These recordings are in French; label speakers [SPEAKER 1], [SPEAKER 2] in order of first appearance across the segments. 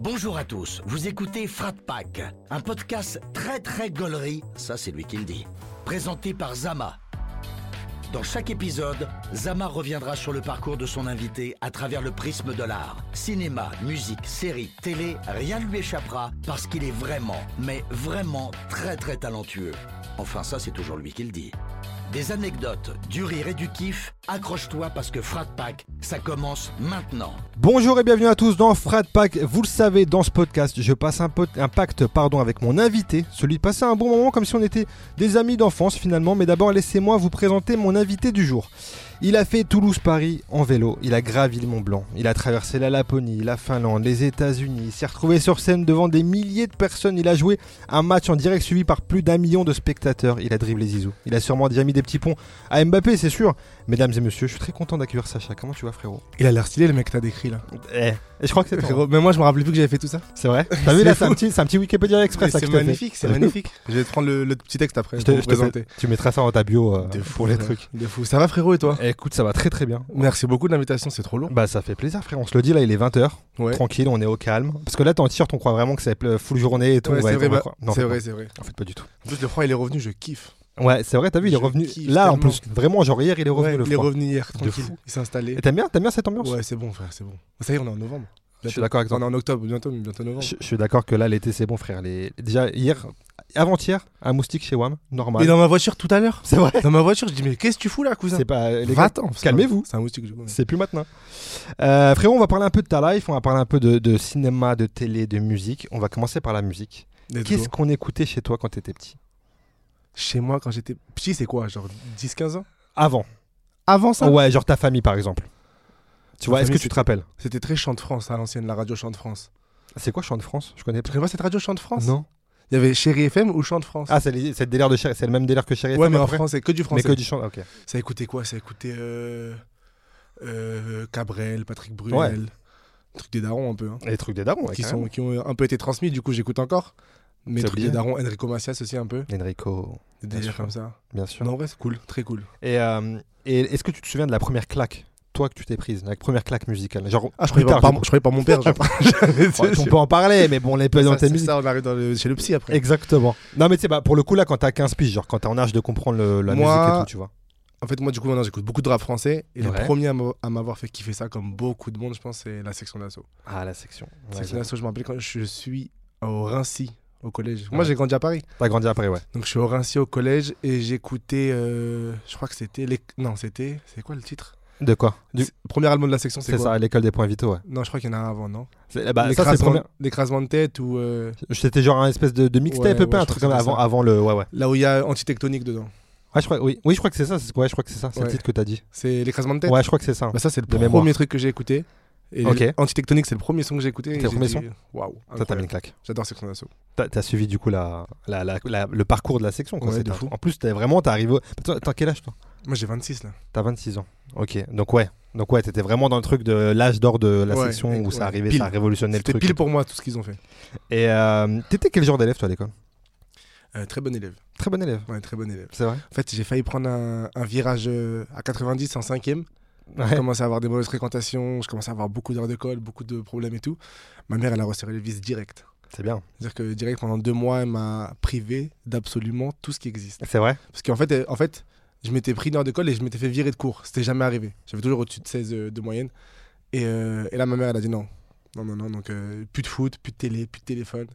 [SPEAKER 1] Bonjour à tous, vous écoutez Frat Pack, un podcast très très gaulerie, ça c'est lui qui le dit, présenté par Zama. Dans chaque épisode, Zama reviendra sur le parcours de son invité à travers le prisme de l'art. Cinéma, musique, série, télé, rien ne lui échappera parce qu'il est vraiment, mais vraiment très très talentueux. Enfin ça c'est toujours lui qui le dit. Des anecdotes, du rire et du kiff, accroche-toi parce que Frat Pack, ça commence maintenant.
[SPEAKER 2] Bonjour et bienvenue à tous dans Frat Pack. Vous le savez, dans ce podcast, je passe un, pot- un pacte pardon, avec mon invité, celui de passer un bon moment comme si on était des amis d'enfance finalement. Mais d'abord, laissez-moi vous présenter mon invité du jour. Il a fait Toulouse-Paris en vélo, il a gravi le Mont Blanc, il a traversé la Laponie, la Finlande, les États-Unis, il s'est retrouvé sur scène devant des milliers de personnes, il a joué un match en direct suivi par plus d'un million de spectateurs, il a dribblé Zizou, il a sûrement déjà mis des petits ponts à Mbappé, c'est sûr. Mesdames et messieurs, je suis très content d'accueillir Sacha. Comment tu vas, frérot
[SPEAKER 3] Il a l'air stylé le mec que t'as décrit là.
[SPEAKER 2] Eh, je crois que c'est
[SPEAKER 3] Frérot, mais moi je me rappelais plus que j'avais fait tout ça.
[SPEAKER 2] C'est vrai T'as vu
[SPEAKER 3] C'est
[SPEAKER 2] là, c'est un
[SPEAKER 3] fou.
[SPEAKER 2] petit, c'est un petit Wikipédia Express. là,
[SPEAKER 3] Mais
[SPEAKER 2] que
[SPEAKER 3] c'est
[SPEAKER 2] je t'ai
[SPEAKER 3] magnifique,
[SPEAKER 2] fait.
[SPEAKER 3] c'est magnifique. Je vais te prendre le, le petit texte après
[SPEAKER 2] Je te-
[SPEAKER 3] pour vous
[SPEAKER 2] je te fais-
[SPEAKER 3] présenter.
[SPEAKER 2] Tu mettras ça dans ta bio euh,
[SPEAKER 3] De fou,
[SPEAKER 2] pour les
[SPEAKER 3] frère.
[SPEAKER 2] trucs.
[SPEAKER 3] De fou. Ça va frérot et toi
[SPEAKER 2] Eh, Écoute, ça va très très bien.
[SPEAKER 3] Merci beaucoup de l'invitation, c'est trop lourd.
[SPEAKER 2] Bah ça fait plaisir frère, on se le dit là il est 20h,
[SPEAKER 3] Ouais.
[SPEAKER 2] tranquille, on est au calme. Parce que là t'es en t-shirt, on croit vraiment que c'est euh, full journée et tout.
[SPEAKER 3] Ouais,
[SPEAKER 2] on va
[SPEAKER 3] c'est
[SPEAKER 2] être-
[SPEAKER 3] vrai,
[SPEAKER 2] on va
[SPEAKER 3] bah,
[SPEAKER 2] croire. Non, en
[SPEAKER 3] c'est
[SPEAKER 2] fait,
[SPEAKER 3] vrai, c'est vrai.
[SPEAKER 2] En fait pas du tout.
[SPEAKER 3] En plus le froid il est revenu, je kiffe.
[SPEAKER 2] Ouais c'est vrai, t'as vu, il est
[SPEAKER 3] Je
[SPEAKER 2] revenu.
[SPEAKER 3] kiffe
[SPEAKER 2] Là en
[SPEAKER 3] tellement.
[SPEAKER 2] plus, vraiment genre hier il est revenu
[SPEAKER 3] Ouais,
[SPEAKER 2] le
[SPEAKER 3] il est
[SPEAKER 2] froid.
[SPEAKER 3] revenu hier, tranquille.
[SPEAKER 2] fou.
[SPEAKER 3] Il s'est installé.
[SPEAKER 2] Et t'aimes bien, t'aimes bien cette ambiance
[SPEAKER 3] Ouais, c'est bon frère, c'est bon. Ça y est, on est en novembre.
[SPEAKER 2] Je suis
[SPEAKER 3] Bientôt.
[SPEAKER 2] d'accord avec toi.
[SPEAKER 3] On est en octobre, bientôt, bientôt novembre.
[SPEAKER 2] Je, je suis d'accord que là l'été c'est bon frère. Les... Déjà hier, avant-hier, un moustique chez WAM,
[SPEAKER 3] Et
[SPEAKER 2] normal.
[SPEAKER 3] dans ma voiture tout à l'heure
[SPEAKER 2] C'est vrai
[SPEAKER 3] Dans ma voiture, je dis mais qu'est-ce que tu fous là cousin
[SPEAKER 2] C'est pas... Les gars,
[SPEAKER 3] Va-t'en, c'est
[SPEAKER 2] calmez-vous.
[SPEAKER 3] un- C'est un moustique du coup.
[SPEAKER 2] C'est plus maintenant. Euh, frérot, on va parler un peu de ta life, on va parler un peu de, de cinéma, de télé, de musique. On va commencer par la musique.
[SPEAKER 3] Let's
[SPEAKER 2] Qu'est-ce
[SPEAKER 3] go.
[SPEAKER 2] qu'on écoutait chez toi quand t'étais petit
[SPEAKER 3] Chez moi quand j'étais petit, c'est quoi Genre 10-15 ans
[SPEAKER 2] Avant.
[SPEAKER 3] Avant ça
[SPEAKER 2] ouais, genre ta famille par exemple. Tu
[SPEAKER 3] Ma
[SPEAKER 2] vois, est-ce que
[SPEAKER 3] famille,
[SPEAKER 2] tu te rappelles
[SPEAKER 3] C'était très Chant de France à l'ancienne, la radio Chant de France.
[SPEAKER 2] C'est quoi Chant de France Je connais
[SPEAKER 3] Tu
[SPEAKER 2] pas.
[SPEAKER 3] connais pas cette radio Chant de France
[SPEAKER 2] Non.
[SPEAKER 3] Il y avait Chéri FM ou Chant de France
[SPEAKER 2] Ah, c'est les- c'est le délire de Chéri- c'est le même délire que Chéri
[SPEAKER 3] Ouais,
[SPEAKER 2] FM,
[SPEAKER 3] mais en
[SPEAKER 2] après
[SPEAKER 3] France, c'est que du
[SPEAKER 2] Mais
[SPEAKER 3] français.
[SPEAKER 2] que du chant. Ok.
[SPEAKER 3] Ça écoutait quoi Ça écoutait euh... euh, Cabrel, Patrick Bruel,
[SPEAKER 2] Ouais.
[SPEAKER 3] truc des darons un peu. hein,
[SPEAKER 2] Et les trucs des darons. ouais,
[SPEAKER 3] qui,
[SPEAKER 2] carrément.
[SPEAKER 3] sont, qui ont un peu été transmis, du coup j'écoute encore. Mais
[SPEAKER 2] C'est
[SPEAKER 3] truc
[SPEAKER 2] bien.
[SPEAKER 3] des darons, Enrico Macias aussi un peu.
[SPEAKER 2] Enrico,
[SPEAKER 3] Des
[SPEAKER 2] Bien
[SPEAKER 3] délires
[SPEAKER 2] sûr.
[SPEAKER 3] comme ça.
[SPEAKER 2] bien sûr.
[SPEAKER 3] Non, en vrai, c'est cool, très cool.
[SPEAKER 2] Et, euh, et est-ce que tu te souviens de la première claque, toi que tu t'es prise, la première claque musicale Genre,
[SPEAKER 3] Ah, je
[SPEAKER 2] plus
[SPEAKER 3] croyais, pas,
[SPEAKER 2] tard,
[SPEAKER 3] par- je croyais pas mon père. genre. J'avais-
[SPEAKER 2] je- Ouais, on peut en parler, mais bon, on les pas dans
[SPEAKER 3] ça,
[SPEAKER 2] tes
[SPEAKER 3] c'est
[SPEAKER 2] musiques.
[SPEAKER 3] ça, on arrive dans le- chez le psy après.
[SPEAKER 2] Exactement. Non, mais tu sais, bah, pour le coup, là, quand t'as 15 piges, genre quand t'es en âge de comprendre le- la
[SPEAKER 3] Moi-
[SPEAKER 2] musique et tout, tu vois.
[SPEAKER 3] En fait, moi, du coup, maintenant, j'écoute beaucoup de rap français. Et
[SPEAKER 2] Ouais.
[SPEAKER 3] le premier à m'av- à m'avoir fait kiffer ça, comme beaucoup de monde, je pense, c'est la section d'assaut.
[SPEAKER 2] Ah, la section. Ouais,
[SPEAKER 3] Section
[SPEAKER 2] j'avoue.
[SPEAKER 3] d'assaut, je me rappelle quand je suis au Rincy, au collège. Moi,
[SPEAKER 2] Ouais.
[SPEAKER 3] j'ai grandi à Paris.
[SPEAKER 2] T'as grandi après, ouais.
[SPEAKER 3] Donc, je suis au Rincy, au collège, et j'écoutais. euh, je crois que c'était. Les... Non, c'était. C'est quoi le titre
[SPEAKER 2] De quoi Du-
[SPEAKER 3] C'est- Premier album de la section, c'est
[SPEAKER 2] C'est
[SPEAKER 3] quoi
[SPEAKER 2] ça, l'école des points vitaux, ouais.
[SPEAKER 3] Non, je crois qu'il y en a un avant, non
[SPEAKER 2] C'est- bah, ça, c'est le
[SPEAKER 3] L'écrasement
[SPEAKER 2] premier.
[SPEAKER 3] l'écrasement de tête ou. euh,
[SPEAKER 2] C'était genre un espèce de, de mixtape,
[SPEAKER 3] Ouais,
[SPEAKER 2] peu, un
[SPEAKER 3] ouais, je
[SPEAKER 2] truc
[SPEAKER 3] crois
[SPEAKER 2] comme
[SPEAKER 3] que
[SPEAKER 2] avant,
[SPEAKER 3] c'était ça.
[SPEAKER 2] avant le. Ouais, ouais.
[SPEAKER 3] Là où il y a Antitectonique dedans.
[SPEAKER 2] Ouais, je crois, oui. oui, je crois que c'est ça. c'est- Ouais, je crois que c'est ça. C'est le
[SPEAKER 3] Ouais.
[SPEAKER 2] titre que t'as dit.
[SPEAKER 3] C'est l'écrasement de tête
[SPEAKER 2] Ouais, je crois que c'est ça.
[SPEAKER 3] Bah, ça, c'est le
[SPEAKER 2] De
[SPEAKER 3] premier
[SPEAKER 2] mémoire.
[SPEAKER 3] truc que j'ai écouté. Et
[SPEAKER 2] Ok.
[SPEAKER 3] Antitectonique, c'est le premier son que j'ai écouté. et
[SPEAKER 2] Tes
[SPEAKER 3] j'ai
[SPEAKER 2] premiers
[SPEAKER 3] dit,
[SPEAKER 2] sons Ça t'a
[SPEAKER 3] Waouh.
[SPEAKER 2] mis
[SPEAKER 3] incroyable.
[SPEAKER 2] une claque.
[SPEAKER 3] J'adore section d'assaut.
[SPEAKER 2] T'as t'as suivi du coup la, la, la- la- le parcours de la section. Quoi.
[SPEAKER 3] Ouais,
[SPEAKER 2] C'était
[SPEAKER 3] de
[SPEAKER 2] un-
[SPEAKER 3] fou.
[SPEAKER 2] En plus, t'es vraiment, t'es arrivé. au- Attends, T'as quel âge toi
[SPEAKER 3] Moi, j'ai 26 là.
[SPEAKER 2] T'as 26 ans. Ok. Donc ouais. Donc ouais, t'étais vraiment dans le truc de l'âge d'or de la
[SPEAKER 3] Ouais,
[SPEAKER 2] section
[SPEAKER 3] et-
[SPEAKER 2] où ça
[SPEAKER 3] ouais,
[SPEAKER 2] arrivait,
[SPEAKER 3] pile.
[SPEAKER 2] ça révolutionnait le
[SPEAKER 3] C'était
[SPEAKER 2] truc.
[SPEAKER 3] pile pour moi tout ce qu'ils ont fait.
[SPEAKER 2] Et euh, t'étais quel genre d'élève toi à l'école
[SPEAKER 3] Euh, très bon élève.
[SPEAKER 2] Très bon élève.
[SPEAKER 3] Ouais, très bon élève.
[SPEAKER 2] C'est vrai.
[SPEAKER 3] En fait, j'ai failli prendre un, un virage euh, à 90 en 5ème. Je
[SPEAKER 2] Ouais.
[SPEAKER 3] commençais à avoir des mauvaises fréquentations, je commençais à avoir beaucoup d'heures de colle, beaucoup de problèmes et tout. Ma mère, elle a resserré le vice direct.
[SPEAKER 2] C'est bien.
[SPEAKER 3] C'est-à-dire que direct, pendant deux mois, elle m'a privé d'absolument tout ce qui existe.
[SPEAKER 2] C'est vrai.
[SPEAKER 3] Parce qu'en fait, euh, en fait, je m'étais pris d'heures de colle et je m'étais fait virer de cours. C'était jamais arrivé. J'avais toujours au-dessus de 16 euh, de moyenne. Et, euh, et là, ma mère, elle a dit non. Non, non, non. Donc, euh, plus de foot, plus de télé, plus de téléphone.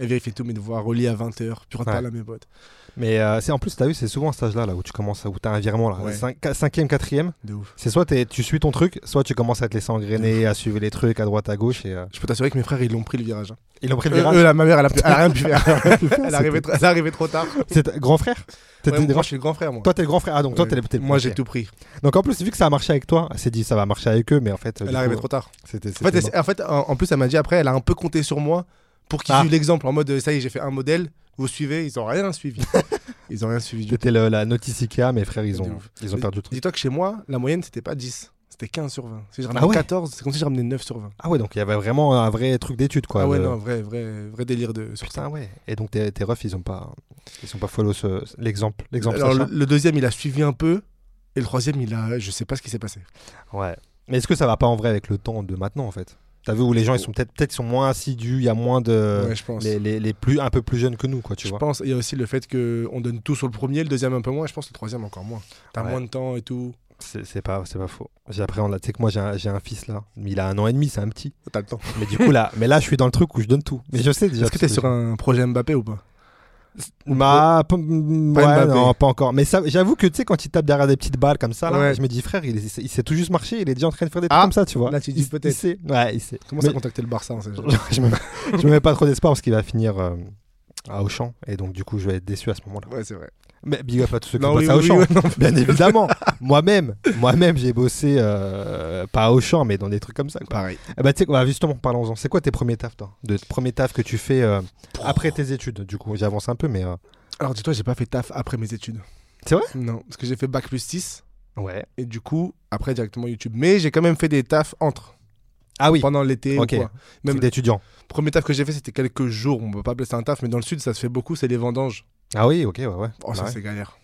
[SPEAKER 3] Elle vérifiait tous mes devoirs reliés à 20h, plus rentre
[SPEAKER 2] Ouais.
[SPEAKER 3] pas là, mes potes.
[SPEAKER 2] Mais euh, c'est en plus, t'as vu, c'est souvent à cet âge-là là où tu commences, à- où t'as un virement là,
[SPEAKER 3] Ouais.
[SPEAKER 2] Cin- qua- cinquième, quatrième.
[SPEAKER 3] De ouf.
[SPEAKER 2] C'est soit t'es- tu suis ton truc, soit tu commences à te laisser engrainer, à suivre les trucs à droite à gauche et euh,
[SPEAKER 3] Je peux t'assurer que mes frères, ils l'ont pris le virage. hein.
[SPEAKER 2] ils ont pris le
[SPEAKER 3] Eux-
[SPEAKER 2] virage.
[SPEAKER 3] eux, là, ma mère, elle a, pu- elle a rien pu faire. elle, est
[SPEAKER 2] c'était-
[SPEAKER 3] arrivée, tr- elle est arrivée trop tard.
[SPEAKER 2] C'est t- grand frère. T'étais
[SPEAKER 3] Ouais,
[SPEAKER 2] des
[SPEAKER 3] moi,
[SPEAKER 2] grands-
[SPEAKER 3] je suis le grand frère, moi.
[SPEAKER 2] Toi t'es le grand frère. Ah donc toi
[SPEAKER 3] Ouais.
[SPEAKER 2] t'es le t'es le-
[SPEAKER 3] Moi,
[SPEAKER 2] ok.
[SPEAKER 3] j'ai tout pris.
[SPEAKER 2] Donc en plus vu que ça a marché avec toi, elle s'est dit ça va marcher avec eux, mais en fait. euh,
[SPEAKER 3] Elle
[SPEAKER 2] du
[SPEAKER 3] est arrivée
[SPEAKER 2] coup,
[SPEAKER 3] trop tard.
[SPEAKER 2] C'était.
[SPEAKER 3] En fait,
[SPEAKER 2] c'était
[SPEAKER 3] elle s'est- en, fait, en- en plus, elle m'a dit après, elle a un peu compté sur moi pour qu'ils
[SPEAKER 2] Ah.
[SPEAKER 3] suivent l'exemple. En mode, euh, ça y est, j'ai fait un modèle, vous suivez, ils ont rien suivi. ils ont rien suivi du tout.
[SPEAKER 2] C'était le- la notice Ikea, mes frères, ils
[SPEAKER 3] De
[SPEAKER 2] ont,
[SPEAKER 3] ouf.
[SPEAKER 2] ils ont perdu le truc.
[SPEAKER 3] Dis-toi que chez moi, la moyenne, c'était pas 10, c'était 15 sur 20. Si je ramenais
[SPEAKER 2] Ah ouais
[SPEAKER 3] 14, c'est comme si je ramenais 9 sur 20.
[SPEAKER 2] Ah ouais, donc il y avait vraiment un vrai truc d'étude, quoi.
[SPEAKER 3] ah ouais,
[SPEAKER 2] le-
[SPEAKER 3] non, vrai, vrai, vrai délire de, sur ça.
[SPEAKER 2] Putain, ouais. Et donc tes, tes refs, ils ont pas, ils sont pas follow ce- l'exemple, l'exemple.
[SPEAKER 3] Alors, le,
[SPEAKER 2] Sacha.
[SPEAKER 3] le deuxième, il a suivi un peu. Et le troisième, il a, je sais pas ce qui s'est passé.
[SPEAKER 2] Ouais. Mais est-ce que ça va pas en vrai avec le temps de maintenant, en fait T'as vu où les gens ils sont peut-être peut-être sont moins assidus, il y a moins de
[SPEAKER 3] Ouais, je pense.
[SPEAKER 2] les, les- les plus un peu plus jeunes que nous quoi, Euh, tu
[SPEAKER 3] je
[SPEAKER 2] vois.
[SPEAKER 3] pense. Il y a aussi le fait qu'on donne tout sur le premier, le deuxième un peu moins, je pense le troisième encore moins. T'as
[SPEAKER 2] Ouais.
[SPEAKER 3] moins de temps et tout.
[SPEAKER 2] C'est c'est pas c'est pas faux. J'appréhende là, tu sais que moi j'ai un, j'ai un fils là, mais il a un an et demi, c'est un petit.
[SPEAKER 3] T'as le temps.
[SPEAKER 2] Mais du coup là, mais là je suis dans le truc où je donne tout. Mais je sais déjà.
[SPEAKER 3] Est-ce que t'es sur un projet Mbappé ou pas
[SPEAKER 2] Bah, p- mm, ouais,
[SPEAKER 3] Mbappé.
[SPEAKER 2] non, pas encore. Mais ça, j'avoue que tu sais, quand il tape derrière des petites balles comme ça, là,
[SPEAKER 3] Ouais.
[SPEAKER 2] je me dis, frère, il, il sait tout juste marcher, il est déjà en train de faire des trucs
[SPEAKER 3] Ah,
[SPEAKER 2] comme ça, tu vois.
[SPEAKER 3] là, tu dis
[SPEAKER 2] Il- il
[SPEAKER 3] peut-être.
[SPEAKER 2] sait. Ouais, il sait.
[SPEAKER 3] Comment
[SPEAKER 2] Mais-
[SPEAKER 3] ça contacter le Barça on sait jamais.
[SPEAKER 2] je, me, je me mets pas trop d'espoir parce qu'il va finir euh, à Auchan. Et donc, du coup, je vais être déçu à ce moment-là.
[SPEAKER 3] Ouais, c'est vrai.
[SPEAKER 2] Mais big up à tous ceux qui
[SPEAKER 3] Non,
[SPEAKER 2] bossent
[SPEAKER 3] oui,
[SPEAKER 2] à
[SPEAKER 3] oui,
[SPEAKER 2] Auchan.
[SPEAKER 3] oui,
[SPEAKER 2] Bien évidemment. moi-même, moi-même, j'ai bossé, euh, pas à Auchan, mais dans des trucs comme ça. Quoi.
[SPEAKER 3] Pareil.
[SPEAKER 2] Eh bah, tu sais, quoi, bah, justement, parlons-en. C'est quoi tes premiers tafs, toi De tes premiers tafs que tu fais euh, après tes études Du coup, j'avance un peu, mais. euh,
[SPEAKER 3] Alors dis-toi, j'ai pas fait taf après mes études.
[SPEAKER 2] C'est vrai
[SPEAKER 3] Non, parce que j'ai fait bac plus 6
[SPEAKER 2] Ouais.
[SPEAKER 3] et du coup, après directement YouTube. Mais j'ai quand même fait des tafs entre,
[SPEAKER 2] Ah oui,
[SPEAKER 3] pendant l'été
[SPEAKER 2] Ok.
[SPEAKER 3] ou quoi.
[SPEAKER 2] truc
[SPEAKER 3] Même le
[SPEAKER 2] d'étudiant.
[SPEAKER 3] premier taf que j'ai fait, c'était quelques jours. On peut pas appeler ça un taf, mais dans le sud, ça se fait beaucoup, c'est les vendanges.
[SPEAKER 2] Ah oui, ok, ouais, ouais.
[SPEAKER 3] Oh,
[SPEAKER 2] Bah
[SPEAKER 3] ça
[SPEAKER 2] ouais.
[SPEAKER 3] c'est hein. galère.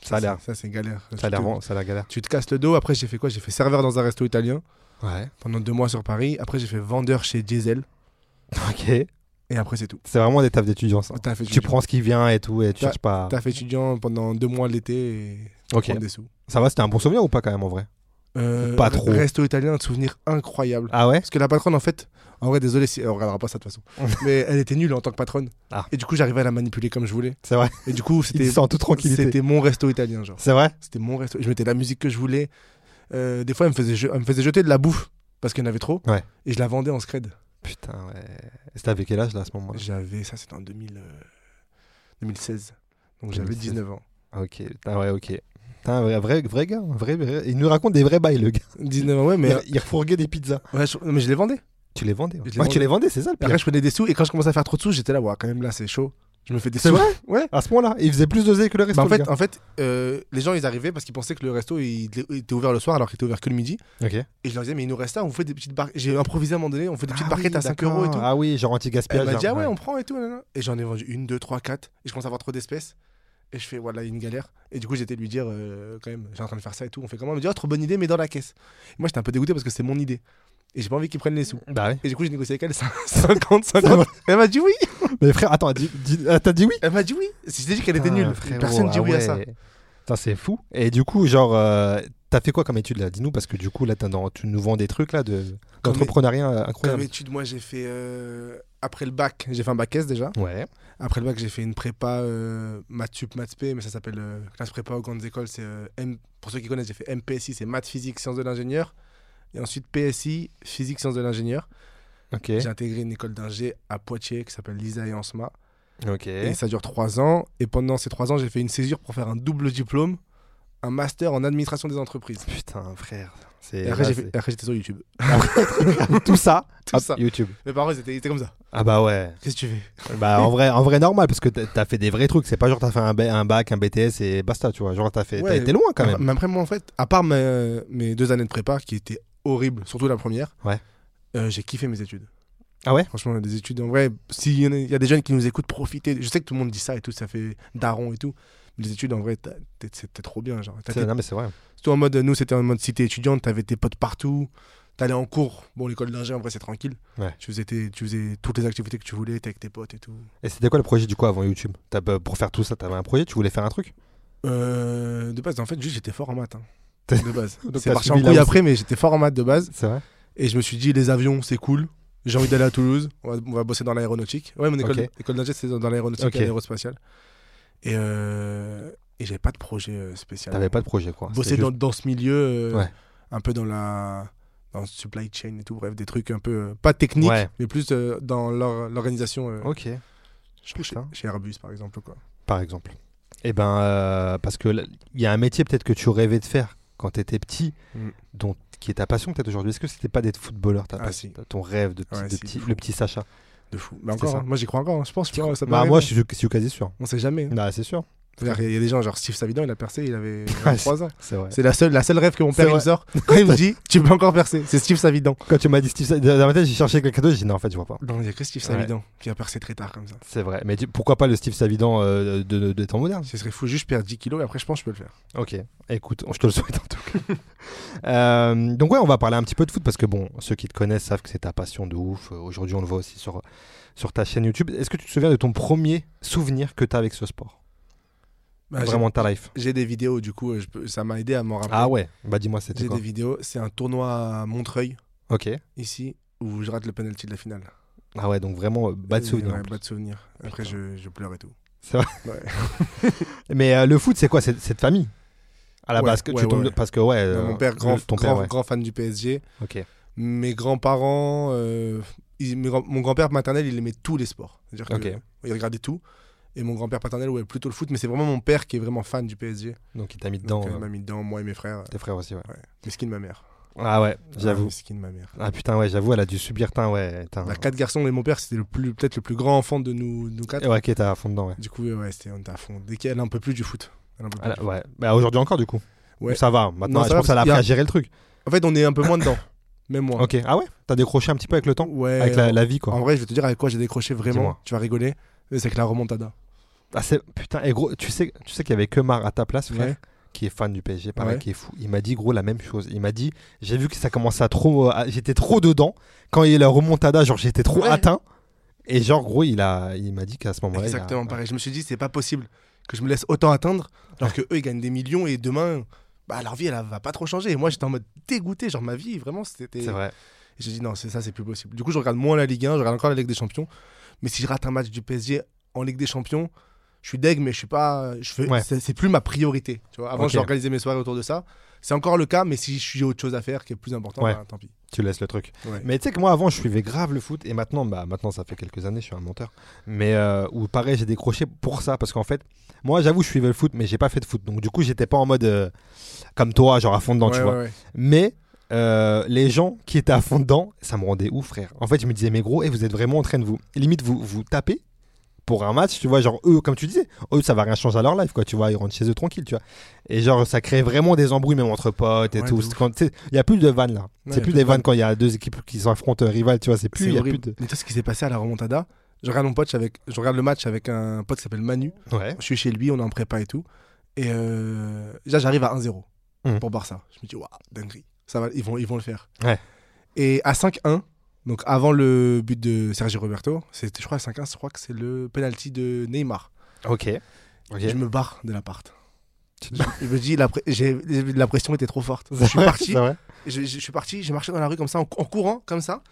[SPEAKER 2] Ça a l'air.
[SPEAKER 3] c'est- Ça c'est galère.
[SPEAKER 2] Ça a l'air
[SPEAKER 3] Tu te-
[SPEAKER 2] vraiment- ça a l'air galère.
[SPEAKER 3] Tu te casses le dos. Après, j'ai fait quoi J'ai fait serveur dans un resto italien
[SPEAKER 2] Ouais.
[SPEAKER 3] pendant deux mois sur Paris. Après, j'ai fait vendeur chez Diesel.
[SPEAKER 2] Ok.
[SPEAKER 3] Et après, c'est tout.
[SPEAKER 2] C'est vraiment des tafs d'étudiants, ça.
[SPEAKER 3] T'as fait
[SPEAKER 2] Tu
[SPEAKER 3] étudiant.
[SPEAKER 2] prends ce qui vient et tout, et tu
[SPEAKER 3] T'as-
[SPEAKER 2] cherches pas.
[SPEAKER 3] T'as fait étudiant pendant deux mois l'été et
[SPEAKER 2] Ok.
[SPEAKER 3] prendre des sous.
[SPEAKER 2] Ça va, c'était un bon souvenir ou pas, quand même, en vrai
[SPEAKER 3] Euh,
[SPEAKER 2] Pas
[SPEAKER 3] re-
[SPEAKER 2] trop.
[SPEAKER 3] Resto italien, un souvenir incroyable.
[SPEAKER 2] Ah ouais
[SPEAKER 3] Parce que la patronne, en fait, en vrai, désolé si elle regardera pas ça de toute façon, mais elle était nulle en tant que patronne.
[SPEAKER 2] Ah.
[SPEAKER 3] Et du coup, j'arrivais à la manipuler comme je voulais.
[SPEAKER 2] C'est vrai.
[SPEAKER 3] Et du coup,
[SPEAKER 2] Il
[SPEAKER 3] c'était
[SPEAKER 2] sent en toute tranquillité.
[SPEAKER 3] c'était mon resto italien, genre.
[SPEAKER 2] C'est vrai
[SPEAKER 3] C'était mon resto. Je mettais la musique que je voulais. Euh, des fois, elle me faisait, je- elle me faisait jeter de la bouffe parce qu'il y en avait trop.
[SPEAKER 2] Ouais.
[SPEAKER 3] Et je la vendais en scred.
[SPEAKER 2] Putain, ouais. C'était avec quel âge, là, à ce moment-là
[SPEAKER 3] J'avais, ça c'était en 2000, euh, 2016. Donc j'avais
[SPEAKER 2] 2016.
[SPEAKER 3] 19 ans.
[SPEAKER 2] Ah, Ok. Putain, ouais, ok. Putain, vrai, vrai, vrai gars. un Vrai, vrai- Il nous raconte des vrais bails, le gars.
[SPEAKER 3] 19 ans, ouais, mais,
[SPEAKER 2] Mais il refourguait des pizzas.
[SPEAKER 3] ouais, je- mais je les vendais.
[SPEAKER 2] Tu les vendais ouais.
[SPEAKER 3] Je les
[SPEAKER 2] Ouais, tu
[SPEAKER 3] vendais.
[SPEAKER 2] les vendais, c'est ça le
[SPEAKER 3] Après,
[SPEAKER 2] pire.
[SPEAKER 3] je prenais des sous et quand je commençais à faire trop de sous, j'étais là, ouais, quand même là, c'est chaud. Je me fais des
[SPEAKER 2] C'est
[SPEAKER 3] sous.
[SPEAKER 2] vrai
[SPEAKER 3] Ouais.
[SPEAKER 2] À ce moment-là, il faisait plus d'oseille que le reste.
[SPEAKER 3] Bah, en fait, en fait euh, les gens ils arrivaient parce qu'ils pensaient que le resto il il était ouvert le soir alors qu'il était ouvert que le midi.
[SPEAKER 2] ok.
[SPEAKER 3] Et je leur disais, mais il nous reste ça, on fait des petites barquettes. J'ai improvisé à un moment donné, on fait des petites
[SPEAKER 2] Ah
[SPEAKER 3] barquettes
[SPEAKER 2] oui,
[SPEAKER 3] à 5 euros et tout.
[SPEAKER 2] d'accord. Ah oui, genre
[SPEAKER 3] Elle
[SPEAKER 2] anti-gaspillage.
[SPEAKER 3] m'a dit,
[SPEAKER 2] genre,
[SPEAKER 3] ah ouais, on prend et tout. nanana. Et j'en ai vendu une, deux, trois, quatre. Et je commence à avoir trop d'espèces. Et je fais, voilà, une galère. Et du coup, j'étais lui dire, euh, quand même, j'ai en train de faire ça et tout. On fait comment Elle me dit, oh, trop bonne idée, mais dans la caisse. Et moi, j'étais un peu dégoûté parce que c'est mon idée. Et j'ai pas envie qu'ils prennent les sous.
[SPEAKER 2] Bah oui.
[SPEAKER 3] Et du coup, j'ai négocié avec elle 50, 50. Elle m'a dit oui.
[SPEAKER 2] Mais frère, attends, dis- dis- euh, t'as dit oui
[SPEAKER 3] Elle m'a dit oui. Je t'ai dit qu'elle était
[SPEAKER 2] Putain,
[SPEAKER 3] nulle.
[SPEAKER 2] frérot,
[SPEAKER 3] Personne dit
[SPEAKER 2] ah
[SPEAKER 3] oui à ça.
[SPEAKER 2] ouais. Putain, c'est fou. Et du coup, genre, euh, t'as fait quoi comme étude là Dis-nous, parce que du coup, là, t'as dans- tu nous vends des trucs là de-
[SPEAKER 3] Comme-
[SPEAKER 2] d'entrepreneuriat euh,
[SPEAKER 3] Comme
[SPEAKER 2] incroyable.
[SPEAKER 3] étude, moi, j'ai fait. euh, Après le bac, j'ai fait un bac S déjà.
[SPEAKER 2] Ouais,
[SPEAKER 3] Après le bac, j'ai fait une prépa euh, maths sup, maths p, mais ça s'appelle euh, classe prépa aux grandes écoles. C'est euh, M- pour ceux qui connaissent, j'ai fait MPSI, c'est maths physique sciences de l'ingénieur, et ensuite PSI physique sciences de l'ingénieur.
[SPEAKER 2] ok.
[SPEAKER 3] J'ai intégré une école d'ingé à Poitiers qui s'appelle l'ISA et ENSMA,
[SPEAKER 2] Ok.
[SPEAKER 3] et ça dure trois ans. Et pendant ces trois ans, j'ai fait une césure pour faire un double diplôme, un master en administration des entreprises.
[SPEAKER 2] Putain, frère.
[SPEAKER 3] Et,
[SPEAKER 2] C'est
[SPEAKER 3] après,
[SPEAKER 2] là,
[SPEAKER 3] j'ai fait- et après, j'étais sur YouTube.
[SPEAKER 2] c'est- tout ça,
[SPEAKER 3] Tout
[SPEAKER 2] hop,
[SPEAKER 3] ça.
[SPEAKER 2] YouTube.
[SPEAKER 3] Mes parents, ils étaient, ils étaient comme ça.
[SPEAKER 2] Ah bah ouais.
[SPEAKER 3] Qu'est-ce que tu fais
[SPEAKER 2] Bah en vrai, en vrai normal parce que t'as- t'as fait des vrais trucs. C'est pas genre t'as fait un, ba- un bac, un BTS et basta, tu vois. Genre t'as fait,
[SPEAKER 3] Ouais.
[SPEAKER 2] t'as été loin quand même.
[SPEAKER 3] Mais après, moi, en fait, à part mes, mes deux années de prépa qui étaient horribles, surtout la première,
[SPEAKER 2] Ouais.
[SPEAKER 3] euh, j'ai kiffé mes études.
[SPEAKER 2] Ah ouais
[SPEAKER 3] Franchement, des études, en vrai, s'il y, en a- il y a des jeunes qui nous écoutent, profitez. Je sais que tout le monde dit ça et tout, ça fait daron et tout. Mais les études, en vrai, t'as- t'es- c'était trop bien. Genre. T'as
[SPEAKER 2] C'est-
[SPEAKER 3] tes-
[SPEAKER 2] Non mais c'est vrai.
[SPEAKER 3] Surtout en mode, nous, c'était en mode cité étudiante, t'avais tes potes partout, t'allais en cours. Bon, l'école d'ingé, en vrai, c'est tranquille.
[SPEAKER 2] Ouais.
[SPEAKER 3] Tu, faisais tes- tu faisais toutes les activités que tu voulais, t'es avec tes potes et tout.
[SPEAKER 2] Et c'était quoi le projet du coup avant YouTube T'as- euh, Pour faire tout ça, t'avais un projet, tu voulais faire un truc
[SPEAKER 3] Euh, de base, en fait, juste, j'étais fort en maths. hein.
[SPEAKER 2] T'es-
[SPEAKER 3] De base.
[SPEAKER 2] Donc,
[SPEAKER 3] C'est
[SPEAKER 2] t'as
[SPEAKER 3] marché en
[SPEAKER 2] subi là
[SPEAKER 3] couille
[SPEAKER 2] aussi.
[SPEAKER 3] après, mais j'étais fort en maths de base.
[SPEAKER 2] C'est vrai.
[SPEAKER 3] Et je me suis dit, les avions, c'est cool. J'ai envie d'aller à Toulouse. On va, on va bosser dans l'aéronautique. Ouais, mon école,
[SPEAKER 2] Ok.
[SPEAKER 3] école d'ingé, c'est dans, dans l'aéronautique
[SPEAKER 2] Ok.
[SPEAKER 3] et l'aérospatiale. Et, euh, et j'avais pas de projet euh, spécial.
[SPEAKER 2] T'avais pas de projet quoi.
[SPEAKER 3] Bosser
[SPEAKER 2] C'était
[SPEAKER 3] dans, dans ce milieu, euh,
[SPEAKER 2] Ouais.
[SPEAKER 3] un peu dans la dans le supply chain et tout. Bref, des trucs un peu, euh, pas techniques,
[SPEAKER 2] Ouais.
[SPEAKER 3] mais plus euh, dans l'or- l'organisation. euh,
[SPEAKER 2] Ok.
[SPEAKER 3] je trouve chez,
[SPEAKER 2] putain.
[SPEAKER 3] chez Airbus, par exemple. Quoi.
[SPEAKER 2] Par exemple. Eh ben, euh, parce que l- il y a un métier peut-être que tu rêvais de faire quand tu étais petit,
[SPEAKER 3] Mm.
[SPEAKER 2] dont, qui est ta passion peut-être aujourd'hui. Est-ce que c'était pas d'être footballeur ta
[SPEAKER 3] Ah,
[SPEAKER 2] passion,
[SPEAKER 3] si.
[SPEAKER 2] ta- ton rêve de, petit-
[SPEAKER 3] Ouais,
[SPEAKER 2] de
[SPEAKER 3] si,
[SPEAKER 2] petit- le
[SPEAKER 3] de fou. Bah,
[SPEAKER 2] petit Sacha
[SPEAKER 3] De fou. Mais
[SPEAKER 2] C'était
[SPEAKER 3] encore,
[SPEAKER 2] ça.
[SPEAKER 3] hein. moi j'y crois encore. hein. Je pense que ça peut
[SPEAKER 2] Bah,
[SPEAKER 3] arriver.
[SPEAKER 2] Moi, je suis, je suis quasi sûr.
[SPEAKER 3] On sait jamais. hein.
[SPEAKER 2] Bah, c'est sûr.
[SPEAKER 3] C'est-à-dire, Il y a des gens, genre Steve Savidan, il a percé, il avait 23 ans.
[SPEAKER 2] C'est vrai.
[SPEAKER 3] C'est la seule, la seule rêve que mon père
[SPEAKER 2] C'est
[SPEAKER 3] il me
[SPEAKER 2] vrai.
[SPEAKER 3] sort. Quand il me dit, tu peux encore percer. C'est Steve Savidan.
[SPEAKER 2] Quand tu m'as dit Steve Savidan, dans ma tête, j'ai cherché quelqu'un d'autre, j'ai dit non, en fait, je vois pas.
[SPEAKER 3] Non, il y a que Steve
[SPEAKER 2] Ouais.
[SPEAKER 3] Savidan qui a percé très tard comme ça.
[SPEAKER 2] C'est vrai. Mais tu- pourquoi pas le Steve Savidan euh, de, de- des temps modernes
[SPEAKER 3] Ce serait fou, juste perdre 10 kilos et après, je pense que je peux le faire.
[SPEAKER 2] Ok. Écoute, je te le souhaite en tout cas. Euh, donc ouais, on va parler un petit peu de foot parce que bon, ceux qui te connaissent savent que c'est ta passion de ouf. Euh, Aujourd'hui, on le voit aussi sur, sur ta chaîne YouTube. Est-ce que tu te souviens de ton premier souvenir que tu as avec ce sport
[SPEAKER 3] Bah, j'ai-
[SPEAKER 2] Vraiment ta life
[SPEAKER 3] J'ai des vidéos, du coup, euh, je peux- ça m'a aidé à m'en rappeler.
[SPEAKER 2] Ah ouais Bah dis-moi, c'était
[SPEAKER 3] J'ai
[SPEAKER 2] quoi
[SPEAKER 3] des vidéos. C'est un tournoi à Montreuil,
[SPEAKER 2] Ok.
[SPEAKER 3] ici, où je rate le penalty de la finale.
[SPEAKER 2] Ah ouais, donc vraiment, euh, bas de
[SPEAKER 3] Et-
[SPEAKER 2] souvenir.
[SPEAKER 3] ouais, Pas de souvenir. Après, je, je pleure et tout.
[SPEAKER 2] Mais euh, le foot, c'est quoi C'est cette famille À la
[SPEAKER 3] Ouais,
[SPEAKER 2] base, que
[SPEAKER 3] ouais,
[SPEAKER 2] tu tombes
[SPEAKER 3] ouais,
[SPEAKER 2] de-
[SPEAKER 3] ouais.
[SPEAKER 2] parce que ouais. euh,
[SPEAKER 3] mon père, grand,
[SPEAKER 2] le- ton
[SPEAKER 3] grand,
[SPEAKER 2] père, ouais.
[SPEAKER 3] grand fan du PSG.
[SPEAKER 2] Ok.
[SPEAKER 3] Mes grands-parents, euh, ils- mes grands- mon grand-père maternel, il aimait tous les sports. C'est-à-dire que,
[SPEAKER 2] Ok.
[SPEAKER 3] il regardait tout. Et mon grand-père paternel, ouais, plutôt le foot. Mais c'est vraiment mon père qui est vraiment fan du PSG.
[SPEAKER 2] Donc il t'a mis dedans.
[SPEAKER 3] Donc, euh, il
[SPEAKER 2] euh,
[SPEAKER 3] m'a mis dedans, moi et mes frères. euh,
[SPEAKER 2] tes frères aussi, ouais.
[SPEAKER 3] Mesquine ma mère.
[SPEAKER 2] Ah ouais,
[SPEAKER 3] Ah,
[SPEAKER 2] j'avoue.
[SPEAKER 3] Mesquine ma mère.
[SPEAKER 2] Ah putain, ouais, j'avoue, elle a dû subir. Tain, ouais. Tain.
[SPEAKER 3] On a quatre garçons et mon père, c'était le plus- peut-être le plus grand enfant de nous, nous quatre.
[SPEAKER 2] Et ouais, qui était à fond dedans, ouais.
[SPEAKER 3] Du coup, ouais, c'était, on était à fond. Dès qu'elle en peut plus du foot. Elle en peut plus.
[SPEAKER 2] Ah, ouais. Bah, aujourd'hui encore, du coup.
[SPEAKER 3] Ouais.
[SPEAKER 2] Ça va. hein. Maintenant,
[SPEAKER 3] Non,
[SPEAKER 2] je
[SPEAKER 3] ça va,
[SPEAKER 2] pense qu'elle a
[SPEAKER 3] parce
[SPEAKER 2] appris
[SPEAKER 3] qu'il y a-
[SPEAKER 2] à gérer le truc.
[SPEAKER 3] En fait, on est un peu moins dedans. Même moi.
[SPEAKER 2] Ok. Ah ouais T'as décroché un petit peu avec le temps
[SPEAKER 3] Ouais,
[SPEAKER 2] Avec la, la vie, quoi.
[SPEAKER 3] En vrai, je vais te dire avec quoi j'ai décroché vraiment.
[SPEAKER 2] Dis-moi.
[SPEAKER 3] Tu vas rigoler. mais C'est que la remontada.
[SPEAKER 2] Ah, c'est- putain, et gros, tu sais, tu sais qu'il y avait que Mar à ta place, frère,
[SPEAKER 3] Ouais.
[SPEAKER 2] qui est fan du PSG, pareil,
[SPEAKER 3] Ouais.
[SPEAKER 2] qui est fou. Il m'a dit, gros, la même chose. Il m'a dit, j'ai vu que ça commençait à trop. euh, à- j'étais trop dedans. Quand il y a eu la remontada, genre, j'étais trop
[SPEAKER 3] Ouais.
[SPEAKER 2] atteint. Et genre, gros, il a, il m'a dit qu'à ce moment-là. il a-
[SPEAKER 3] Exactement pareil. Je me suis dit, c'est pas possible que je me laisse autant atteindre alors que eux ils gagnent des millions et demain, bah, leur vie elle va pas trop changer. Et moi j'étais en mode dégoûté, genre ma vie vraiment c'était.
[SPEAKER 2] C'est vrai.
[SPEAKER 3] Et J'ai dit non, c'est ça, c'est plus possible. Du coup, je regarde moins la Ligue 1, je regarde encore la Ligue des Champions. Mais si je rate un match du PSG en Ligue des Champions, je suis deg, mais je suis pas. Je fais,
[SPEAKER 2] Ouais.
[SPEAKER 3] c'est, c'est plus ma priorité. Tu vois, avant,
[SPEAKER 2] Ok.
[SPEAKER 3] j'ai organisé mes soirées autour de ça. C'est encore le cas, mais si je suis autre chose à faire qui est plus important,
[SPEAKER 2] Ouais.
[SPEAKER 3] bah, tant pis.
[SPEAKER 2] Tu laisses le truc.
[SPEAKER 3] Ouais.
[SPEAKER 2] Mais tu sais que moi avant je suivais grave le foot et maintenant bah maintenant ça fait quelques années je suis un menteur mais euh, ou pareil j'ai décroché pour ça parce qu'en fait moi j'avoue je suivais le foot mais j'ai pas fait de foot donc du coup j'étais pas en mode euh, comme toi genre à fond dedans tu
[SPEAKER 3] Ouais,
[SPEAKER 2] vois
[SPEAKER 3] ouais, ouais.
[SPEAKER 2] mais euh, les gens qui étaient à fond dedans ça me rendait ouf frère en fait je me disais mais gros et vous êtes vraiment en train de vous limite vous vous tapez pour un match tu vois genre eux comme tu disais eux ça va rien changer à leur life quoi tu vois ils rentrent chez eux tranquilles tu vois et genre ça crée vraiment des embrouilles même entre potes et
[SPEAKER 3] Ouais,
[SPEAKER 2] tout
[SPEAKER 3] de ouf.
[SPEAKER 2] Quand- tu sais, il y a plus de vannes là
[SPEAKER 3] Ouais,
[SPEAKER 2] c'est plus
[SPEAKER 3] y a
[SPEAKER 2] des vannes quand il y a deux équipes qui s'affrontent euh, rivales tu vois c'est plus
[SPEAKER 3] C'est
[SPEAKER 2] il y a plus
[SPEAKER 3] horrible.
[SPEAKER 2] de
[SPEAKER 3] Mais tu sais ce qui s'est passé à la remontada je regarde, mon pote avec, je regarde le match avec un pote qui s'appelle Manu.
[SPEAKER 2] ouais
[SPEAKER 3] Je suis chez lui, on est en prépa et tout. Et euh, déjà, j'arrive à 1-0
[SPEAKER 2] Mhm.
[SPEAKER 3] pour Barça. Je me dis, waouh, dinguerie. Ça va, ils vont, ils vont le faire.
[SPEAKER 2] Ouais.
[SPEAKER 3] Et à 5-1, donc avant le but de Sergio Roberto, c'était, je crois, à 5-1, je crois que c'est le penalty de Neymar.
[SPEAKER 2] ok ok
[SPEAKER 3] Je me barre de l'appart.
[SPEAKER 2] Tu te
[SPEAKER 3] Je, je me dis, la, pré- j'ai- la pression était trop forte. Je suis parti,
[SPEAKER 2] C'est vrai
[SPEAKER 3] je, je- je suis parti, j'ai marché dans la rue comme ça, en, en courant, comme ça.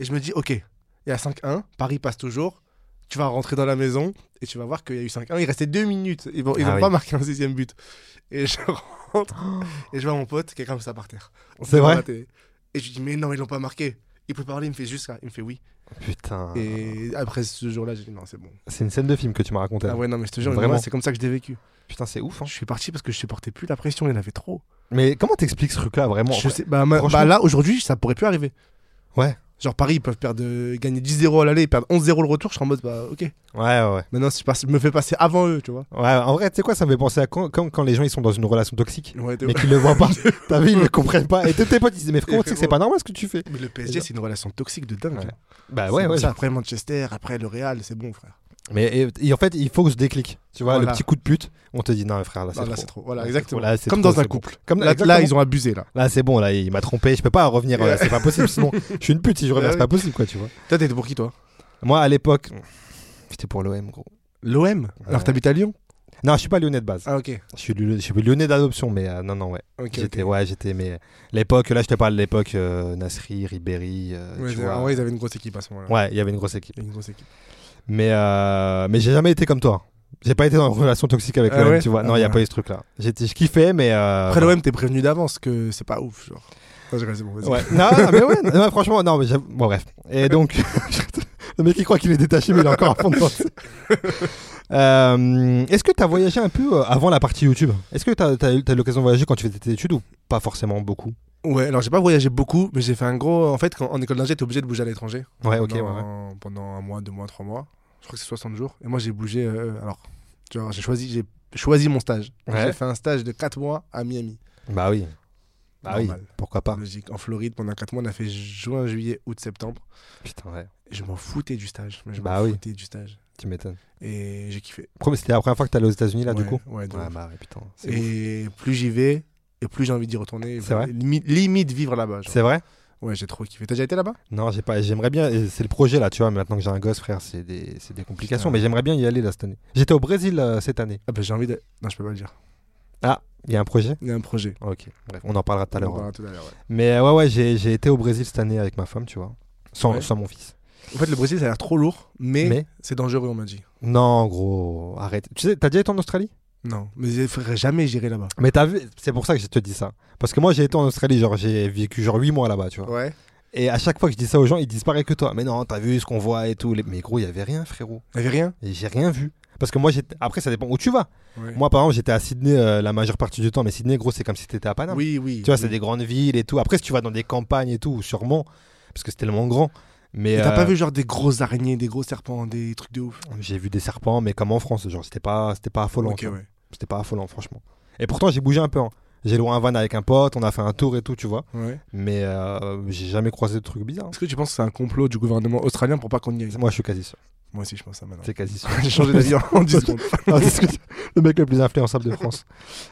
[SPEAKER 3] Et je me dis, ok, il y a 5-1, Paris passe toujours. Tu vas rentrer dans la maison et tu vas voir qu'il y a eu 5-1. Il restait 2 minutes. Ils n'ont
[SPEAKER 2] Ah oui.
[SPEAKER 3] pas marqué un sixième but. Et je rentre et je vois mon pote qui est comme ça par terre.
[SPEAKER 2] c'est
[SPEAKER 3] devant
[SPEAKER 2] vrai
[SPEAKER 3] la télé. Et je lui dis, mais non, ils l'ont pas marqué. Il peut parler, il me fait juste ça. Il me fait oui.
[SPEAKER 2] putain
[SPEAKER 3] Et après ce jour-là, j'ai dit, non, c'est bon.
[SPEAKER 2] c'est une scène de film que tu m'as raconté
[SPEAKER 3] Ah ouais, non, mais je te jure, mais
[SPEAKER 2] Vraiment.
[SPEAKER 3] moi, c'est comme ça que je l'ai vécu.
[SPEAKER 2] putain c'est ouf hein.
[SPEAKER 3] Je suis parti parce que je supportais plus la pression. Il y en avait trop.
[SPEAKER 2] mais comment t'expliques ce truc là vraiment
[SPEAKER 3] Je sais- bah, ma- bah,
[SPEAKER 2] franchement-
[SPEAKER 3] là, aujourd'hui, ça pourrait plus arriver.
[SPEAKER 2] Ouais.
[SPEAKER 3] Genre Paris, ils peuvent perdre, euh, gagner 10-0 à l'aller et perdre 11-0 le retour. Je suis en mode, bah ok.
[SPEAKER 2] ouais ouais ouais
[SPEAKER 3] Maintenant, si je, passe- je me fais passer avant eux, tu vois.
[SPEAKER 2] Ouais, en vrai, tu sais quoi, ça me fait penser à quand, quand, quand les gens ils sont dans une relation toxique,
[SPEAKER 3] Ouais, t'es-
[SPEAKER 2] mais qu'ils ne le voient pas. T'as vu, ils ne comprennent pas. Et tous tes potes ils disent, mais frérot,
[SPEAKER 3] Et
[SPEAKER 2] tu sais que c'est pas normal ce que tu fais.
[SPEAKER 3] Mais le PSG, c'est une relation toxique de dingue.
[SPEAKER 2] Ouais.
[SPEAKER 3] hein.
[SPEAKER 2] Bah
[SPEAKER 3] C'est
[SPEAKER 2] ouais,
[SPEAKER 3] pour
[SPEAKER 2] ouais. Ah,
[SPEAKER 3] ça, après Manchester, après le Real, c'est bon, frère.
[SPEAKER 2] Mais et- et en fait, il faut que ce déclic. Tu vois, le
[SPEAKER 3] Voilà.
[SPEAKER 2] petit coup de pute, on te dit, non, mais frère, là, c'est
[SPEAKER 3] Non, là,
[SPEAKER 2] trop.
[SPEAKER 3] c'est trop. Voilà,
[SPEAKER 2] Là, c'est
[SPEAKER 3] exactement.
[SPEAKER 2] trop. Là, c'est
[SPEAKER 3] Comme
[SPEAKER 2] trop,
[SPEAKER 3] dans un
[SPEAKER 2] c'est bon.
[SPEAKER 3] couple.
[SPEAKER 2] Comme
[SPEAKER 3] Là,
[SPEAKER 2] exactement.
[SPEAKER 3] là, ils ont abusé, là.
[SPEAKER 2] Là, c'est bon, là, il m'a trompé, je peux pas revenir, euh, c'est pas possible, sinon je suis une pute si je reviens,
[SPEAKER 3] Ouais,
[SPEAKER 2] c'est pas possible, quoi, tu vois.
[SPEAKER 3] Toi, t'étais pour qui, toi
[SPEAKER 2] Moi, à l'époque, j'étais pour l'OM, gros.
[SPEAKER 3] L'OM Alors, t'habites à Lyon
[SPEAKER 2] Non, je suis pas lyonnais de base.
[SPEAKER 3] Ah, ok. ok,
[SPEAKER 2] Je suis, lyonnais- je suis lyonnais d'adoption, mais euh, non, non, ouais.
[SPEAKER 3] ok.
[SPEAKER 2] j'étais, ouais, j'étais, mais l'époque, là, je te parle de l'époque euh, Nasri, Ribéry, euh,
[SPEAKER 3] Ouais,
[SPEAKER 2] tu
[SPEAKER 3] c'est-
[SPEAKER 2] vois.
[SPEAKER 3] en vrai, ils avaient une grosse équipe à ce moment-là.
[SPEAKER 2] Ouais, Ah, il y avait une grosse équipe.
[SPEAKER 3] Il y avait Une grosse équipe.
[SPEAKER 2] Mais, euh, mais j'ai jamais été comme toi. J'ai pas été dans une relation toxique avec
[SPEAKER 3] Ah
[SPEAKER 2] l'OM,
[SPEAKER 3] ouais
[SPEAKER 2] tu vois.
[SPEAKER 3] Ah
[SPEAKER 2] Non, il y a
[SPEAKER 3] ouais.
[SPEAKER 2] pas eu ce truc-là. J'étais, je kiffais, mais. euh,
[SPEAKER 3] Après l'OM, t'es prévenu d'avance que c'est pas ouf, genre. Non, je rigole, c'est bon, vas-y.
[SPEAKER 2] Ouais. non, non, mais ouais, non, franchement, non, mais j'avoue- bon, bref. Et donc, le mec il croit qu'il est détaché, mais il est encore à fond de Euh, Est-ce que tu as voyagé un peu euh, avant la partie YouTube Est-ce que tu as, eu l'occasion de voyager quand tu faisais tes études ou pas forcément beaucoup
[SPEAKER 3] Ouais, alors j'ai pas voyagé beaucoup, mais j'ai fait un gros. En fait, quand, en école d'ingé, t'es obligé de bouger à l'étranger.
[SPEAKER 2] Ouais, ok, ouais,
[SPEAKER 3] pendant,
[SPEAKER 2] ouais.
[SPEAKER 3] pendant un mois, deux mois, trois mois. Je crois que c'est 60 jours. Et moi, j'ai bougé. euh, alors, tu vois, j'ai choisi, j'ai- choisi mon stage. Donc,
[SPEAKER 2] Ouais.
[SPEAKER 3] J'ai fait un stage de 4 mois à Miami.
[SPEAKER 2] Bah oui. Bah oui,
[SPEAKER 3] Normal.
[SPEAKER 2] pourquoi pas.
[SPEAKER 3] Logique. En Floride, pendant 4 mois, on a fait juin, juillet, août, septembre.
[SPEAKER 2] Putain, ouais,
[SPEAKER 3] Et je m'en foutais du stage. Mais je
[SPEAKER 2] Bah
[SPEAKER 3] m'en
[SPEAKER 2] oui.
[SPEAKER 3] foutais du stage.
[SPEAKER 2] tu m'étonnes.
[SPEAKER 3] Et j'ai kiffé.
[SPEAKER 2] Pro- C'était la première fois que t'allais aux États-Unis, là, du
[SPEAKER 3] Ouais,
[SPEAKER 2] coup
[SPEAKER 3] Ouais, de
[SPEAKER 2] Ouais,
[SPEAKER 3] ouf.
[SPEAKER 2] bah ouais, putain. c'est ouf.
[SPEAKER 3] Et plus j'y vais, et plus j'ai envie d'y retourner.
[SPEAKER 2] C'est vrai
[SPEAKER 3] limite, limite vivre là-bas. genre.
[SPEAKER 2] C'est vrai
[SPEAKER 3] Ouais, j'ai trop kiffé. T'as déjà été là-bas
[SPEAKER 2] Non, j'ai pas. J'aimerais bien. et C'est le projet là, tu vois. Maintenant que j'ai un gosse, frère, c'est des, c'est des complications.
[SPEAKER 3] Putain.
[SPEAKER 2] Mais j'aimerais bien y aller là cette année. J'étais au Brésil euh, cette année.
[SPEAKER 3] Ah bah j'ai envie de. Non, je peux pas le dire.
[SPEAKER 2] Ah, il y a un projet.
[SPEAKER 3] Il y a un projet.
[SPEAKER 2] Ok. Bref, on en parlera tout à
[SPEAKER 3] On en
[SPEAKER 2] l'heure.
[SPEAKER 3] parlera tout à l'heure. ouais.
[SPEAKER 2] Mais euh, ouais, ouais, j'ai, j'ai été au Brésil cette année avec ma femme, tu vois. Sans,
[SPEAKER 3] Ouais.
[SPEAKER 2] sans mon fils.
[SPEAKER 3] En fait, le Brésil, ça a l'air trop lourd, mais,
[SPEAKER 2] Mais
[SPEAKER 3] c'est dangereux, on m'a dit.
[SPEAKER 2] non, gros, arrête. Tu sais, t'as déjà été en Australie
[SPEAKER 3] Non, mais il faudrait jamais gérer là-bas.
[SPEAKER 2] Mais t'as vu C'est pour ça que je te dis ça. Parce que moi, j'ai été en Australie, genre j'ai vécu genre 8 mois là-bas, tu vois.
[SPEAKER 3] Ouais.
[SPEAKER 2] Et à chaque fois que je dis ça aux gens, ils disent pareil que toi. Mais non, t'as vu ce qu'on voit et tout. Les- Mais gros, il y avait rien, frérot.
[SPEAKER 3] T'avais rien
[SPEAKER 2] Et J'ai rien vu. Parce que moi, j'étais- après, ça dépend où tu vas.
[SPEAKER 3] Ouais.
[SPEAKER 2] Moi, par exemple, j'étais à Sydney euh, la majeure partie du temps, mais Sydney, gros, c'est comme si t'étais à Paname.
[SPEAKER 3] Oui, oui.
[SPEAKER 2] Ah Tu vois, c'est des grandes villes et tout. Après, si tu vas dans des campagnes et tout, sûrement, parce que c'est tellement grand. Mais
[SPEAKER 3] Et T'as
[SPEAKER 2] euh,
[SPEAKER 3] pas vu genre des grosses araignées, des gros serpents, des trucs de ouf
[SPEAKER 2] j'ai vu des serpents, mais comme en France, genre, c'était pas, c'était pas affolant.
[SPEAKER 3] Ok,
[SPEAKER 2] tu vois.
[SPEAKER 3] ouais.
[SPEAKER 2] C'était pas affolant, franchement. Et pourtant, j'ai bougé un peu. hein. J'ai loué un van avec un pote, on a fait un tour et tout, tu vois.
[SPEAKER 3] ouais.
[SPEAKER 2] Mais euh, j'ai jamais croisé de trucs bizarres.
[SPEAKER 3] Est-ce que tu penses que c'est un complot du gouvernement australien pour pas qu'on y aille
[SPEAKER 2] Moi, je suis quasi sûr.
[SPEAKER 3] Moi aussi, je pense ça maintenant.
[SPEAKER 2] C'est quasi sûr.
[SPEAKER 3] J'ai changé d'avis en 10 secondes.
[SPEAKER 2] Non, c'est ce que- le mec le plus influençable de France.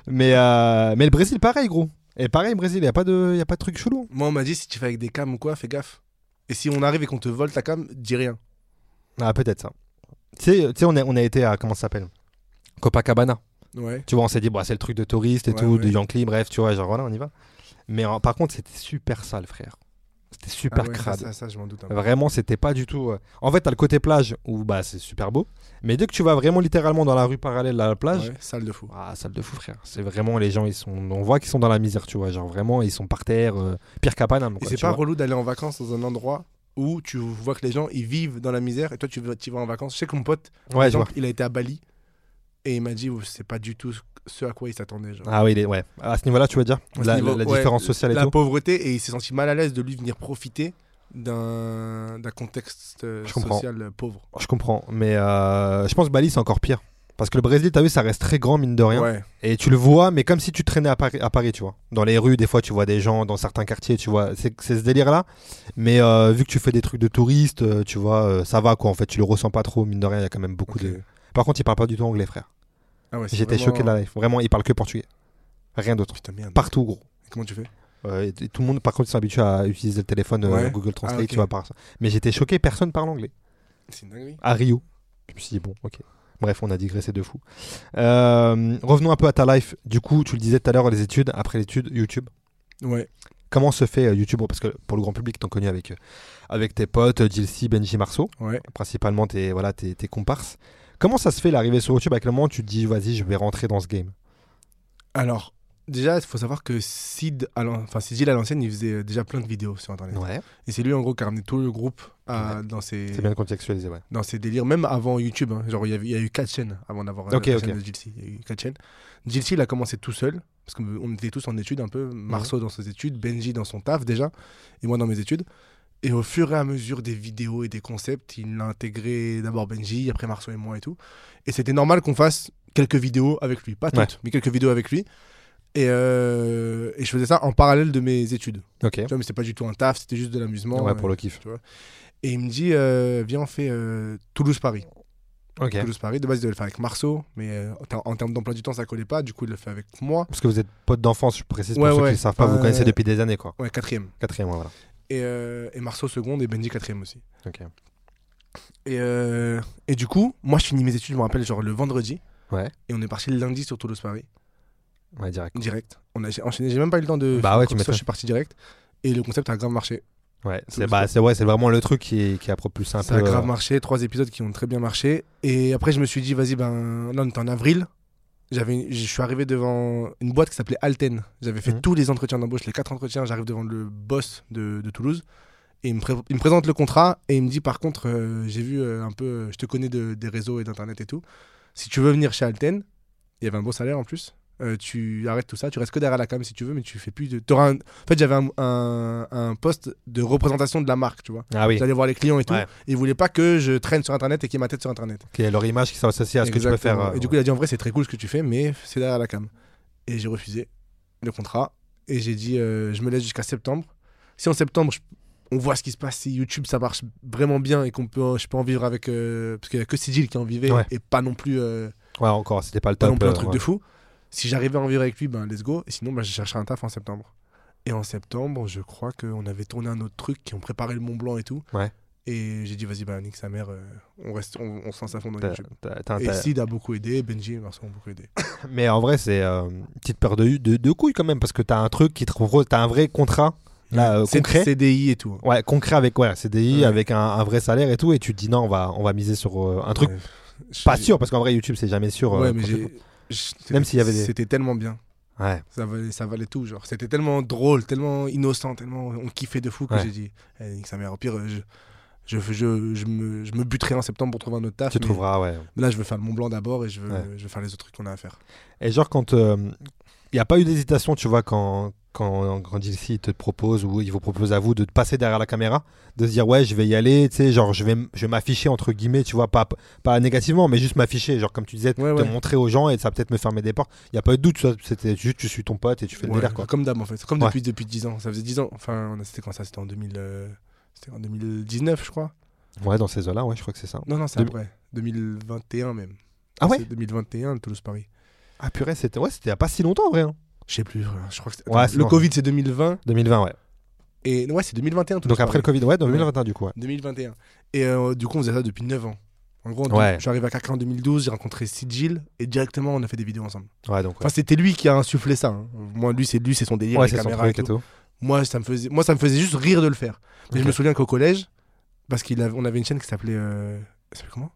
[SPEAKER 2] Mais, euh, mais le Brésil, pareil, gros. Et pareil, Brésil, il n'y a, pas de- y a pas de truc chelou.
[SPEAKER 3] Moi, on m'a dit si tu fais avec des cams ou quoi, fais gaffe. Et si on arrive et qu'on te vole ta cam, dis rien.
[SPEAKER 2] Ah, peut-être ça. Tu sais, tu sais, on, a, on a été à, comment ça s'appelle Copacabana.
[SPEAKER 3] Ouais.
[SPEAKER 2] Tu vois, on s'est dit, bah, c'est le truc de touriste et
[SPEAKER 3] Ouais,
[SPEAKER 2] tout,
[SPEAKER 3] ouais.
[SPEAKER 2] de Yankee, bref, tu vois, genre voilà, on y va. Mais euh, par contre, c'était super sale, frère. C'était super
[SPEAKER 3] Ah ouais, ça,
[SPEAKER 2] crade.
[SPEAKER 3] Ça, ça, je m'en doute. un peu.
[SPEAKER 2] Vraiment, c'était pas du tout. euh, En fait, t'as le côté plage où bah, c'est super beau. Mais dès que tu vas vraiment littéralement dans la rue parallèle à la plage,
[SPEAKER 3] Ouais, sale de fou.
[SPEAKER 2] Ah, salle de fou, frère. C'est vraiment les gens, ils sont, on voit qu'ils sont dans la misère, tu vois. Genre vraiment, ils sont par terre, euh, pire qu'à Paname.
[SPEAKER 3] Et
[SPEAKER 2] quoi,
[SPEAKER 3] c'est
[SPEAKER 2] tu
[SPEAKER 3] pas
[SPEAKER 2] vois.
[SPEAKER 3] relou d'aller en vacances dans un endroit où tu vois que les gens ils vivent dans la misère et toi tu vas, tu vas en vacances. Je sais que mon pote,
[SPEAKER 2] Ouais, je vois.
[SPEAKER 3] exemple, il a été à Bali et il m'a dit oh, c'est pas du tout ce- ce à quoi il s'attendait. genre.
[SPEAKER 2] Ah oui, les- ouais. À ce niveau-là, tu veux dire
[SPEAKER 3] À ce
[SPEAKER 2] la,
[SPEAKER 3] niveau-
[SPEAKER 2] la- la
[SPEAKER 3] ouais,
[SPEAKER 2] différence sociale et
[SPEAKER 3] La
[SPEAKER 2] tout.
[SPEAKER 3] pauvreté et il s'est senti mal à l'aise de lui venir profiter d'un d'un contexte euh,
[SPEAKER 2] Je comprends.
[SPEAKER 3] social euh, pauvre.
[SPEAKER 2] Je comprends, mais euh, je pense que Bali, c'est encore pire. Parce que le Brésil, t'as vu, ça reste très grand, mine de rien.
[SPEAKER 3] Ouais.
[SPEAKER 2] Et tu le vois, mais comme si tu traînais à Paris, à Paris, tu vois. Dans les rues, des fois, tu vois des gens, dans certains quartiers, tu vois. C'est c'est ce délire-là. Mais euh, vu que tu fais des trucs de touristes, euh, tu vois, euh, ça va, quoi. En fait, tu le ressens pas trop, mine de rien. Il y a quand même beaucoup
[SPEAKER 3] Ok.
[SPEAKER 2] de. Par contre, ils parlent pas du tout anglais, frère.
[SPEAKER 3] Ah ouais, c'est
[SPEAKER 2] J'étais
[SPEAKER 3] vraiment-
[SPEAKER 2] choqué de la life. Vraiment, ils parlent que portugais. Rien d'autre.
[SPEAKER 3] Putain, merde.
[SPEAKER 2] Partout, gros.
[SPEAKER 3] Comment tu fais
[SPEAKER 2] Euh, et- et tout le monde, par contre, ils sont habitués à utiliser le téléphone euh,
[SPEAKER 3] Ouais.
[SPEAKER 2] Google Translate,
[SPEAKER 3] Ah, ok.
[SPEAKER 2] tu vois, par ça. Mais j'étais choqué, personne parle anglais.
[SPEAKER 3] C'est une dinguerie.
[SPEAKER 2] À Rio. Je me suis dit, bon, ok. Bref, on a digressé de fou. Euh, revenons un peu à ta life. Du coup, tu le disais tout à l'heure, les études, après l'étude, YouTube.
[SPEAKER 3] Ouais.
[SPEAKER 2] Comment se fait euh, YouTube Parce que pour le grand public, t'en connu avec, euh, avec tes potes, euh, Jilcy, Benji Marceau,
[SPEAKER 3] Ouais.
[SPEAKER 2] principalement tes, voilà, tes, tes comparses. Comment ça se fait l'arrivée sur YouTube À quel moment tu te dis, vas-y, je vais rentrer dans ce game
[SPEAKER 3] Alors. Déjà, il faut savoir que Sid, à l'an- enfin, Sid Gilles à l'ancienne, il faisait euh, déjà plein de vidéos sur Internet.
[SPEAKER 2] Ouais.
[SPEAKER 3] Et c'est lui en gros qui a ramené tout le groupe à- dans, ses,
[SPEAKER 2] C'est bien contextualisé, ouais.
[SPEAKER 3] dans ses délires, même avant YouTube. hein. Genre, il y, avait- il y a eu quatre chaînes avant d'avoir euh,
[SPEAKER 2] Ok,
[SPEAKER 3] la
[SPEAKER 2] ok.
[SPEAKER 3] chaîne de Jilcy. Il y a eu quatre chaînes. Jilcy, il a commencé tout seul, parce qu'on était tous en études un
[SPEAKER 2] Mhm.
[SPEAKER 3] peu. Marceau dans ses études, Benji dans son taf déjà, et moi dans mes études. Et au fur et à mesure des vidéos et des concepts, il a intégré d'abord Benji, après Marceau et moi et tout. Et c'était normal qu'on fasse quelques vidéos avec lui. Pas toutes,
[SPEAKER 2] Ouais.
[SPEAKER 3] mais quelques vidéos avec lui. Et, euh, et je faisais ça en parallèle de mes études.
[SPEAKER 2] Ok.
[SPEAKER 3] Tu vois, mais c'était pas du tout un taf, c'était juste de l'amusement.
[SPEAKER 2] Ouais,
[SPEAKER 3] euh,
[SPEAKER 2] pour le kiff.
[SPEAKER 3] et il me dit, euh, viens, on fait euh, Toulouse-Paris.
[SPEAKER 2] Ok.
[SPEAKER 3] Toulouse-Paris, de base, il devait le faire avec Marceau, mais euh, en ter- en termes d'emploi du temps, ça collait pas. Du coup, il le fait avec moi.
[SPEAKER 2] Parce que vous êtes potes d'enfance, je précise pour
[SPEAKER 3] Ouais,
[SPEAKER 2] ceux qui
[SPEAKER 3] ouais.
[SPEAKER 2] ne savent pas, vous
[SPEAKER 3] Euh,
[SPEAKER 2] connaissez depuis des années, quoi.
[SPEAKER 3] Ouais, quatrième.
[SPEAKER 2] Quatrième, ouais, voilà.
[SPEAKER 3] Et, euh, et Marceau, seconde, et Benji, quatrième aussi.
[SPEAKER 2] Ok.
[SPEAKER 3] Et, euh, et du coup, moi, je finis mes études, je me rappelle, genre le vendredi.
[SPEAKER 2] Ouais.
[SPEAKER 3] Et on est parti le lundi sur Toulouse-Paris,
[SPEAKER 2] Ouais, direct.
[SPEAKER 3] direct. On a j'ai enchaîné, j'ai même pas eu le temps de.
[SPEAKER 2] Bah
[SPEAKER 3] faire
[SPEAKER 2] ouais, tu
[SPEAKER 3] quoi que ce soit,
[SPEAKER 2] m'étonnes.
[SPEAKER 3] Je suis parti direct. Et le concept a grave marché.
[SPEAKER 2] Ouais, c'est
[SPEAKER 3] Toulouse,
[SPEAKER 2] bah,
[SPEAKER 3] quoi.
[SPEAKER 2] c'est ouais, c'est vraiment le truc qui, qui a propulsé un
[SPEAKER 3] Ça a
[SPEAKER 2] peu.
[SPEAKER 3] grave
[SPEAKER 2] euh,
[SPEAKER 3] marché, trois épisodes qui ont très bien marché. Et après, je me suis dit, vas-y, ben là, on était en avril. J'avais, une- je suis arrivé devant une boîte qui s'appelait Alten. J'avais fait
[SPEAKER 2] Mhm.
[SPEAKER 3] tous les entretiens d'embauche, les quatre entretiens. J'arrive devant le boss de, de Toulouse. Et il me, pré- il me présente le contrat et il me dit, par contre, euh, j'ai vu euh, un peu, euh, je te connais de- des réseaux et d'internet et tout. Si tu veux venir chez Alten, il y avait un beau salaire en plus. Euh, tu arrêtes tout ça, tu restes que derrière la cam si tu veux, mais tu fais plus de. t'auras un- En fait, j'avais un, un- un poste de représentation de la marque, tu vois.
[SPEAKER 2] Ah oui,
[SPEAKER 3] J'allais voir les clients et tout.
[SPEAKER 2] Ouais.
[SPEAKER 3] Et ils voulaient pas que je traîne sur internet et qu'il y ait ma tête sur internet.
[SPEAKER 2] ok, leur image qui s'associe à ce que tu peux
[SPEAKER 3] Exactement.
[SPEAKER 2] faire. euh,
[SPEAKER 3] Et du coup, il a dit en vrai, c'est très cool ce que tu fais, mais c'est derrière la cam. Et j'ai refusé le contrat. Et j'ai dit, euh, je me laisse jusqu'à septembre. Si en septembre, je- on voit ce qui se passe, si YouTube ça marche vraiment bien et qu'on peut, en- je peux en vivre avec. euh, parce qu'il n'y a que Sigil qui en vivait
[SPEAKER 2] Ouais.
[SPEAKER 3] et pas non plus, euh,
[SPEAKER 2] ouais, encore, c'était pas le
[SPEAKER 3] pas
[SPEAKER 2] top.
[SPEAKER 3] non plus un
[SPEAKER 2] euh,
[SPEAKER 3] truc
[SPEAKER 2] ouais.
[SPEAKER 3] de fou. Si j'arrivais à en vivre avec lui, ben let's go. Et sinon, ben, je chercherai un taf en septembre. Et en septembre, je crois qu'on avait tourné un autre truc, qui ont préparé le Mont Blanc et tout.
[SPEAKER 2] Ouais.
[SPEAKER 3] Et j'ai dit, vas-y, bah, nique sa mère, euh, on, reste, on, on se lance à fond dans
[SPEAKER 2] T'as-
[SPEAKER 3] YouTube.
[SPEAKER 2] t'as- t'as-
[SPEAKER 3] Et
[SPEAKER 2] t'as-
[SPEAKER 3] Sid a beaucoup aidé, Benji et Marceau ont beaucoup aidé.
[SPEAKER 2] Mais en vrai, c'est euh, une petite peur de, de, de couilles quand même, parce que t'as un truc qui te propose, t'as un vrai contrat, là, euh,
[SPEAKER 3] C'est
[SPEAKER 2] concret.
[SPEAKER 3] CDI et tout.
[SPEAKER 2] Ouais, concret avec ouais, CDI,
[SPEAKER 3] Ouais.
[SPEAKER 2] avec un, un vrai salaire et tout, et tu te dis non, on va, on va miser sur euh, un truc
[SPEAKER 3] Ouais. Je-
[SPEAKER 2] pas sûr, parce qu'en vrai, YouTube, c'est jamais sûr. euh,
[SPEAKER 3] Ouais, mais
[SPEAKER 2] quand
[SPEAKER 3] j'ai.
[SPEAKER 2] tu-
[SPEAKER 3] je-
[SPEAKER 2] Même s'il y avait des-
[SPEAKER 3] C'était tellement bien.
[SPEAKER 2] Ouais.
[SPEAKER 3] Ça valait, ça valait tout. Genre, c'était tellement drôle, tellement innocent, tellement on kiffait de fou que
[SPEAKER 2] Ouais.
[SPEAKER 3] j'ai dit, eh, nique sa mère. Au pire, euh, je. Je, je, je me, je me buterai en septembre pour trouver un autre taf.
[SPEAKER 2] Tu
[SPEAKER 3] mais
[SPEAKER 2] trouveras, ouais.
[SPEAKER 3] Là, je veux faire le Mont Blanc d'abord et je veux,
[SPEAKER 2] Ouais.
[SPEAKER 3] je veux faire les autres trucs qu'on a à faire.
[SPEAKER 2] Et genre, quand il n'y a pas eu d'hésitation, tu vois, quand, quand, quand JC te propose ou il vous propose à vous de passer derrière la caméra, de se dire, ouais, je vais y aller, tu sais, genre, je vais, m- je vais m'afficher, entre guillemets, tu vois, pas, pas négativement, mais juste m'afficher, genre, comme tu disais,
[SPEAKER 3] Ouais,
[SPEAKER 2] te
[SPEAKER 3] ouais.
[SPEAKER 2] montrer aux gens et ça va peut-être me fermer des portes. Il n'y a pas eu de doute, tu vois, c'était juste, tu suis ton pote et tu fais le
[SPEAKER 3] Ouais,
[SPEAKER 2] délire, quoi.
[SPEAKER 3] Comme d'hab, en fait. Comme
[SPEAKER 2] Ouais.
[SPEAKER 3] depuis, depuis 10 ans. Ça faisait 10 ans. Enfin, on a- c'était quand ça C'était en, 2000, euh, c'était en 2019, je crois.
[SPEAKER 2] Ouais, dans ces eaux-là, ouais, je crois que c'est ça.
[SPEAKER 3] Non, non, c'est
[SPEAKER 2] Deux-
[SPEAKER 3] après. 2021 même.
[SPEAKER 2] Ah ouais
[SPEAKER 3] C'est 2021, le Toulouse-Paris.
[SPEAKER 2] Ah purée, c'était ouais, c'était il y a pas si longtemps, en vrai. hein.
[SPEAKER 3] Je sais plus, frère. je crois que c'est-
[SPEAKER 2] Ouais,
[SPEAKER 3] Attends,
[SPEAKER 2] c'est
[SPEAKER 3] le
[SPEAKER 2] bon.
[SPEAKER 3] Covid c'est 2020
[SPEAKER 2] 2020, ouais.
[SPEAKER 3] et ouais, c'est 2021
[SPEAKER 2] Donc après le Covid, ouais, dans 2021, du coup, ouais.
[SPEAKER 3] 2021. Et euh, du coup, on faisait ça depuis 9 ans. En gros, en-
[SPEAKER 2] Ouais.
[SPEAKER 3] je suis arrivé à Cacré en 2012, j'ai rencontré Sigil et directement on a fait des vidéos ensemble.
[SPEAKER 2] Ouais, donc. Ouais,
[SPEAKER 3] Enfin, c'était lui qui a insufflé ça. hein. Moi lui, c'est lui, c'est son délire,
[SPEAKER 2] Ouais,
[SPEAKER 3] les
[SPEAKER 2] c'est son
[SPEAKER 3] caméras
[SPEAKER 2] truc
[SPEAKER 3] et
[SPEAKER 2] et
[SPEAKER 3] tout.
[SPEAKER 2] tout.
[SPEAKER 3] Moi, ça me faisait moi ça me faisait juste rire de le faire. Mais
[SPEAKER 2] Ok.
[SPEAKER 3] je me souviens qu'au collège parce qu'on avait... on avait une chaîne qui s'appelait euh, ça s'appelait comment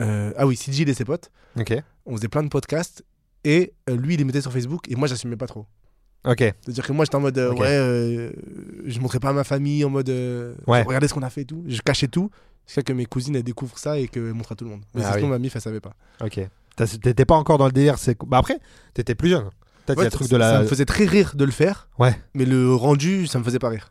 [SPEAKER 3] Euh, ah oui, Sigil et ses potes.
[SPEAKER 2] Ok.
[SPEAKER 3] On faisait plein de podcasts et euh, lui il les mettait sur Facebook et moi j'assumais pas trop.
[SPEAKER 2] Ok.
[SPEAKER 3] C'est-à-dire que moi, j'étais en mode, euh,
[SPEAKER 2] Ok.
[SPEAKER 3] ouais, euh, je montrais pas à ma famille, en mode, euh,
[SPEAKER 2] Ouais.
[SPEAKER 3] regardez ce qu'on a fait et tout. Je cachais tout. C'est ça que mes cousines, elles découvrent ça et qu'elles montrent à tout le monde. Mais
[SPEAKER 2] Ah
[SPEAKER 3] c'est ce
[SPEAKER 2] oui.
[SPEAKER 3] que ma mif, elle savait pas.
[SPEAKER 2] Ok. T'as- T'étais pas encore dans le délire, c'est. Bah après, t'étais plus jeune. Peut-être il y a
[SPEAKER 3] Ouais,
[SPEAKER 2] le truc
[SPEAKER 3] ça-
[SPEAKER 2] de
[SPEAKER 3] Ça
[SPEAKER 2] la.
[SPEAKER 3] me faisait très rire de le faire.
[SPEAKER 2] Ouais.
[SPEAKER 3] Mais le rendu, ça me faisait pas rire.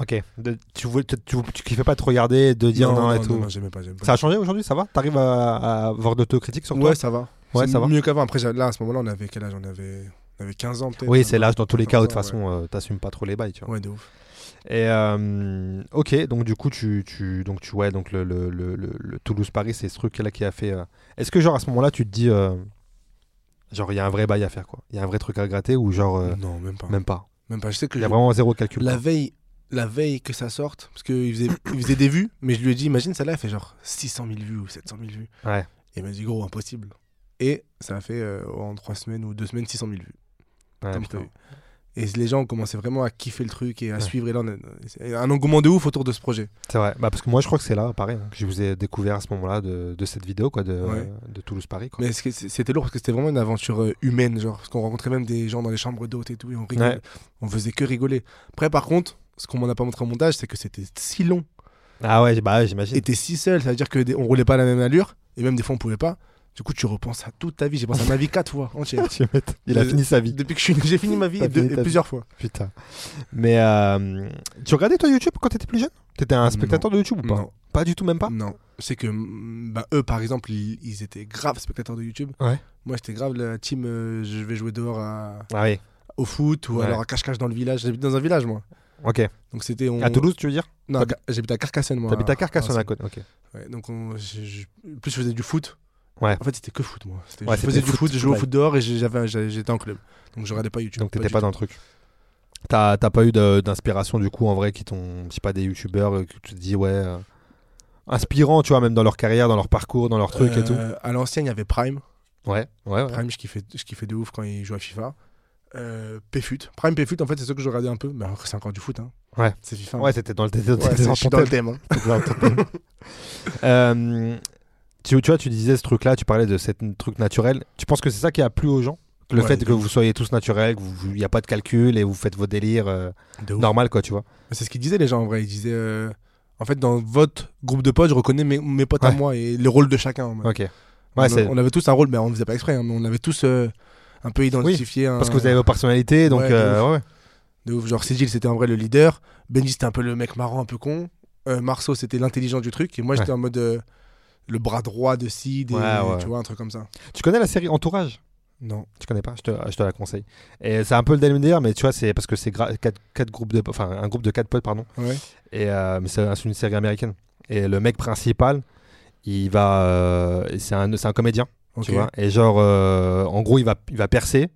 [SPEAKER 2] Ok. De- Tu voulais, tu, tu, tu kiffais pas te regarder, de dire non, hein, et tout.
[SPEAKER 3] non, j'aimais pas, j'aimais pas.
[SPEAKER 2] Ça a changé aujourd'hui, ça va T'arrives à, à avoir d'autocritique sur
[SPEAKER 3] ouais,
[SPEAKER 2] toi
[SPEAKER 3] ça va.
[SPEAKER 2] Ouais,
[SPEAKER 3] C'est
[SPEAKER 2] ça va.
[SPEAKER 3] Mieux qu'avant. Après, j'a- là, à ce moment-là, on avait quel âge on avait... on avait 15 ans, peut-être.
[SPEAKER 2] Oui, c'est l'âge dans tous les cas, de toute
[SPEAKER 3] Ouais.
[SPEAKER 2] façon, euh, t'assumes pas trop les bails, tu vois.
[SPEAKER 3] Ouais, de ouf.
[SPEAKER 2] Et euh, ok, donc du coup, tu, tu, donc tu, ouais, donc le, le, le, le- le Toulouse-Paris, c'est ce truc-là qui a fait. euh, Est-ce que genre à ce moment-là, tu te dis, euh, genre il y a un vrai bail à faire, quoi, il y a un vrai truc à gratter ou genre euh,
[SPEAKER 3] Non, même pas. Même...
[SPEAKER 2] même pas,
[SPEAKER 3] pas. Je sais que
[SPEAKER 2] il y
[SPEAKER 3] je-
[SPEAKER 2] a vraiment zéro calcul.
[SPEAKER 3] la
[SPEAKER 2] quoi.
[SPEAKER 3] veille. La veille que ça sorte, parce qu'il faisait, il faisait des vues, mais je lui ai dit, imagine celle-là, elle fait genre 600 000 vues ou 700 000 vues.
[SPEAKER 2] Ouais.
[SPEAKER 3] Et il m'a dit gros, impossible. Et ça a fait euh, en trois semaines ou deux semaines 600 000 vues.
[SPEAKER 2] Ouais,
[SPEAKER 3] Comme
[SPEAKER 2] putain.
[SPEAKER 3] prévu. et les gens ont commencé vraiment à kiffer le truc et à
[SPEAKER 2] Ouais.
[SPEAKER 3] suivre. Et là, on a- c'est un engouement de ouf autour de ce projet.
[SPEAKER 2] C'est vrai. Bah, parce que moi, je crois que c'est là, pareil, hein, que je vous ai découvert à ce moment-là de, de cette vidéo, quoi, de,
[SPEAKER 3] Ouais.
[SPEAKER 2] de Toulouse-Paris, quoi.
[SPEAKER 3] Mais ce que- c'était lourd parce que c'était vraiment une aventure euh, humaine, genre parce qu'on rencontrait même des gens dans les chambres d'hôtes et tout et on rigolait.
[SPEAKER 2] Ouais.
[SPEAKER 3] On faisait que rigoler. Après, par contre, ce qu'on m'en a pas montré en montage, c'est que c'était si long.
[SPEAKER 2] Ah ouais, bah ouais, j'imagine.
[SPEAKER 3] Et t'es si seul, ça veut dire que des- on roulait pas à la même allure et même des fois on pouvait pas. Du coup, tu repenses à toute ta vie. J'ai pensé à ma vie quatre fois entière.
[SPEAKER 2] Tu m'étonnes. Il a
[SPEAKER 3] Je-
[SPEAKER 2] fini sa vie,
[SPEAKER 3] Depuis que je suis né, j'ai fini ma vie
[SPEAKER 2] T'as
[SPEAKER 3] et deux-
[SPEAKER 2] fini ta
[SPEAKER 3] et
[SPEAKER 2] vie.
[SPEAKER 3] plusieurs fois.
[SPEAKER 2] putain. Mais euh, tu regardais toi YouTube quand t'étais plus jeune T'étais un spectateur de YouTube ou pas
[SPEAKER 3] Non.
[SPEAKER 2] Pas du tout, même pas
[SPEAKER 3] Non, c'est que mm, bah, eux, par exemple, ils, ils étaient graves spectateurs de YouTube.
[SPEAKER 2] Ouais.
[SPEAKER 3] Moi, j'étais grave la team, euh, je vais jouer dehors à-
[SPEAKER 2] Ah oui,
[SPEAKER 3] au foot ou
[SPEAKER 2] Ouais.
[SPEAKER 3] alors à cache-cache dans le village. J'habite dans un village, moi.
[SPEAKER 2] ok.
[SPEAKER 3] Donc c'était. on-
[SPEAKER 2] À Toulouse, tu veux dire
[SPEAKER 3] Non,
[SPEAKER 2] t'habites-
[SPEAKER 3] à- j'habite à Carcassonne, moi.
[SPEAKER 2] T'habites à Carcassonne
[SPEAKER 3] Ah,
[SPEAKER 2] à côté. Ok.
[SPEAKER 3] Ouais, donc on- je- je- plus je faisais du foot.
[SPEAKER 2] Ouais.
[SPEAKER 3] En fait, c'était que foot, moi. C'était-
[SPEAKER 2] Ouais,
[SPEAKER 3] je
[SPEAKER 2] c'était
[SPEAKER 3] faisais du
[SPEAKER 2] foot,
[SPEAKER 3] foot, je jouais au
[SPEAKER 2] ouais.
[SPEAKER 3] foot dehors et j'ai- j'avais un- j'ai- j'étais en club. Donc je regardais pas YouTube.
[SPEAKER 2] Donc t'étais
[SPEAKER 3] du
[SPEAKER 2] pas
[SPEAKER 3] tout.
[SPEAKER 2] dans le truc. T'as t'as pas eu de- d'inspiration du coup en vrai qui t'ont, je sais pas, des youtubeurs euh, que tu te dis ouais, euh, inspirant, tu vois, même dans leur carrière, dans leur parcours, dans leur truc et tout.
[SPEAKER 3] Euh, À l'ancienne, il y avait Prime.
[SPEAKER 2] Ouais, ouais, ouais.
[SPEAKER 3] Prime, je kiffais, je kiffais de ouf quand il joue à FIFA. Euh, PFUT. Prime PFUT, en fait, c'est ce que je regardais un peu. Mais alors, c'est encore du foot, hein.
[SPEAKER 2] Ouais.
[SPEAKER 3] C'est FIFA.
[SPEAKER 2] Ouais, t'étais dans le t'étais-
[SPEAKER 3] Ouais,
[SPEAKER 2] t'étais dans
[SPEAKER 3] je suis
[SPEAKER 2] ton
[SPEAKER 3] dans le
[SPEAKER 2] thème.
[SPEAKER 3] thème, hein.
[SPEAKER 2] T'étais dans ton thème. Euh, tu, tu vois, tu disais ce truc-là, tu parlais de ce truc naturel. Tu penses que c'est ça qui a plu aux gens Le
[SPEAKER 3] Ouais,
[SPEAKER 2] fait
[SPEAKER 3] de
[SPEAKER 2] que vous soyez tous naturels, qu'il n'y a pas de calcul et vous faites vos délires euh, normal, quoi, tu vois.
[SPEAKER 3] Mais C'est ce qu'ils disaient les gens en vrai. Ils disaient, euh, en fait, dans votre groupe de potes, je reconnais mes, mes potes à
[SPEAKER 2] Ouais.
[SPEAKER 3] moi et les rôles de chacun. en mode.
[SPEAKER 2] Ok.
[SPEAKER 3] on,
[SPEAKER 2] Ouais, c'est.
[SPEAKER 3] on avait tous un rôle, mais on ne faisait pas exprès, hein, mais on avait tous euh, un peu identifié. un-
[SPEAKER 2] Parce que vous avez vos personnalités, donc
[SPEAKER 3] Ouais, de
[SPEAKER 2] euh, ouais.
[SPEAKER 3] de ouf. Genre Sigil, c'était en vrai le leader. Benji, c'était un peu le mec marrant, un peu con. Euh, Marceau, c'était l'intelligent du truc. Et moi, j'étais en mode euh, le bras droit de Sid. et-
[SPEAKER 2] Ouais, ouais.
[SPEAKER 3] Tu vois, un truc comme ça.
[SPEAKER 2] Tu connais la série Entourage
[SPEAKER 3] Non.
[SPEAKER 2] Tu connais pas je te, je te la conseille. Et c'est un peu le DLMDR, mais tu vois, c'est parce que c'est gra- quatre, quatre groupes de, enfin un groupe de quatre potes, pardon.
[SPEAKER 3] Ouais.
[SPEAKER 2] Et euh, mais c'est un- c'est une série américaine. Et le mec principal, il va, euh, c'est un, c'est un comédien.
[SPEAKER 3] Ok.
[SPEAKER 2] tu vois. Et genre, euh, en gros, il va, il va percer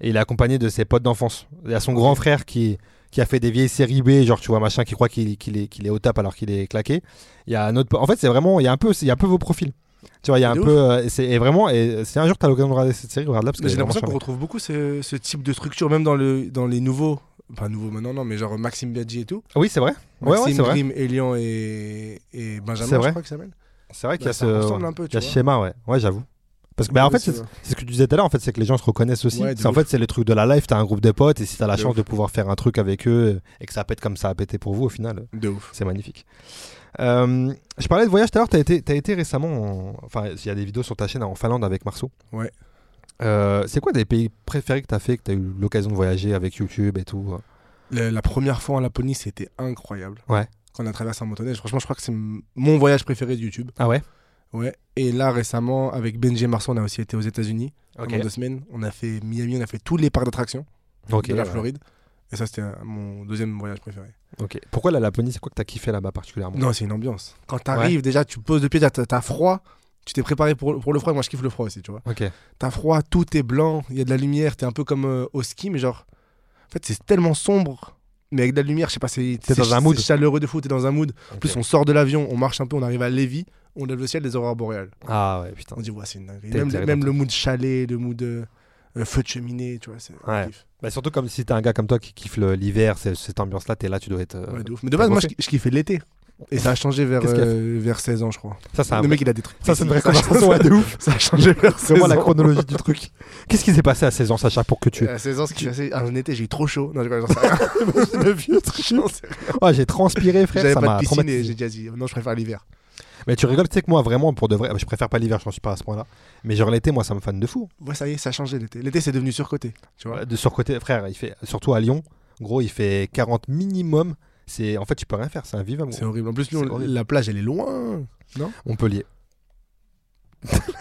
[SPEAKER 2] et il est accompagné de ses potes d'enfance. Il y a son grand frère qui, qui a fait des vieilles séries B, genre, tu vois, machin, qui croit qu'il qu'il est, qu'il est au top alors qu'il est claqué. Il y a un autre. po- En fait, c'est vraiment. Il y, a un peu, il y a un peu vos profils. Tu vois, il y a un
[SPEAKER 3] De
[SPEAKER 2] peu. euh, c'est et vraiment. Et si un jour, t'as l'occasion de regarder cette série, regarde-la parce que
[SPEAKER 3] Mais J'ai
[SPEAKER 2] elle est
[SPEAKER 3] l'impression qu'on
[SPEAKER 2] vraiment
[SPEAKER 3] retrouve beaucoup ce, ce type de structure, même dans, le, dans les nouveaux. Pas nouveaux maintenant, non, mais genre Maxime Biaggi et tout.
[SPEAKER 2] chouette. Ah Oui, c'est vrai. Ouais, ouais,
[SPEAKER 3] Maxime
[SPEAKER 2] c'est vrai.
[SPEAKER 3] Grimm, Elian et, et Benjamin,
[SPEAKER 2] C'est vrai.
[SPEAKER 3] je crois qu'il s'appelle.
[SPEAKER 2] C'est vrai qu'il y a
[SPEAKER 3] Bah,
[SPEAKER 2] ce.
[SPEAKER 3] ça ressemble un peu,
[SPEAKER 2] Il y
[SPEAKER 3] tu
[SPEAKER 2] a ce
[SPEAKER 3] vois.
[SPEAKER 2] schéma, ouais. Ouais, j'avoue. Parce que, bah, en fait,
[SPEAKER 3] Ouais, c'est
[SPEAKER 2] c'est
[SPEAKER 3] vrai.
[SPEAKER 2] c'est ce que tu disais tout à l'heure, en fait, c'est que les gens se reconnaissent aussi.
[SPEAKER 3] Ouais, de
[SPEAKER 2] C'est- en
[SPEAKER 3] ouf.
[SPEAKER 2] fait, c'est le truc de la life, t'as un groupe de potes, et si t'as la
[SPEAKER 3] De
[SPEAKER 2] chance
[SPEAKER 3] ouf.
[SPEAKER 2] de pouvoir faire un truc avec eux, et que ça pète comme ça a pété pour vous, au final,
[SPEAKER 3] De ouf.
[SPEAKER 2] C'est magnifique. Euh, je parlais de voyage tout à l'heure. T'as été, t'as été récemment. en- Enfin, il y a des vidéos sur ta chaîne en Finlande avec Marceau.
[SPEAKER 3] Ouais.
[SPEAKER 2] Euh, c'est quoi des pays préférés que t'as fait, que t'as eu l'occasion de voyager avec YouTube et tout euh
[SPEAKER 3] Le- la première fois en Laponie, c'était incroyable.
[SPEAKER 2] Ouais.
[SPEAKER 3] Quand on a traversé un motoneige, franchement, je crois que c'est m- mon voyage préféré de YouTube.
[SPEAKER 2] Ah ouais
[SPEAKER 3] Ouais. Et là, récemment, avec Benji et Marceau, on a aussi été aux États-Unis
[SPEAKER 2] Ok.
[SPEAKER 3] pendant deux semaines. On a fait Miami, on a fait tous les parcs d'attractions
[SPEAKER 2] Ok.
[SPEAKER 3] de la
[SPEAKER 2] ouais.
[SPEAKER 3] Floride. Et ça, c'était euh, mon deuxième voyage préféré.
[SPEAKER 2] Ok. Pourquoi la Laponie C'est quoi que t'as kiffé là-bas particulièrement
[SPEAKER 3] Non, c'est une ambiance. Quand t'arrives, déjà, tu poses le pied, t'as- t'as t'as froid. Tu t'es préparé pour, pour le froid. Moi, je kiffe le froid aussi, tu vois.
[SPEAKER 2] Ok.
[SPEAKER 3] T'as froid, tout est blanc, il y a de la lumière, t'es un peu comme euh, au ski, mais genre. En fait, c'est tellement sombre, mais avec de la lumière, je sais pas, c'est
[SPEAKER 2] T'es
[SPEAKER 3] c'est-
[SPEAKER 2] dans un mood.
[SPEAKER 3] c'est chaleureux de fou, t'es dans un mood. En
[SPEAKER 2] Ok.
[SPEAKER 3] plus, on sort de l'avion, on marche un peu, on arrive à Lévis, on lève le ciel des aurores boréales.
[SPEAKER 2] Ah ouais, putain.
[SPEAKER 3] On dit, ouais, c'est une dinguerie.
[SPEAKER 2] T'es
[SPEAKER 3] Même,
[SPEAKER 2] direct
[SPEAKER 3] même
[SPEAKER 2] dans
[SPEAKER 3] le mood chalet, le mood euh, euh, feu de cheminée, tu vois, c'est. on
[SPEAKER 2] Ouais.
[SPEAKER 3] kiffe.
[SPEAKER 2] Bah, surtout comme si t'es un gars comme toi qui kiffe le- l'hiver, c'est- cette ambiance-là, t'es là, tu dois être. euh,
[SPEAKER 3] Ouais, de ouf. Mais de base, moi, je,
[SPEAKER 2] bossé
[SPEAKER 3] je kiffais l'été. Et ça a changé vers,
[SPEAKER 2] Qu'est-ce qu'il a
[SPEAKER 3] euh, vers 16 ans, je crois.
[SPEAKER 2] Ça, c'est un
[SPEAKER 3] le
[SPEAKER 2] vrai-
[SPEAKER 3] mec, il a des trucs.
[SPEAKER 2] Ça, c'est une vraie
[SPEAKER 3] a
[SPEAKER 2] conversation ouais,
[SPEAKER 3] changé-
[SPEAKER 2] de ouf.
[SPEAKER 3] Ça a changé vers 16
[SPEAKER 2] Vraiment la
[SPEAKER 3] ans.
[SPEAKER 2] chronologie du truc. Qu'est-ce qui s'est passé à 16 ans, Sacha, pour que tu.
[SPEAKER 3] À 16 ans, ce qui s'est passé, en été, j'ai eu trop chaud. Non, je rigole, j'en sais rien. le vieux truc. J'en sais rien.
[SPEAKER 2] Oh, j'ai transpiré, frère.
[SPEAKER 3] J'avais
[SPEAKER 2] ça
[SPEAKER 3] pas
[SPEAKER 2] m'a
[SPEAKER 3] de piscine et
[SPEAKER 2] traumatisé.
[SPEAKER 3] j'ai déjà dit, non, je préfère l'hiver.
[SPEAKER 2] Mais tu rigoles, tu sais que moi, vraiment, pour de vrai, je préfère pas l'hiver, j'en suis pas à ce point-là. Mais genre l'été, moi, ça me fan de fou.
[SPEAKER 3] Ouais, ça y est, ça a changé l'été. L'été, c'est devenu surcoté. Tu vois
[SPEAKER 2] De surcoté, frère, il fait, surtout à Lyon, gros, il fait 40 minimum. C'est, en fait, tu peux rien faire, c'est invivable.
[SPEAKER 3] C'est horrible. En plus, nous,
[SPEAKER 2] C'est
[SPEAKER 3] on-
[SPEAKER 2] horrible.
[SPEAKER 3] la plage, elle est loin.
[SPEAKER 2] Montpellier.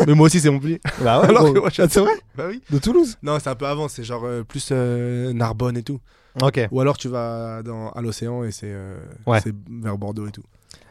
[SPEAKER 3] Mais moi aussi, c'est Montpellier.
[SPEAKER 2] Bah ouais,
[SPEAKER 3] Alors
[SPEAKER 2] gros.
[SPEAKER 3] que moi, je suis
[SPEAKER 2] Ah, c'est vrai
[SPEAKER 3] bah oui.
[SPEAKER 2] De Toulouse.
[SPEAKER 3] Non, c'est un peu avant, c'est genre euh, plus euh, Narbonne et tout.
[SPEAKER 2] Ok.
[SPEAKER 3] Ou alors, tu vas dans, à l'océan et c'est euh,
[SPEAKER 2] Ouais.
[SPEAKER 3] c'est vers Bordeaux et tout.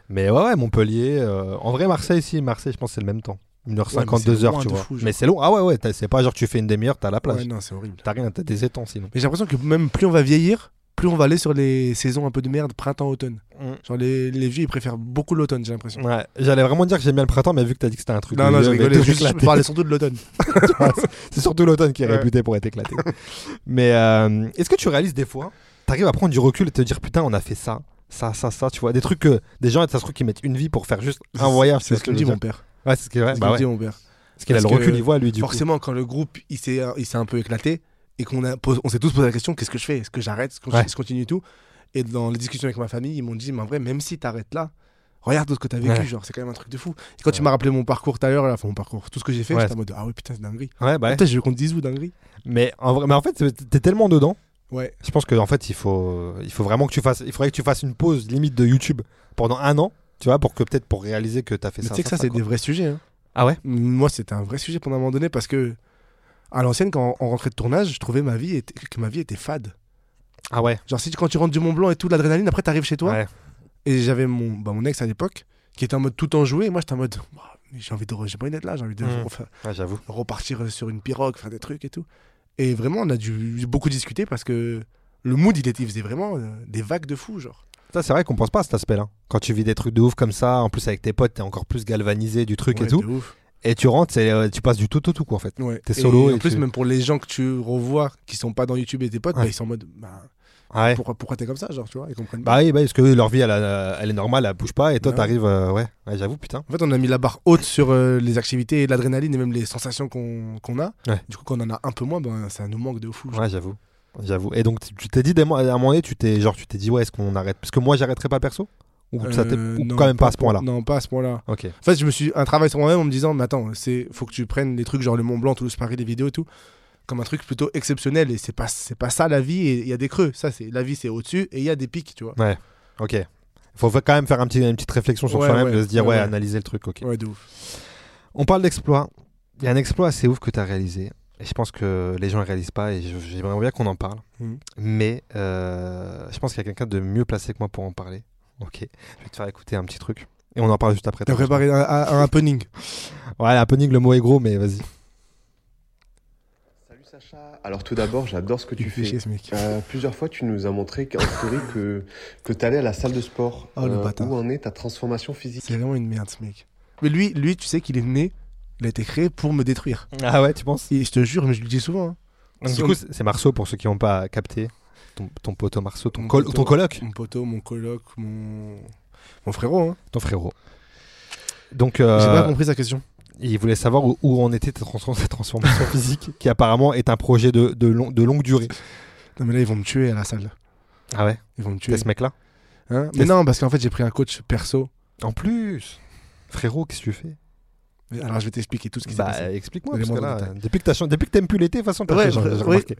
[SPEAKER 2] Mais ouais, ouais, Montpellier. euh, en vrai, Marseille, si, Marseille, je pense que c'est le même temps. 1h50,
[SPEAKER 3] Ouais, mais c'est
[SPEAKER 2] 2h,
[SPEAKER 3] loin
[SPEAKER 2] tu
[SPEAKER 3] de
[SPEAKER 2] vois.
[SPEAKER 3] fou, genre.
[SPEAKER 2] mais c'est long. Ah ouais, ouais, t'as- c'est pas genre tu fais une demi-heure, t'as la plage.
[SPEAKER 3] Ouais, non, c'est horrible.
[SPEAKER 2] T'as rien, t'as des étangs sinon.
[SPEAKER 3] Mais j'ai l'impression que même plus on va vieillir, plus on va aller sur les saisons un peu de merde, printemps, automne. Genre, les, les vieux, ils préfèrent beaucoup l'automne, j'ai l'impression.
[SPEAKER 2] Ouais, j'allais vraiment dire que j'aime bien le printemps, mais vu que t'as dit que c'était un truc.
[SPEAKER 3] Non,
[SPEAKER 2] de
[SPEAKER 3] non, je
[SPEAKER 2] vieux, mais
[SPEAKER 3] rigolais.
[SPEAKER 2] tout
[SPEAKER 3] Juste, je
[SPEAKER 2] éclaté.
[SPEAKER 3] parlais surtout de l'automne.
[SPEAKER 2] C'est surtout l'automne qui est
[SPEAKER 3] Ouais.
[SPEAKER 2] réputé pour être éclaté. Mais euh, est-ce que tu réalises des fois, t'arrives à prendre du recul et te dire putain, on a fait ça, ça, ça, ça, tu vois, des trucs que des gens, ça se trouve qu'ils mettent une vie pour faire juste un voyage. tu
[SPEAKER 3] C'est
[SPEAKER 2] vois
[SPEAKER 3] ce que me
[SPEAKER 2] je
[SPEAKER 3] dit
[SPEAKER 2] veux
[SPEAKER 3] mon
[SPEAKER 2] dire.
[SPEAKER 3] père.
[SPEAKER 2] Ouais, c'est ce qu'il ouais,
[SPEAKER 3] C'est ce que
[SPEAKER 2] bah
[SPEAKER 3] me
[SPEAKER 2] ouais.
[SPEAKER 3] dit mon père.
[SPEAKER 2] Parce qu'il a le
[SPEAKER 3] parce que
[SPEAKER 2] recul, il voit lui du coup.
[SPEAKER 3] forcément, quand le groupe il s'est, il s'est un peu éclaté et qu'on a, pos- on s'est tous posé la question qu'est-ce que je fais Est-ce que j'arrête Est-ce que
[SPEAKER 2] Ouais.
[SPEAKER 3] je continue et tout Et dans les discussions avec ma famille, ils m'ont dit mais en vrai, même si t'arrêtes là, regarde tout ce que t'as vécu,
[SPEAKER 2] Ouais.
[SPEAKER 3] genre c'est quand même un truc de fou. Et quand tu
[SPEAKER 2] Ouais.
[SPEAKER 3] m'as rappelé mon parcours tout à l'heure, là, enfin mon parcours, tout ce que j'ai fait,
[SPEAKER 2] Ouais.
[SPEAKER 3] j'étais en mode ah ouais, putain, c'est dinguerie.
[SPEAKER 2] Ouais, bah ouais.
[SPEAKER 3] Putain, je veux qu'on te dise où dinguerie
[SPEAKER 2] Mais en vrai, mais en fait, t'es tellement dedans.
[SPEAKER 3] Ouais,
[SPEAKER 2] Je pense qu'en en fait, il faut, il faut vraiment que tu fasses, il faudrait que tu fasses une pause limite de YouTube pendant un an, tu vois, pour que peut-être pour réaliser que t'as fait
[SPEAKER 3] mais tu
[SPEAKER 2] ça.
[SPEAKER 3] sais que ça, c'est
[SPEAKER 2] quoi.
[SPEAKER 3] des vrais sujets. hein.
[SPEAKER 2] Ah ouais
[SPEAKER 3] Moi, c'était un vrai sujet pendant un moment donné parce que à l'ancienne, quand on rentrait de tournage, je trouvais ma vie était- que ma vie était fade.
[SPEAKER 2] Ah ouais.
[SPEAKER 3] Genre, si tu- quand tu rentres du Mont Blanc et tout, l'adrénaline, après t'arrives chez toi,
[SPEAKER 2] ouais.
[SPEAKER 3] Et j'avais mon, bah, mon ex à l'époque qui était en mode tout en joué. Et moi, j'étais en mode, Ouah, mais j'ai envie de, re- j'ai pas envie d'être là, j'ai envie de
[SPEAKER 2] Mm.
[SPEAKER 3] refa-
[SPEAKER 2] Ouais, j'avoue.
[SPEAKER 3] repartir euh, sur une pirogue, faire des trucs et tout. Et vraiment, on a dû beaucoup discuter parce que le mood, il, était, il faisait vraiment euh, des vagues de fou, genre.
[SPEAKER 2] Ça, c'est vrai qu'on pense pas à cet aspect-là. Quand tu vis des trucs de ouf comme ça, en plus avec tes potes, t'es encore plus galvanisé du truc
[SPEAKER 3] Ouais,
[SPEAKER 2] et tout.
[SPEAKER 3] de ouf.
[SPEAKER 2] Et tu rentres, c'est, euh, tu passes du tout au tout, quoi, en fait.
[SPEAKER 3] Ouais.
[SPEAKER 2] T'es solo
[SPEAKER 3] Et en
[SPEAKER 2] et
[SPEAKER 3] plus,
[SPEAKER 2] tu-
[SPEAKER 3] même pour les gens que tu revois qui sont pas dans YouTube et tes potes,
[SPEAKER 2] Ouais.
[SPEAKER 3] bah, ils sont en mode, bah,
[SPEAKER 2] Ah Ouais.
[SPEAKER 3] pourquoi, pourquoi t'es comme ça, genre, tu vois, ils comprennent pas.
[SPEAKER 2] Bah oui, bah, parce que eux, leur vie, elle, a- elle est normale, elle bouge pas, et toi,
[SPEAKER 3] Bah
[SPEAKER 2] t'arrives, euh, ouais, Ouais, j'avoue, putain.
[SPEAKER 3] En fait, on a mis la barre haute sur euh, les activités et l'adrénaline et même les sensations qu'on qu'on a.
[SPEAKER 2] Ouais.
[SPEAKER 3] Du coup, quand on en a un peu moins, ben ça nous manque de fou. genre.
[SPEAKER 2] Ouais, j'avoue. J'avoue. Et donc, tu- tu t'es dit, des mo- à un moment donné, tu t'es, genre, tu t'es dit, ouais, est-ce qu'on arrête Parce que moi, j'arrêterai pas perso Ou ça t'est-
[SPEAKER 3] Euh,
[SPEAKER 2] ou
[SPEAKER 3] non,
[SPEAKER 2] quand même pas à ce point-là
[SPEAKER 3] Non, pas à ce point-là.
[SPEAKER 2] Ok.
[SPEAKER 3] En fait, je me suis un travail sur moi-même en me disant, mais attends, c'est faut que tu prennes des trucs genre le Mont Blanc, Toulouse, Paris, des vidéos et tout, comme un truc plutôt exceptionnel. Et c'est pas, c'est pas ça la vie. Et il y a des creux. Ça, c'est, la vie, c'est au-dessus et il y a des pics, tu vois.
[SPEAKER 2] Ok. Faut quand même faire un petit, une petite réflexion sur
[SPEAKER 3] Ouais,
[SPEAKER 2] soi-même,
[SPEAKER 3] ouais,
[SPEAKER 2] de se dire, ouais,
[SPEAKER 3] ouais, ouais.
[SPEAKER 2] analyser le truc, ok.
[SPEAKER 3] Ouais, de ouf.
[SPEAKER 2] On parle d'exploit. Il y a un exploit assez ouf que tu as réalisé. Et je pense que les gens ne réalisent pas et je- j'aimerais bien qu'on en parle.
[SPEAKER 3] Mhm.
[SPEAKER 2] Mais euh, je pense qu'il y a quelqu'un de mieux placé que moi pour en parler. Ok. Je vais te faire écouter un petit truc. Et on en parle juste après.
[SPEAKER 3] T'as préparé un, un, un punning.
[SPEAKER 2] Ouais, un peu nique, le mot est gros, mais vas-y.
[SPEAKER 4] Salut Sacha, alors tout d'abord j'adore ce que tu
[SPEAKER 3] Tu fais
[SPEAKER 4] fais.
[SPEAKER 3] chier ce mec.
[SPEAKER 4] Euh, plusieurs fois tu nous as montré en story que, que tu allais à la salle de sport. Euh,
[SPEAKER 3] Oh, le bâtard.
[SPEAKER 4] Où en est ta transformation physique
[SPEAKER 3] C'est vraiment une merde, ce mec. Mais lui, lui, tu sais qu'il est né, il a été créé pour me détruire.
[SPEAKER 2] Ah ouais, tu penses
[SPEAKER 3] Et je te jure, mais je le dis souvent. hein.
[SPEAKER 2] Du coup, c'est c'est Marceau pour ceux qui n'ont pas capté. Ton, ton poteau Marceau, ton,
[SPEAKER 3] Mon
[SPEAKER 2] col-
[SPEAKER 3] poteau.
[SPEAKER 2] ton coloc,
[SPEAKER 3] Mon poteau, mon coloc, mon. Mon frérot, hein.
[SPEAKER 2] ton frérot. Donc,
[SPEAKER 3] J'ai
[SPEAKER 2] euh,
[SPEAKER 3] pas compris sa question.
[SPEAKER 2] il voulait savoir où, où en était ta, trans- ta transformation physique, qui apparemment est un projet de, de, long- de longue durée.
[SPEAKER 3] Non, mais là, ils vont me tuer à la salle.
[SPEAKER 2] Ah ouais
[SPEAKER 3] Ils vont me tuer.
[SPEAKER 2] T'es ce mec-là
[SPEAKER 3] Hein mais
[SPEAKER 2] Test-
[SPEAKER 3] non, parce qu'en fait, j'ai pris un coach perso.
[SPEAKER 2] En plus Frérot, qu'est-ce que tu fais
[SPEAKER 3] Mais Alors, je vais t'expliquer tout ce qui s'est passé.
[SPEAKER 2] Bah, explique-moi.
[SPEAKER 3] Donnez-moi
[SPEAKER 2] parce que
[SPEAKER 3] dans le
[SPEAKER 2] là, euh,
[SPEAKER 3] détail.
[SPEAKER 2] depuis que t'as chan- depuis que t'aimes plus l'été, de toute façon, t'as
[SPEAKER 3] Ouais,
[SPEAKER 2] fait, genre,
[SPEAKER 3] fr-
[SPEAKER 2] j'ai
[SPEAKER 3] oui.
[SPEAKER 2] remarqué.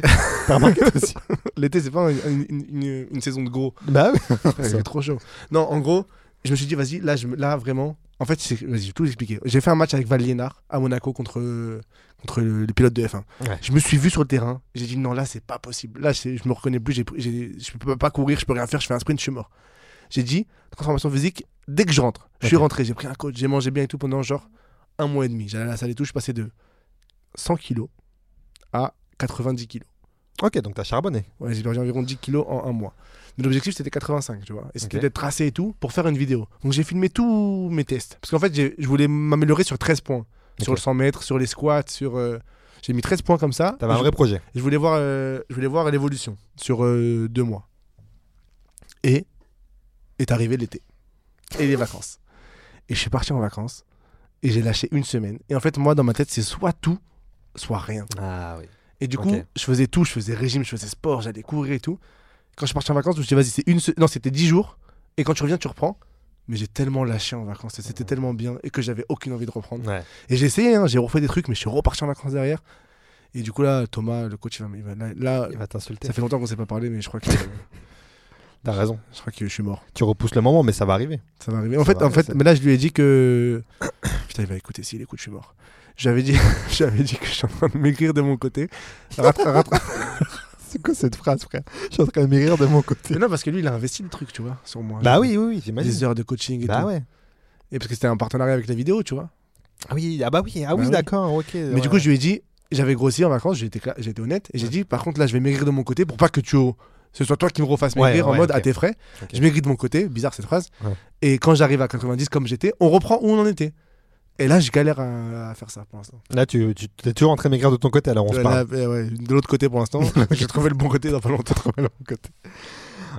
[SPEAKER 2] T'as remarqué toi aussi
[SPEAKER 3] L'été, c'est pas une, une- une- une saison de gros.
[SPEAKER 2] Bah oui.
[SPEAKER 3] Il fait trop chaud. Non, en gros, je me suis dit, vas-y, là, je, me- là vraiment. En fait, c'est- vas-y, je vais tout vous expliquer. J'ai fait un match avec Val Liénard à Monaco contre, contre le- les pilotes de F1.
[SPEAKER 2] Ouais.
[SPEAKER 3] Je me suis vu sur le terrain. J'ai dit, non, là, c'est pas possible. Là, c'est- je me reconnais plus. j'ai pris- j'ai- je peux pas courir, je peux rien faire. Je fais un sprint, je suis mort. J'ai dit, transformation physique, dès que je rentre. Je suis
[SPEAKER 2] Ok.
[SPEAKER 3] rentré, j'ai pris un coach, j'ai mangé bien et tout pendant genre un mois et demi. J'allais à la salle et tout, je passais de 100 kilos à 90 kilos.
[SPEAKER 2] Ok, donc t'as charbonné.
[SPEAKER 3] Ouais, j'ai perdu environ 10 kilos en un mois. Mais l'objectif, c'était 85, tu vois. Et c'était
[SPEAKER 2] Ok.
[SPEAKER 3] d'être tracé et tout pour faire une vidéo. Donc j'ai filmé tous mes tests. Parce qu'en fait, j'ai- je voulais m'améliorer sur 13 points. Sur
[SPEAKER 2] Ok.
[SPEAKER 3] le 100 mètres, sur les squats, sur. euh, J'ai mis 13 points comme ça.
[SPEAKER 2] T'avais un
[SPEAKER 3] Je-
[SPEAKER 2] vrai projet.
[SPEAKER 3] je voulais voir, euh, je voulais voir l'évolution sur euh, deux mois. Et est arrivé l'été et les vacances. Et je suis parti en vacances et j'ai lâché une semaine. Et en fait, moi, dans ma tête, c'est soit tout, soit rien.
[SPEAKER 2] Ah oui.
[SPEAKER 3] Et du
[SPEAKER 2] Ok.
[SPEAKER 3] coup, je faisais tout, je faisais régime, je faisais sport, j'allais courir et tout. Quand je suis parti en vacances, je me suis dit, vas-y, c'est une se- non, c'était 10 jours. Et quand tu reviens, tu reprends. Mais j'ai tellement lâché en vacances, et c'était
[SPEAKER 2] Mmh.
[SPEAKER 3] tellement bien et que j'avais aucune envie de reprendre.
[SPEAKER 2] Ouais.
[SPEAKER 3] Et j'ai essayé, hein, j'ai refait des trucs, mais je suis reparti en vacances derrière. Et du coup, là, Thomas, le coach, il va, il va- là, là,
[SPEAKER 2] Il va t'insulter.
[SPEAKER 3] ça fait longtemps qu'on s'est pas parlé, mais je crois que, je
[SPEAKER 2] T'as raison.
[SPEAKER 3] crois que je suis mort.
[SPEAKER 2] Tu repousses le moment, mais ça va arriver.
[SPEAKER 3] Ça va arriver. En
[SPEAKER 2] Ça
[SPEAKER 3] fait,
[SPEAKER 2] va
[SPEAKER 3] en fait,
[SPEAKER 2] arriver, ça.
[SPEAKER 3] mais là, je lui ai dit que. Putain, il va écouter. S'il écoute, je suis mort. J'avais dit, j'avais dit que je suis en train de maigrir de mon côté. Rattra- rattra-
[SPEAKER 2] C'est quoi cette phrase, frère Je suis en train de mûrir de mon côté.
[SPEAKER 3] Mais non, parce que lui, il a investi le truc, tu vois, sur moi.
[SPEAKER 2] Bah oui, oui, oui,
[SPEAKER 3] Des
[SPEAKER 2] j'imagine.
[SPEAKER 3] heures de coaching et
[SPEAKER 2] Bah
[SPEAKER 3] tout.
[SPEAKER 2] ouais.
[SPEAKER 3] Et parce que c'était un partenariat avec la vidéo, tu vois.
[SPEAKER 2] Ah oui, ah bah oui, ah
[SPEAKER 3] Bah
[SPEAKER 2] oui,
[SPEAKER 3] oui.
[SPEAKER 2] d'accord, ok.
[SPEAKER 3] Mais du coup, je lui ai dit, j'avais grossi en vacances, j'étais cla- j'étais honnête, et j'ai dit, par contre, là, je vais maigrir de mon côté pour pas que tu ce soit toi qui me refasses
[SPEAKER 2] Ouais,
[SPEAKER 3] maigrir en
[SPEAKER 2] ouais,
[SPEAKER 3] mode
[SPEAKER 2] ok.
[SPEAKER 3] à tes frais.
[SPEAKER 2] Ok.
[SPEAKER 3] Je maigris de mon côté, bizarre cette phrase.
[SPEAKER 2] Ouais.
[SPEAKER 3] Et quand j'arrive à 90 comme j'étais, on reprend où on en était. Et là, je galère à, à faire ça pour l'instant.
[SPEAKER 2] Là, tu, tu t'es toujours en train de maigrir de ton côté, alors on se
[SPEAKER 3] Euh,
[SPEAKER 2] parle.
[SPEAKER 3] là, euh, ouais, de l'autre côté pour l'instant, j'ai trouvé le bon côté dans pas longtemps. trouvé le bon côté.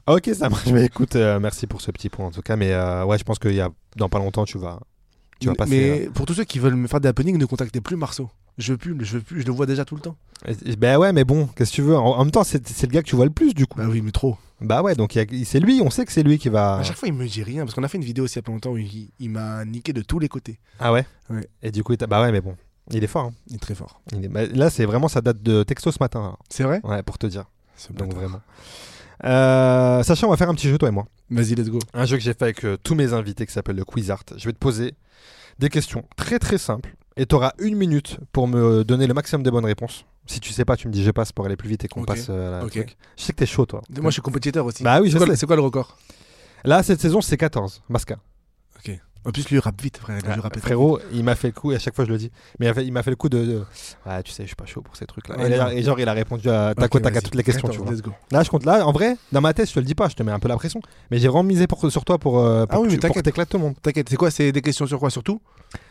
[SPEAKER 2] Ah, Ok, ça marche. Mais écoute, euh, merci pour ce petit point en tout cas. Mais euh, ouais, je pense qu'il y a dans pas longtemps, tu vas, tu vas passer. euh,
[SPEAKER 3] Mais pour tous ceux qui veulent me faire des happenings, ne contactez plus Marceau. Je veux plus, je veux plus, je le vois déjà tout le temps.
[SPEAKER 2] euh, et- Ben ouais, mais bon, qu'est-ce que tu veux en, en même temps, c'est c'est le gars que tu vois le plus du coup.
[SPEAKER 3] Bah oui, mais trop.
[SPEAKER 2] Bah ouais, donc il y a- c'est lui. On sait que c'est lui qui va.
[SPEAKER 3] À chaque fois, il me dit rien parce qu'on a fait une vidéo aussi il y a pas longtemps où il, il m'a niqué de tous les côtés.
[SPEAKER 2] Ah ouais.
[SPEAKER 3] Ouais.
[SPEAKER 2] Et du coup, il t'a- bah ouais, mais bon, il est fort. hein.
[SPEAKER 3] Il est très fort.
[SPEAKER 2] Il est- bah, Là, c'est vraiment ça date de texto ce matin. alors.
[SPEAKER 3] C'est vrai
[SPEAKER 2] Ouais, pour te dire. Donc vraiment. Euh, Sacha, on va faire un petit jeu toi et moi.
[SPEAKER 3] Vas-y, let's go.
[SPEAKER 2] Un jeu que j'ai fait avec euh, tous mes invités qui s'appelle le Quiz Art. Je vais te poser des questions très très simples et tu auras une minute pour me donner le maximum des bonnes réponses. Si tu sais pas, tu me dis je passe pour aller plus vite et qu'on
[SPEAKER 3] Ok.
[SPEAKER 2] passe euh, à la
[SPEAKER 3] Ok.
[SPEAKER 2] truc. Je sais que t'es chaud toi.
[SPEAKER 3] Moi, je suis compétiteur aussi.
[SPEAKER 2] Bah oui, je
[SPEAKER 3] c'est, quoi,
[SPEAKER 2] sais.
[SPEAKER 3] c'est quoi le record
[SPEAKER 2] Là, cette saison, c'est 14, Masca.
[SPEAKER 3] En plus, lui, il rappe vite, frère. Il a dû rapper très
[SPEAKER 2] Ah, Frérot, il m'a fait le coup, et à chaque fois je le dis, mais il m'a fait, il m'a fait le coup de, de- Ouais, tu sais, je suis pas chaud pour ces trucs-là.
[SPEAKER 3] Ouais,
[SPEAKER 2] et, là,
[SPEAKER 3] non.
[SPEAKER 2] et genre, il a répondu à tac
[SPEAKER 3] Ok,
[SPEAKER 2] au tac à
[SPEAKER 3] vas-y.
[SPEAKER 2] toutes les questions, tu
[SPEAKER 3] Attends,
[SPEAKER 2] vois.
[SPEAKER 3] Let's go.
[SPEAKER 2] Là, je compte. Là, en vrai, dans ma thèse, je te le dis pas, je te mets un peu la pression, mais j'ai vraiment misé pour, sur toi pour, euh, pour,
[SPEAKER 3] Ah oui,
[SPEAKER 2] que
[SPEAKER 3] mais
[SPEAKER 2] tu- pour que
[SPEAKER 3] t'inquiète.
[SPEAKER 2] t'éclates tout le monde.
[SPEAKER 3] T'inquiète, c'est quoi C'est des questions sur quoi Surtout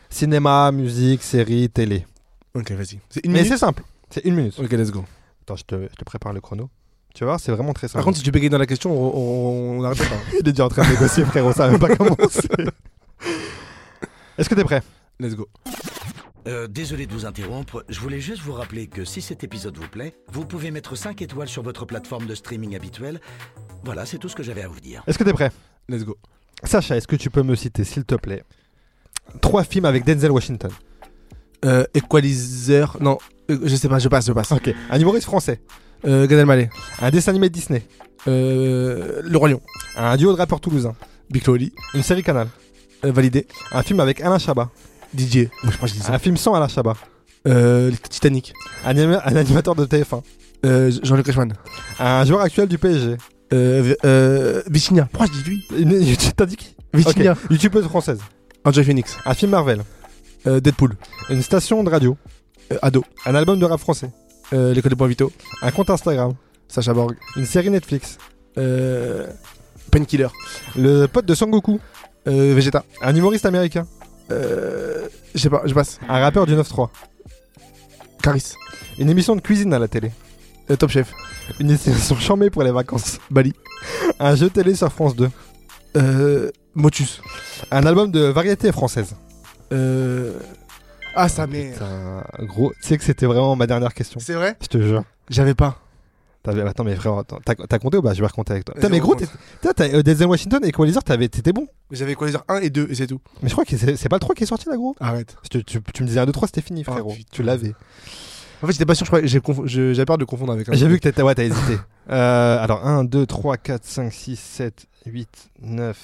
[SPEAKER 2] Cinéma, musique, série, télé.
[SPEAKER 3] Ok, vas-y. C'est une
[SPEAKER 2] mais
[SPEAKER 3] minute
[SPEAKER 2] c'est simple, c'est une minute.
[SPEAKER 3] Ok, let's go.
[SPEAKER 2] Attends, je te, je te prépare le chrono. Tu vas voir, c'est vraiment très simple.
[SPEAKER 3] Par contre, si tu bégayes dans la question, on, on, on arrête pas. hein.
[SPEAKER 2] il est déjà en train de négocier, frérot, ça n'a même pas commencé. Est-ce que t'es prêt
[SPEAKER 3] Let's go.
[SPEAKER 1] Euh, désolé de vous interrompre, je voulais juste vous rappeler que si cet épisode vous plaît, vous pouvez mettre 5 étoiles sur votre plateforme de streaming habituelle. Voilà, c'est tout ce que j'avais à vous dire.
[SPEAKER 2] Est-ce que t'es prêt
[SPEAKER 3] Let's go.
[SPEAKER 2] Sacha, est-ce que tu peux me citer, s'il te plaît, trois films avec Denzel Washington
[SPEAKER 3] Euh, Equalizer. Non, Euh, je sais pas, je passe, je passe.
[SPEAKER 2] Ok. Un humoriste français.
[SPEAKER 3] Euh, Gad Elmaleh.
[SPEAKER 2] Un dessin animé Disney.
[SPEAKER 3] Euh, le Roi Lion.
[SPEAKER 2] Un duo de rappeurs toulousains.
[SPEAKER 3] Big Loli.
[SPEAKER 2] Une série Canal.
[SPEAKER 3] Euh, validé.
[SPEAKER 2] Un film avec Alain Chabat.
[SPEAKER 3] DJ. Moi, je crois que je dis ça.
[SPEAKER 2] Un film sans Alain Chabat.
[SPEAKER 3] Euh, le Titanic.
[SPEAKER 2] Un, anima- un animateur de TF1.
[SPEAKER 3] Euh, Jean-Luc Reichmann.
[SPEAKER 2] Un joueur actuel du PSG.
[SPEAKER 3] Euh, euh, Vitinha. Pourquoi je dis lui
[SPEAKER 2] Une- tu- T'as dit qui Ok.
[SPEAKER 3] Vitinha.
[SPEAKER 2] Youtubeuse française.
[SPEAKER 3] Enjoy Phoenix.
[SPEAKER 2] Un film Marvel.
[SPEAKER 3] Euh, Deadpool.
[SPEAKER 2] Une station de radio.
[SPEAKER 3] Euh, Ado.
[SPEAKER 2] Un album de rap français.
[SPEAKER 3] Euh, L'école des points vitaux.
[SPEAKER 2] Un compte Instagram.
[SPEAKER 3] Sacha Borg.
[SPEAKER 2] Une série Netflix.
[SPEAKER 3] Euh, Painkiller.
[SPEAKER 2] Le pote de Sangoku.
[SPEAKER 3] Euh, Vegeta.
[SPEAKER 2] Un humoriste américain.
[SPEAKER 3] Euh, je sais pas, je passe.
[SPEAKER 2] Un rappeur du 9-3.
[SPEAKER 3] Caris.
[SPEAKER 2] Une émission de cuisine à la télé.
[SPEAKER 3] Euh, Top Chef.
[SPEAKER 2] Une destination chambée pour les vacances.
[SPEAKER 3] Bali.
[SPEAKER 2] Un jeu télé sur France 2.
[SPEAKER 3] Euh, Motus.
[SPEAKER 2] Un album de variété française.
[SPEAKER 3] Euh... Ah, sa mère.
[SPEAKER 2] Putain, gros, tu sais que c'était vraiment ma dernière question.
[SPEAKER 3] C'est vrai
[SPEAKER 2] Je te jure.
[SPEAKER 3] J'avais pas.
[SPEAKER 2] T'avais- Attends, mais frère, attends, t'as t'as compté ou pas Je vais raconter avec toi. Putain,
[SPEAKER 3] Vas-y,
[SPEAKER 2] mais gros,
[SPEAKER 3] raconte.
[SPEAKER 2] t'es- t'as- t'as euh, Denzel Washington et Equalizer, t'avais- t'étais bon.
[SPEAKER 3] J'avais quoi les heures 1 et 2 et c'est tout.
[SPEAKER 2] Mais je crois que c'est c'est pas le 3 qui est sorti là, gros.
[SPEAKER 3] Arrête.
[SPEAKER 2] Parce que Tu, tu me disais un 2, 3, c'était fini,
[SPEAKER 3] Oh,
[SPEAKER 2] frérot.
[SPEAKER 3] putain.
[SPEAKER 2] tu l'avais.
[SPEAKER 3] En fait, j'étais pas sûr, je croyais- j'ai conf- je- j'avais peur de confondre avec un.
[SPEAKER 2] J'ai vu que t'étais. Ouais, t'as hésité. Euh, alors, 1, 2, 3, 4, 5, 6, 7, 8, 9.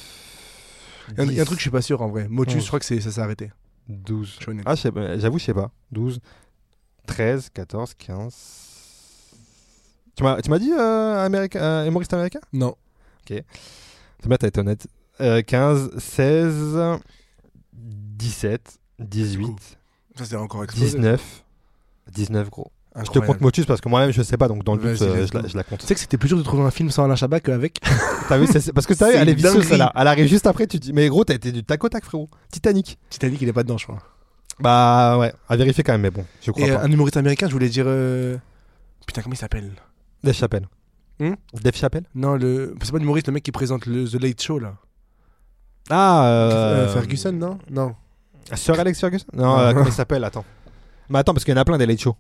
[SPEAKER 3] Il y a un- il y a un truc, je suis pas sûr en vrai. Motus,
[SPEAKER 2] Onze.
[SPEAKER 3] je crois que c'est- ça s'est arrêté.
[SPEAKER 2] 12.
[SPEAKER 3] Je suis honnête.
[SPEAKER 2] Ah, je sais pas, j'avoue, je sais pas. 12, 13, 14, 15. Tu m'as tu m'as dit euh, américain, euh, humoriste américain
[SPEAKER 3] Non.
[SPEAKER 2] C'est bien, t'as été honnête. Euh, 15, 16, 17, 18,
[SPEAKER 3] Ça, c'est encore explosé.
[SPEAKER 2] 19. 19, gros. Je te
[SPEAKER 3] Incroyable.
[SPEAKER 2] compte Motus parce que moi-même, je sais pas, donc dans le doute,
[SPEAKER 3] Vas-y,
[SPEAKER 2] euh,
[SPEAKER 3] let's
[SPEAKER 2] je, la,
[SPEAKER 3] go.
[SPEAKER 2] je la compte.
[SPEAKER 3] Tu sais que c'était plus dur de trouver un film sans Alain Chabat qu'avec.
[SPEAKER 2] T'as vu, c'est- c'est- parce que t'as vu,
[SPEAKER 3] C'est
[SPEAKER 2] elle est
[SPEAKER 3] une
[SPEAKER 2] vicieuse,
[SPEAKER 3] dinguerie.
[SPEAKER 2] celle-là. Elle arrive juste après, tu te dis, mais gros, t'as été du tac au tac, frérot. Titanic.
[SPEAKER 3] Titanic, il est pas dedans, je crois.
[SPEAKER 2] Bah ouais, à vérifier quand même, mais bon, je crois
[SPEAKER 3] Et euh,
[SPEAKER 2] pas.
[SPEAKER 3] un humoriste américain, je voulais dire. euh, Putain, comment il s'appelle
[SPEAKER 2] Dave Chappelle.
[SPEAKER 3] Hmm
[SPEAKER 2] Dave Chappelle
[SPEAKER 3] Non, le. C'est pas un humoriste, le mec qui présente le The Late Show là.
[SPEAKER 2] Ah,
[SPEAKER 3] Euh,
[SPEAKER 2] euh,
[SPEAKER 3] Ferguson, Ah. non Non.
[SPEAKER 2] Sir Alex Ferguson Non, euh, comment il s'appelle Attends. Mais attends, parce qu'il y en a plein des late shows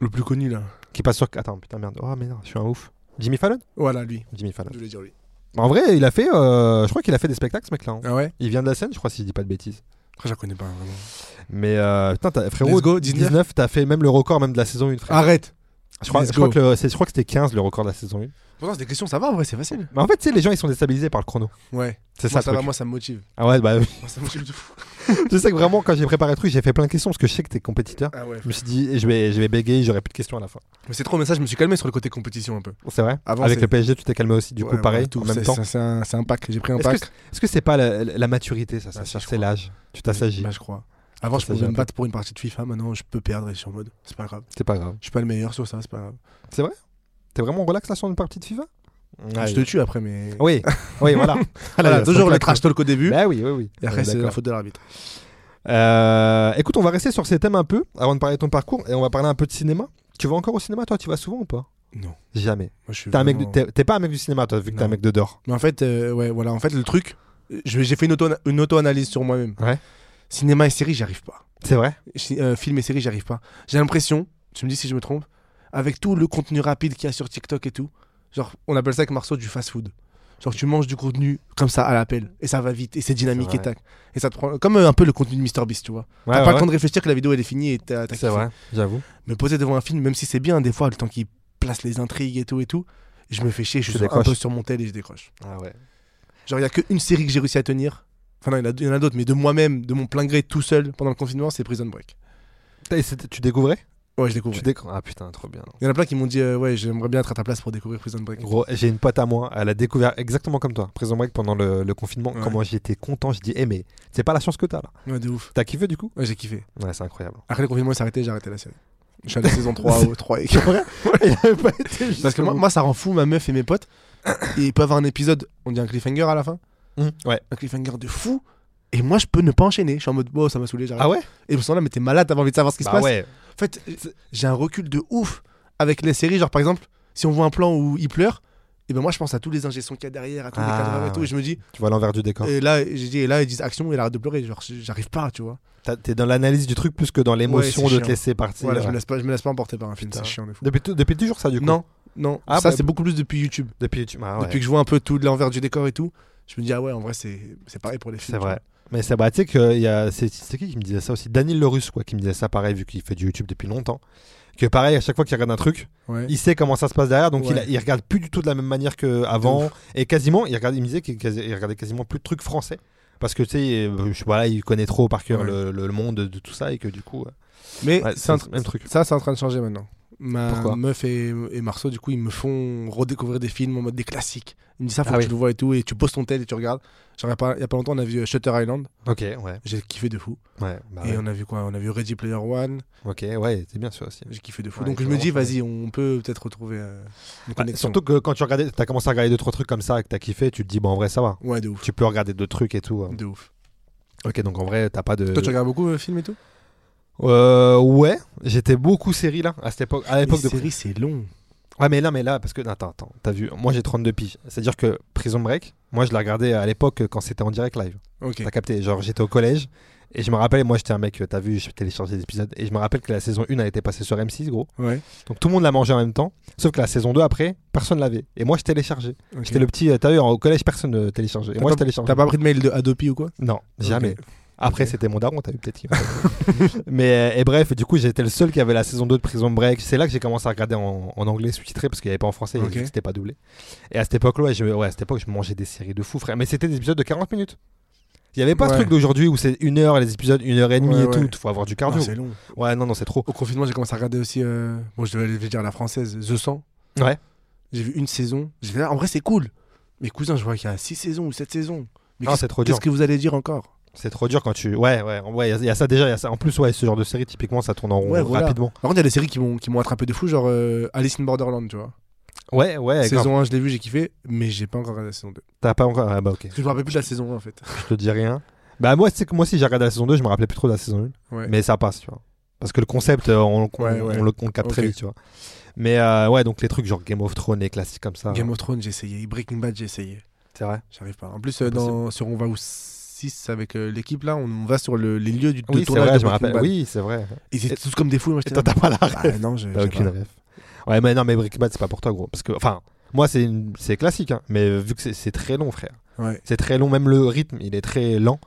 [SPEAKER 3] Le plus connu là.
[SPEAKER 2] qui passent sur. Attends, putain, merde. Oh, mais non, je suis un ouf. Jimmy Fallon
[SPEAKER 3] Voilà, lui.
[SPEAKER 2] Jimmy Fallon.
[SPEAKER 3] Je voulais dire lui.
[SPEAKER 2] En vrai, il a fait. euh, je crois qu'il a fait des spectacles, ce mec-là. hein.
[SPEAKER 3] Ah ouais
[SPEAKER 2] Il vient de la scène, je crois, si je dis pas de bêtises.
[SPEAKER 3] Après, je la connais pas hein, vraiment.
[SPEAKER 2] Mais euh, putain, t'as- frérot,
[SPEAKER 3] Let's go, 19.
[SPEAKER 2] t'as fait même le record même de la saison 1, frère.
[SPEAKER 3] Arrête
[SPEAKER 2] je, crois,
[SPEAKER 3] Ah, let's
[SPEAKER 2] je crois
[SPEAKER 3] go.
[SPEAKER 2] que le- c'est- je crois que c'était 15 le record de la saison 1.
[SPEAKER 3] Pourtant, c'est des questions, ça va en vrai, c'est facile.
[SPEAKER 2] Mais en fait, tu sais, les gens, ils sont déstabilisés par le chrono.
[SPEAKER 3] Ouais.
[SPEAKER 2] C'est
[SPEAKER 3] Moi,
[SPEAKER 2] ça, le
[SPEAKER 3] va,
[SPEAKER 2] truc.
[SPEAKER 3] moi, ça me motive.
[SPEAKER 2] Ah ouais, bah oui.
[SPEAKER 3] Moi, ça me motive de fou.
[SPEAKER 2] je sais que vraiment, quand j'ai préparé le truc, j'ai fait plein de questions parce que je sais que t'es compétiteur.
[SPEAKER 3] Ah ouais.
[SPEAKER 2] Je me suis dit, je vais, je vais bégayer, j'aurai plus de questions à la fin.
[SPEAKER 3] Mais c'est trop, mais ça, je me suis calmé sur le côté compétition un peu.
[SPEAKER 2] C'est vrai
[SPEAKER 3] Avant,
[SPEAKER 2] Avec
[SPEAKER 3] c'est-
[SPEAKER 2] le PSG, tu t'es calmé aussi, du
[SPEAKER 3] Ouais,
[SPEAKER 2] coup,
[SPEAKER 3] ouais,
[SPEAKER 2] pareil,
[SPEAKER 3] tout,
[SPEAKER 2] en même
[SPEAKER 3] c'est-
[SPEAKER 2] temps.
[SPEAKER 3] c'est- C'est un, c'est un pack, j'ai pris un
[SPEAKER 2] Est-ce que,
[SPEAKER 3] pack.
[SPEAKER 2] c'est- est-ce que c'est pas la, la maturité, ça, ça,
[SPEAKER 3] Ah, si,
[SPEAKER 2] ça,
[SPEAKER 3] je
[SPEAKER 2] c'est
[SPEAKER 3] crois.
[SPEAKER 2] l'âge Tu t'assagis.
[SPEAKER 3] Bah, je crois. Avant, je
[SPEAKER 2] Ça, ça,
[SPEAKER 3] pouvais
[SPEAKER 2] j'ai
[SPEAKER 3] me
[SPEAKER 2] un
[SPEAKER 3] battre pour une partie de FIFA, maintenant, je peux perdre et je suis en mode. C'est pas grave.
[SPEAKER 2] C'est pas grave.
[SPEAKER 3] Je suis pas le meilleur sur ça, c'est pas grave.
[SPEAKER 2] T'es vraiment relax là sur une partie de FIFA Ah,
[SPEAKER 3] je te tue après, mais.
[SPEAKER 2] Oui, oui, voilà.
[SPEAKER 3] Voilà,
[SPEAKER 2] Allez,
[SPEAKER 3] toujours
[SPEAKER 2] ça
[SPEAKER 3] le
[SPEAKER 2] claque.
[SPEAKER 3] trash talk au début.
[SPEAKER 2] Bah oui, oui, oui.
[SPEAKER 3] Et après,
[SPEAKER 2] Ouais,
[SPEAKER 3] c'est la
[SPEAKER 2] d'accord.
[SPEAKER 3] faute de l'arbitre.
[SPEAKER 2] Euh, écoute, on va rester sur ces thèmes un peu avant de parler de ton parcours et on va parler un peu de cinéma. Tu vas encore au cinéma, toi Tu vas souvent ou pas
[SPEAKER 3] Non.
[SPEAKER 2] Jamais.
[SPEAKER 3] Moi, je suis
[SPEAKER 2] T'es, un mec du-
[SPEAKER 3] vraiment-
[SPEAKER 2] t'es- t'es pas un mec du cinéma, toi, vu que t'es un
[SPEAKER 3] Non.
[SPEAKER 2] mec de dehors.
[SPEAKER 3] Mais en fait, euh, ouais, voilà, en fait, le truc, euh, je- j'ai fait une, auto une auto-analyse sur moi-même.
[SPEAKER 2] Ouais.
[SPEAKER 3] Cinéma et série, j'y arrive pas.
[SPEAKER 2] C'est vrai
[SPEAKER 3] Chi- euh, film et série, j'y arrive pas. J'ai l'impression, tu me dis si je me trompe, avec tout le contenu rapide qu'il y a sur TikTok et tout, genre, on appelle ça avec Marceau du fast-food. Genre, tu manges du contenu comme ça à l'appel, et ça va vite, et c'est dynamique,
[SPEAKER 2] C'est
[SPEAKER 3] et
[SPEAKER 2] vrai.
[SPEAKER 3] tac. Et ça te prend, comme euh, un peu le contenu de MrBeast, tu vois.
[SPEAKER 2] Ouais,
[SPEAKER 3] t'as
[SPEAKER 2] ouais,
[SPEAKER 3] pas le
[SPEAKER 2] ouais.
[SPEAKER 3] temps de réfléchir que la vidéo elle est finie et t'as t'as
[SPEAKER 2] C'est
[SPEAKER 3] kiffé.
[SPEAKER 2] vrai, j'avoue.
[SPEAKER 3] Me poser devant un film, même si c'est bien, des fois, le temps qu'il place les intrigues et tout et tout, je me fais chier, je
[SPEAKER 2] Tu
[SPEAKER 3] suis un peu
[SPEAKER 2] décroches.
[SPEAKER 3] sur mon tel et je décroche.
[SPEAKER 2] Ah ouais.
[SPEAKER 3] Genre, il n'y a qu'une série que j'ai réussi à tenir. Enfin, non, il y en a- il y en a, d'autres, mais de moi-même, de mon plein gré, tout seul, pendant le confinement, c'est Prison Break.
[SPEAKER 2] tu découvrais
[SPEAKER 3] Ouais, je découvre.
[SPEAKER 2] Tu découvres Ah putain, trop bien.
[SPEAKER 3] Il y en a plein qui m'ont dit, euh, ouais, j'aimerais bien être à ta place pour découvrir Prison Break.
[SPEAKER 2] Gros, j'ai une pote à moi, elle a découvert exactement comme toi, Prison Break pendant le, le confinement.
[SPEAKER 3] Ouais.
[SPEAKER 2] Comment j'étais content, je dis, eh mais c'est pas la chance que t'as là.
[SPEAKER 3] Ouais, de ouf.
[SPEAKER 2] T'as kiffé du coup
[SPEAKER 3] Ouais, j'ai kiffé.
[SPEAKER 2] Ouais, c'est incroyable.
[SPEAKER 3] Après le confinement, il s'est arrêté, j'ai arrêté la série. Je suis à la saison 3 ou 3 et quelques. Parce que moi, moi, ça rend fou ma meuf et mes potes. Et ils peuvent avoir un épisode, on dit un cliffhanger à la fin.
[SPEAKER 2] Hum, Ouais.
[SPEAKER 3] Un cliffhanger de fou. Et moi, je peux ne pas enchaîner. Je suis en mode, bon, ça m'a saoulé, j'arrête.
[SPEAKER 2] Ah ouais
[SPEAKER 3] Et ils me sont là, mais t'es malade, t'avais envie de savoir ce qui se
[SPEAKER 2] Bah
[SPEAKER 3] passe.
[SPEAKER 2] ouais.
[SPEAKER 3] En fait, j'ai un recul de ouf avec les séries. Genre, par exemple, si on voit un plan où il pleure, et ben moi, je pense à tous les ingestions qu'il y a derrière, à tous les
[SPEAKER 2] Ah,
[SPEAKER 3] cadres et tout.
[SPEAKER 2] ouais.
[SPEAKER 3] Et je me dis,
[SPEAKER 2] Tu vois l'envers du décor.
[SPEAKER 3] et là, j'ai dit, et là, ils disent action, et il arrête de pleurer. Genre, j'arrive pas, tu vois.
[SPEAKER 2] T'as- T'es dans l'analyse du truc plus que dans l'émotion
[SPEAKER 3] Ouais, c'est
[SPEAKER 2] de te
[SPEAKER 3] chiant.
[SPEAKER 2] laisser partir.
[SPEAKER 3] Voilà, je, me laisse pas, je me laisse pas emporter par un film,
[SPEAKER 2] Putain.
[SPEAKER 3] c'est chiant de fou.
[SPEAKER 2] Depuis, tou- depuis toujours ça du coup
[SPEAKER 3] Non, non.
[SPEAKER 2] Ah,
[SPEAKER 3] ça,
[SPEAKER 2] bah,
[SPEAKER 3] c'est beaucoup plus depuis YouTube.
[SPEAKER 2] Depuis, tu... ah, ouais.
[SPEAKER 3] Depuis que je vois un peu tout l'envers du décor et tout, je me dis, ah ouais, en vrai, c'est c'est pareil pour les films.
[SPEAKER 2] C'est
[SPEAKER 3] tu
[SPEAKER 2] vrai.
[SPEAKER 3] vois.
[SPEAKER 2] Mais ça, bah, tu sais que il y a- c'est c'est qui qui me disait ça aussi Daniel Lerus, quoi, qui me disait ça pareil, vu qu'il fait du YouTube depuis longtemps. Que pareil, à chaque fois qu'il regarde un truc,
[SPEAKER 3] Ouais.
[SPEAKER 2] il sait comment ça se passe derrière, donc
[SPEAKER 3] Ouais.
[SPEAKER 2] il, a- il regarde plus du tout de la même manière qu'avant. Et quasiment, il, regarde, il me disait qu'il quasi- il regardait quasiment plus de trucs français. Parce que tu sais, euh, je- voilà, il connaît trop par cœur
[SPEAKER 3] Ouais.
[SPEAKER 2] le, le- le monde de tout ça et que du coup. euh,
[SPEAKER 3] Mais
[SPEAKER 2] ouais,
[SPEAKER 3] c'est un
[SPEAKER 2] le même truc.
[SPEAKER 3] Ça, c'est en train de changer maintenant. Ma
[SPEAKER 2] Pourquoi
[SPEAKER 3] meuf et, et Marceau, du coup, ils me font redécouvrir des films en mode des classiques. Ils me disent ça, faut
[SPEAKER 2] Ah
[SPEAKER 3] que
[SPEAKER 2] oui.
[SPEAKER 3] tu le vois et tout, et tu poses ton tel et tu regardes. Genre, il y a pas- il y a pas longtemps, on a vu euh, Shutter Island,
[SPEAKER 2] Ok, ouais.
[SPEAKER 3] j'ai kiffé de fou.
[SPEAKER 2] Ouais, bah
[SPEAKER 3] et
[SPEAKER 2] ouais.
[SPEAKER 3] on a vu quoi On a vu Ready Player One,
[SPEAKER 2] Ok, ouais, c'est bien sûr aussi.
[SPEAKER 3] j'ai kiffé de fou.
[SPEAKER 2] Ouais,
[SPEAKER 3] Donc
[SPEAKER 2] il
[SPEAKER 3] je
[SPEAKER 2] faut
[SPEAKER 3] me dis,
[SPEAKER 2] vraiment
[SPEAKER 3] vas-y, on peut peut-être retrouver euh,
[SPEAKER 2] Bah,
[SPEAKER 3] une connexion.
[SPEAKER 2] surtout que quand tu regardais, t'as commencé à regarder deux trois trucs comme ça et que t'as kiffé, tu te dis bon en vrai ça va.
[SPEAKER 3] Ouais, de ouf.
[SPEAKER 2] Tu peux regarder d'autres trucs et tout. hein.
[SPEAKER 3] De ouf.
[SPEAKER 2] Ok, donc en vrai t'as pas de.
[SPEAKER 3] Toi, tu regardes beaucoup de films et tout
[SPEAKER 2] Euh, ouais, j'étais beaucoup série là à cette époque. À l'époque de.
[SPEAKER 3] Les séries, c'est long.
[SPEAKER 2] Ah mais là mais là parce que attends attends t'as vu moi j'ai 32 piges c'est à dire que Prison Break moi je la regardais à l'époque quand c'était en direct live
[SPEAKER 3] Ok.
[SPEAKER 2] t'as capté genre j'étais au collège et je me rappelle moi j'étais un mec euh, t'as vu j'ai téléchargé des épisodes et je me rappelle que la saison 1 a été passée sur M6 gros
[SPEAKER 3] Ouais.
[SPEAKER 2] donc tout le monde l'a mangé en même temps sauf que la saison 2 après personne l'avait et moi je téléchargeais
[SPEAKER 3] ok.
[SPEAKER 2] J'étais le petit, euh, t'as vu, en- au collège, personne ne téléchargeait. Et
[SPEAKER 3] T'as
[SPEAKER 2] moi, je
[SPEAKER 3] pas-
[SPEAKER 2] téléchargeais.
[SPEAKER 3] T'as pas pris de mail de Adopi ou quoi
[SPEAKER 2] Non, jamais.
[SPEAKER 3] Ok.
[SPEAKER 2] Après,
[SPEAKER 3] Ok.
[SPEAKER 2] c'était mon daron, t'as vu, peut-être. qu'il- Mais, euh, et bref, du coup, j'étais le seul qui avait la saison 2 de Prison Break. C'est là que j'ai commencé à regarder en, en anglais sous-titré parce qu'il n'y avait pas en français,
[SPEAKER 3] Ok.
[SPEAKER 2] et c'était pas doublé. Et à cette époque-là, ouais, je, ouais, à cette époque, je mangeais des séries de fou, frère. Mais c'était des épisodes de 40 minutes. Il n'y avait pas ce
[SPEAKER 3] Ouais.
[SPEAKER 2] truc d'aujourd'hui où c'est une heure, les épisodes, une heure et demie
[SPEAKER 3] Ouais,
[SPEAKER 2] et tout.
[SPEAKER 3] ouais.
[SPEAKER 2] Faut avoir du
[SPEAKER 3] Ah,
[SPEAKER 2] cardio.
[SPEAKER 3] C'est long.
[SPEAKER 2] ouais, non, non, c'est trop.
[SPEAKER 3] Au confinement, j'ai commencé à regarder aussi. euh, Bon, je devais le dire à la française, The 100.
[SPEAKER 2] Ouais.
[SPEAKER 3] J'ai vu une saison. J'ai fait, ah, en vrai, c'est cool. Mes cousins, je vois qu'il y a 6 saisons ou 7 saisons. Mais
[SPEAKER 2] Non,
[SPEAKER 3] qu'est-ce
[SPEAKER 2] c'est trop dur.
[SPEAKER 3] qu'est-ce que vous allez dire encore
[SPEAKER 2] C'est trop dur quand tu. Ouais, ouais, ouais, il y a- il y, a ça déjà, il y a ça. En plus, ouais, ce genre de série, typiquement, ça tourne en rond
[SPEAKER 3] Ouais, voilà.
[SPEAKER 2] rapidement.
[SPEAKER 3] Par contre, il y a des séries qui m'ont qui m'ont attrapé de fou, genre euh, Alice in Borderland, tu vois.
[SPEAKER 2] Ouais, ouais, grave.
[SPEAKER 3] saison 1, je l'ai vu, j'ai kiffé, mais j'ai pas encore regardé la saison 2.
[SPEAKER 2] T'as pas encore. Ah, bah, ok.
[SPEAKER 3] Parce que je me rappelle plus de la saison 1, en fait.
[SPEAKER 2] je te dis rien. Bah moi, c'est que moi si j'ai regardé la saison 2, je me rappelais plus trop de la saison 1.
[SPEAKER 3] Ouais.
[SPEAKER 2] Mais ça passe, tu vois. Parce que le concept, euh, on, on-
[SPEAKER 3] Ouais, ouais.
[SPEAKER 2] on le, on le capte très
[SPEAKER 3] Ok.
[SPEAKER 2] vite, tu vois. Mais euh, ouais, donc les trucs genre Game of Thrones, les classiques comme ça.
[SPEAKER 3] Game of Thrones, j'ai essayé. Breaking Bad, j'ai essayé.
[SPEAKER 2] C'est vrai.
[SPEAKER 3] J'arrive pas. En plus, euh, dans, sur On va au 6 avec euh, l'équipe, là, on, on va sur le- les lieux du de
[SPEAKER 2] Oui, c'est
[SPEAKER 3] tournage
[SPEAKER 2] vrai,
[SPEAKER 3] de
[SPEAKER 2] je me
[SPEAKER 3] Breaking
[SPEAKER 2] rappelle.
[SPEAKER 3] Bad.
[SPEAKER 2] Oui, c'est vrai.
[SPEAKER 3] Ils étaient tous comme des fous, hein, moi,
[SPEAKER 2] Et
[SPEAKER 3] j'étais
[SPEAKER 2] toi,
[SPEAKER 3] là,
[SPEAKER 2] t'as pas la ref.
[SPEAKER 3] Ah, non, je-
[SPEAKER 2] T'as
[SPEAKER 3] j'ai
[SPEAKER 2] aucune
[SPEAKER 3] pas.
[SPEAKER 2] ref. Ouais, mais non, mais Breaking Bad, c'est pas pour toi, gros. Parce que, enfin, moi, c'est une- c'est classique, hein, mais euh, vu que c'est- c'est très long, frère.
[SPEAKER 3] Ouais.
[SPEAKER 2] C'est très long, même le rythme, il est très lent.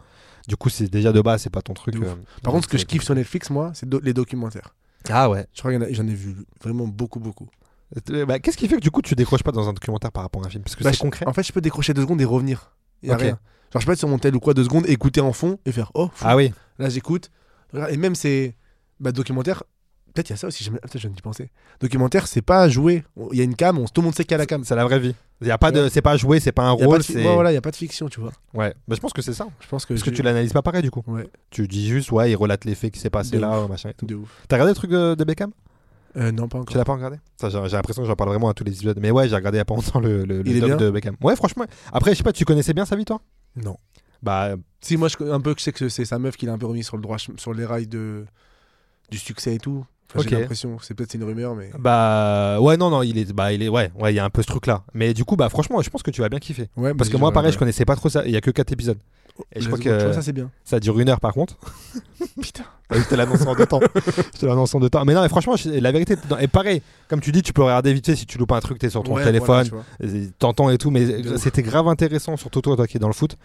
[SPEAKER 2] Du coup, c'est déjà de base, c'est pas ton truc.
[SPEAKER 3] De ouf.
[SPEAKER 2] euh,
[SPEAKER 3] Par
[SPEAKER 2] donc
[SPEAKER 3] contre, ce que je
[SPEAKER 2] c'est-
[SPEAKER 3] kiffe sur Netflix, moi, c'est do- les documentaires.
[SPEAKER 2] Ah ouais.
[SPEAKER 3] Je crois qu'il y en a- j'en ai vu vraiment beaucoup, beaucoup.
[SPEAKER 2] Euh, bah, Qu'est-ce qui fait que du coup, tu décroches pas dans un documentaire par rapport à un film Parce que
[SPEAKER 3] Bah,
[SPEAKER 2] c'est
[SPEAKER 3] je-
[SPEAKER 2] concret.
[SPEAKER 3] En fait, je peux décrocher deux secondes et revenir. Il y a
[SPEAKER 2] Ok.
[SPEAKER 3] rien. Genre, je peux être sur mon tel ou quoi deux secondes, écouter en fond et faire oh, fou.
[SPEAKER 2] Ah oui.
[SPEAKER 3] là j'écoute. Regarde, Et même ces bah, documentaires, peut-être il y a ça aussi, j'ai même- ah, putain, je viens d'y penser. Documentaire, c'est pas joué. On- Il y a une cam, on- tout le monde sait qu'il y a la cam.
[SPEAKER 2] C'est la vraie vie. Il y a pas de, c'est pas joué, c'est pas un
[SPEAKER 3] Il y a pas
[SPEAKER 2] rôle.
[SPEAKER 3] de fi-
[SPEAKER 2] c'est-
[SPEAKER 3] ouais, voilà, il y a pas de fiction, tu vois.
[SPEAKER 2] Ouais. Bah, je pense que c'est ça.
[SPEAKER 3] Je pense que.
[SPEAKER 2] Parce que
[SPEAKER 3] j'ai-
[SPEAKER 2] tu l'analyses pas pareil du coup.
[SPEAKER 3] Ouais,
[SPEAKER 2] Tu dis juste, ouais, il relate les faits qui s'est passé
[SPEAKER 3] De
[SPEAKER 2] là, machin et tout.
[SPEAKER 3] de ouf.
[SPEAKER 2] T'as regardé le truc de, de Beckham
[SPEAKER 3] Euh, non, pas
[SPEAKER 2] Tu
[SPEAKER 3] encore.
[SPEAKER 2] l'as pas regardé Ça, j'ai j'ai l'impression que j'en parle vraiment à tous les épisodes. Mais ouais, j'ai regardé il y a pas longtemps le, le, le
[SPEAKER 3] Il est
[SPEAKER 2] doc
[SPEAKER 3] bien
[SPEAKER 2] de Beckham. Ouais, franchement. Après, je sais pas, tu connaissais bien sa vie toi
[SPEAKER 3] Non.
[SPEAKER 2] Bah,
[SPEAKER 3] Si, moi, je, co- un peu, je sais que c'est sa meuf qui l'a un peu remis sur le droit, chem- sur les rails de, du succès et tout. Enfin,
[SPEAKER 2] Ok.
[SPEAKER 3] J'ai l'impression, c'est peut-être une rumeur, mais.
[SPEAKER 2] bah, ouais, non, non, il est, bah, il est, ouais, ouais, il y a un peu ce truc là. Mais du coup, bah, franchement, je pense que tu vas bien kiffer.
[SPEAKER 3] Ouais,
[SPEAKER 2] Parce que moi, pareil, je connaissais pas trop ça. Il y a que 4 épisodes. Et je crois que-
[SPEAKER 3] ça, c'est bien.
[SPEAKER 2] Ça dure une heure par contre. Putain. Je te l'annonce en deux temps. Je te l'annonce en deux temps. Mais non, mais franchement, je- la vérité, t'es dans- et pareil, comme tu dis, tu peux regarder vite fait si tu loupes un truc, t'es sur ton
[SPEAKER 3] Ouais, voilà,
[SPEAKER 2] téléphone,
[SPEAKER 3] tu vois.
[SPEAKER 2] et t'entends et tout. Mais
[SPEAKER 3] De ouf.
[SPEAKER 2] c'était grave intéressant, surtout toi, toi qui es dans le foot.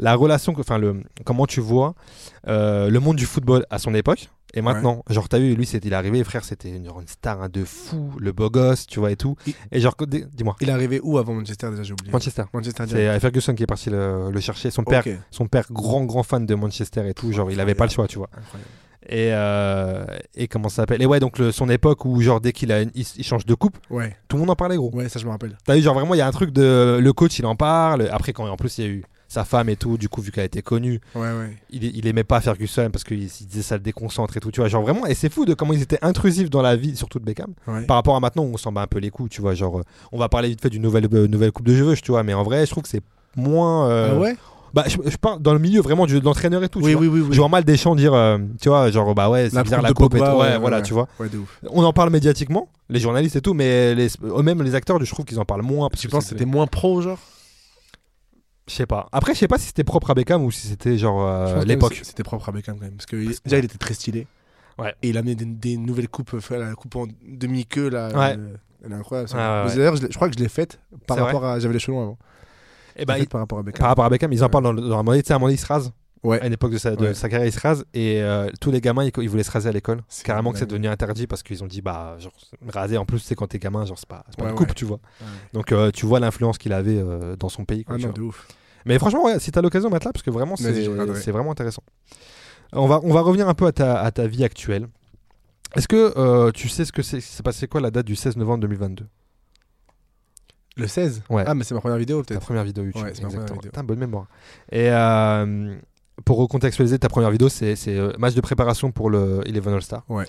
[SPEAKER 2] La relation, que- enfin, le, comment tu vois euh, le monde du football à son époque. Et maintenant, genre, t'as vu, lui, c'est, il est arrivé, frère, c'était une, genre une star hein, de fou, le beau gosse, tu vois, et tout.
[SPEAKER 3] Il-
[SPEAKER 2] Et genre, que- dis- dis-moi,
[SPEAKER 3] Il est arrivé où avant Manchester déjà J'ai oublié.
[SPEAKER 2] Manchester.
[SPEAKER 3] Manchester
[SPEAKER 2] C'est
[SPEAKER 3] direct.
[SPEAKER 2] euh, Ferguson qui est parti le, le chercher. Son père,
[SPEAKER 3] Ok.
[SPEAKER 2] son père, grand, grand fan de Manchester et tout. Genre, il avait pas le choix, tu vois
[SPEAKER 3] Incroyable.
[SPEAKER 2] et, euh, et comment ça s'appelle et ouais donc le- son époque où genre dès qu'il a une- il, s- il change de coupe
[SPEAKER 3] Ouais,
[SPEAKER 2] tout le monde en parlait gros
[SPEAKER 3] ouais, ça je me rappelle.
[SPEAKER 2] t'as vu genre vraiment il y a un truc de le coach il en parle après quand en plus il y a eu sa femme et tout du coup vu qu'elle a été connue
[SPEAKER 3] Ouais, ouais.
[SPEAKER 2] il, il aimait pas Ferguson parce qu'il il disait ça le déconcentre et tout tu vois genre vraiment et c'est fou de comment ils étaient intrusifs dans la vie surtout de Beckham
[SPEAKER 3] ouais.
[SPEAKER 2] par rapport à maintenant où on s'en bat un peu les coups tu vois genre euh, on va parler vite fait d'une nouvelle euh, nouvelle coupe de cheveux tu vois mais en vrai je trouve que c'est moins euh,
[SPEAKER 3] Ah ouais
[SPEAKER 2] bah je, je parle dans le milieu vraiment du- de l'entraîneur et tout tu
[SPEAKER 3] Oui,
[SPEAKER 2] vois.
[SPEAKER 3] oui, oui, oui.
[SPEAKER 2] Je vois mal des gens dire, euh, tu vois, genre, bah ouais, c'est
[SPEAKER 3] La
[SPEAKER 2] bizarre
[SPEAKER 3] coupe
[SPEAKER 2] la
[SPEAKER 3] de
[SPEAKER 2] coupe et
[SPEAKER 3] Pogba,
[SPEAKER 2] tout. Ouais,
[SPEAKER 3] ouais,
[SPEAKER 2] voilà,
[SPEAKER 3] ouais.
[SPEAKER 2] tu vois.
[SPEAKER 3] Ouais, de ouf.
[SPEAKER 2] On en parle médiatiquement, les journalistes et tout, mais les, eux-mêmes, les acteurs, je trouve qu'ils en parlent moins. parce
[SPEAKER 3] Tu penses que
[SPEAKER 2] c'est-
[SPEAKER 3] c'était moins pro, genre
[SPEAKER 2] Je sais pas. Après, je sais pas si c'était propre à Beckham ou si c'était genre euh,
[SPEAKER 3] Je pense que
[SPEAKER 2] l'époque.
[SPEAKER 3] C'était propre à Beckham quand même. Parce que il-
[SPEAKER 2] Parce que-
[SPEAKER 3] déjà, il était très stylé.
[SPEAKER 2] Ouais.
[SPEAKER 3] Et il amenait des, des nouvelles coupes, euh, la coupe en demi-queue, là.
[SPEAKER 2] Ouais.
[SPEAKER 3] euh, Elle est incroyable. ça.
[SPEAKER 2] Ah, ouais, ouais.
[SPEAKER 3] D'ailleurs, je, l'ai- je crois que je l'ai faite par
[SPEAKER 2] C'est
[SPEAKER 3] rapport à. J'avais les cheveux longs avant.
[SPEAKER 2] Et
[SPEAKER 3] Je l'ai
[SPEAKER 2] bah,
[SPEAKER 3] faite par rapport à Beckham.
[SPEAKER 2] par rapport à Beckham, ils en parlent dans, le- dans un moment donné, tu sais, à un moment donné, ils se rasent.
[SPEAKER 3] Ouais.
[SPEAKER 2] à une époque de sa, de
[SPEAKER 3] Ouais.
[SPEAKER 2] sa carrière, il se rase et euh, tous les gamins ils, ils voulaient se raser à l'école.
[SPEAKER 3] C'est
[SPEAKER 2] Carrément que c'est
[SPEAKER 3] dingue.
[SPEAKER 2] devenu interdit parce qu'ils ont dit bah genre raser en plus c'est quand t'es gamin genre c'est pas, c'est pas
[SPEAKER 3] Ouais,
[SPEAKER 2] une coupe tu vois.
[SPEAKER 3] Ouais.
[SPEAKER 2] Donc euh, tu vois l'influence qu'il avait euh, dans son pays. quoi,
[SPEAKER 3] Ah
[SPEAKER 2] tu
[SPEAKER 3] non,
[SPEAKER 2] vois.
[SPEAKER 3] de ouf.
[SPEAKER 2] Mais franchement ouais, si t'as l'occasion mate-la parce que vraiment
[SPEAKER 3] Vas-y,
[SPEAKER 2] c'est
[SPEAKER 3] je regarderai.
[SPEAKER 2] c'est vraiment intéressant. On va on va revenir un peu à ta à ta vie actuelle. Est-ce que euh, tu sais ce que c'est c'est passé quoi la date du 16 novembre 2022
[SPEAKER 3] Le 16
[SPEAKER 2] Ouais.
[SPEAKER 3] Ah, mais c'est ma première vidéo,
[SPEAKER 2] Ta
[SPEAKER 3] peut-être.
[SPEAKER 2] première vidéo YouTube.
[SPEAKER 3] Ouais, c'est ma première
[SPEAKER 2] exactement.
[SPEAKER 3] vidéo.
[SPEAKER 2] Putain, bonne mémoire. Et euh, pour recontextualiser, ta première vidéo, c'est c'est, euh, match de préparation pour le Eleven All-Star.
[SPEAKER 3] Ouais.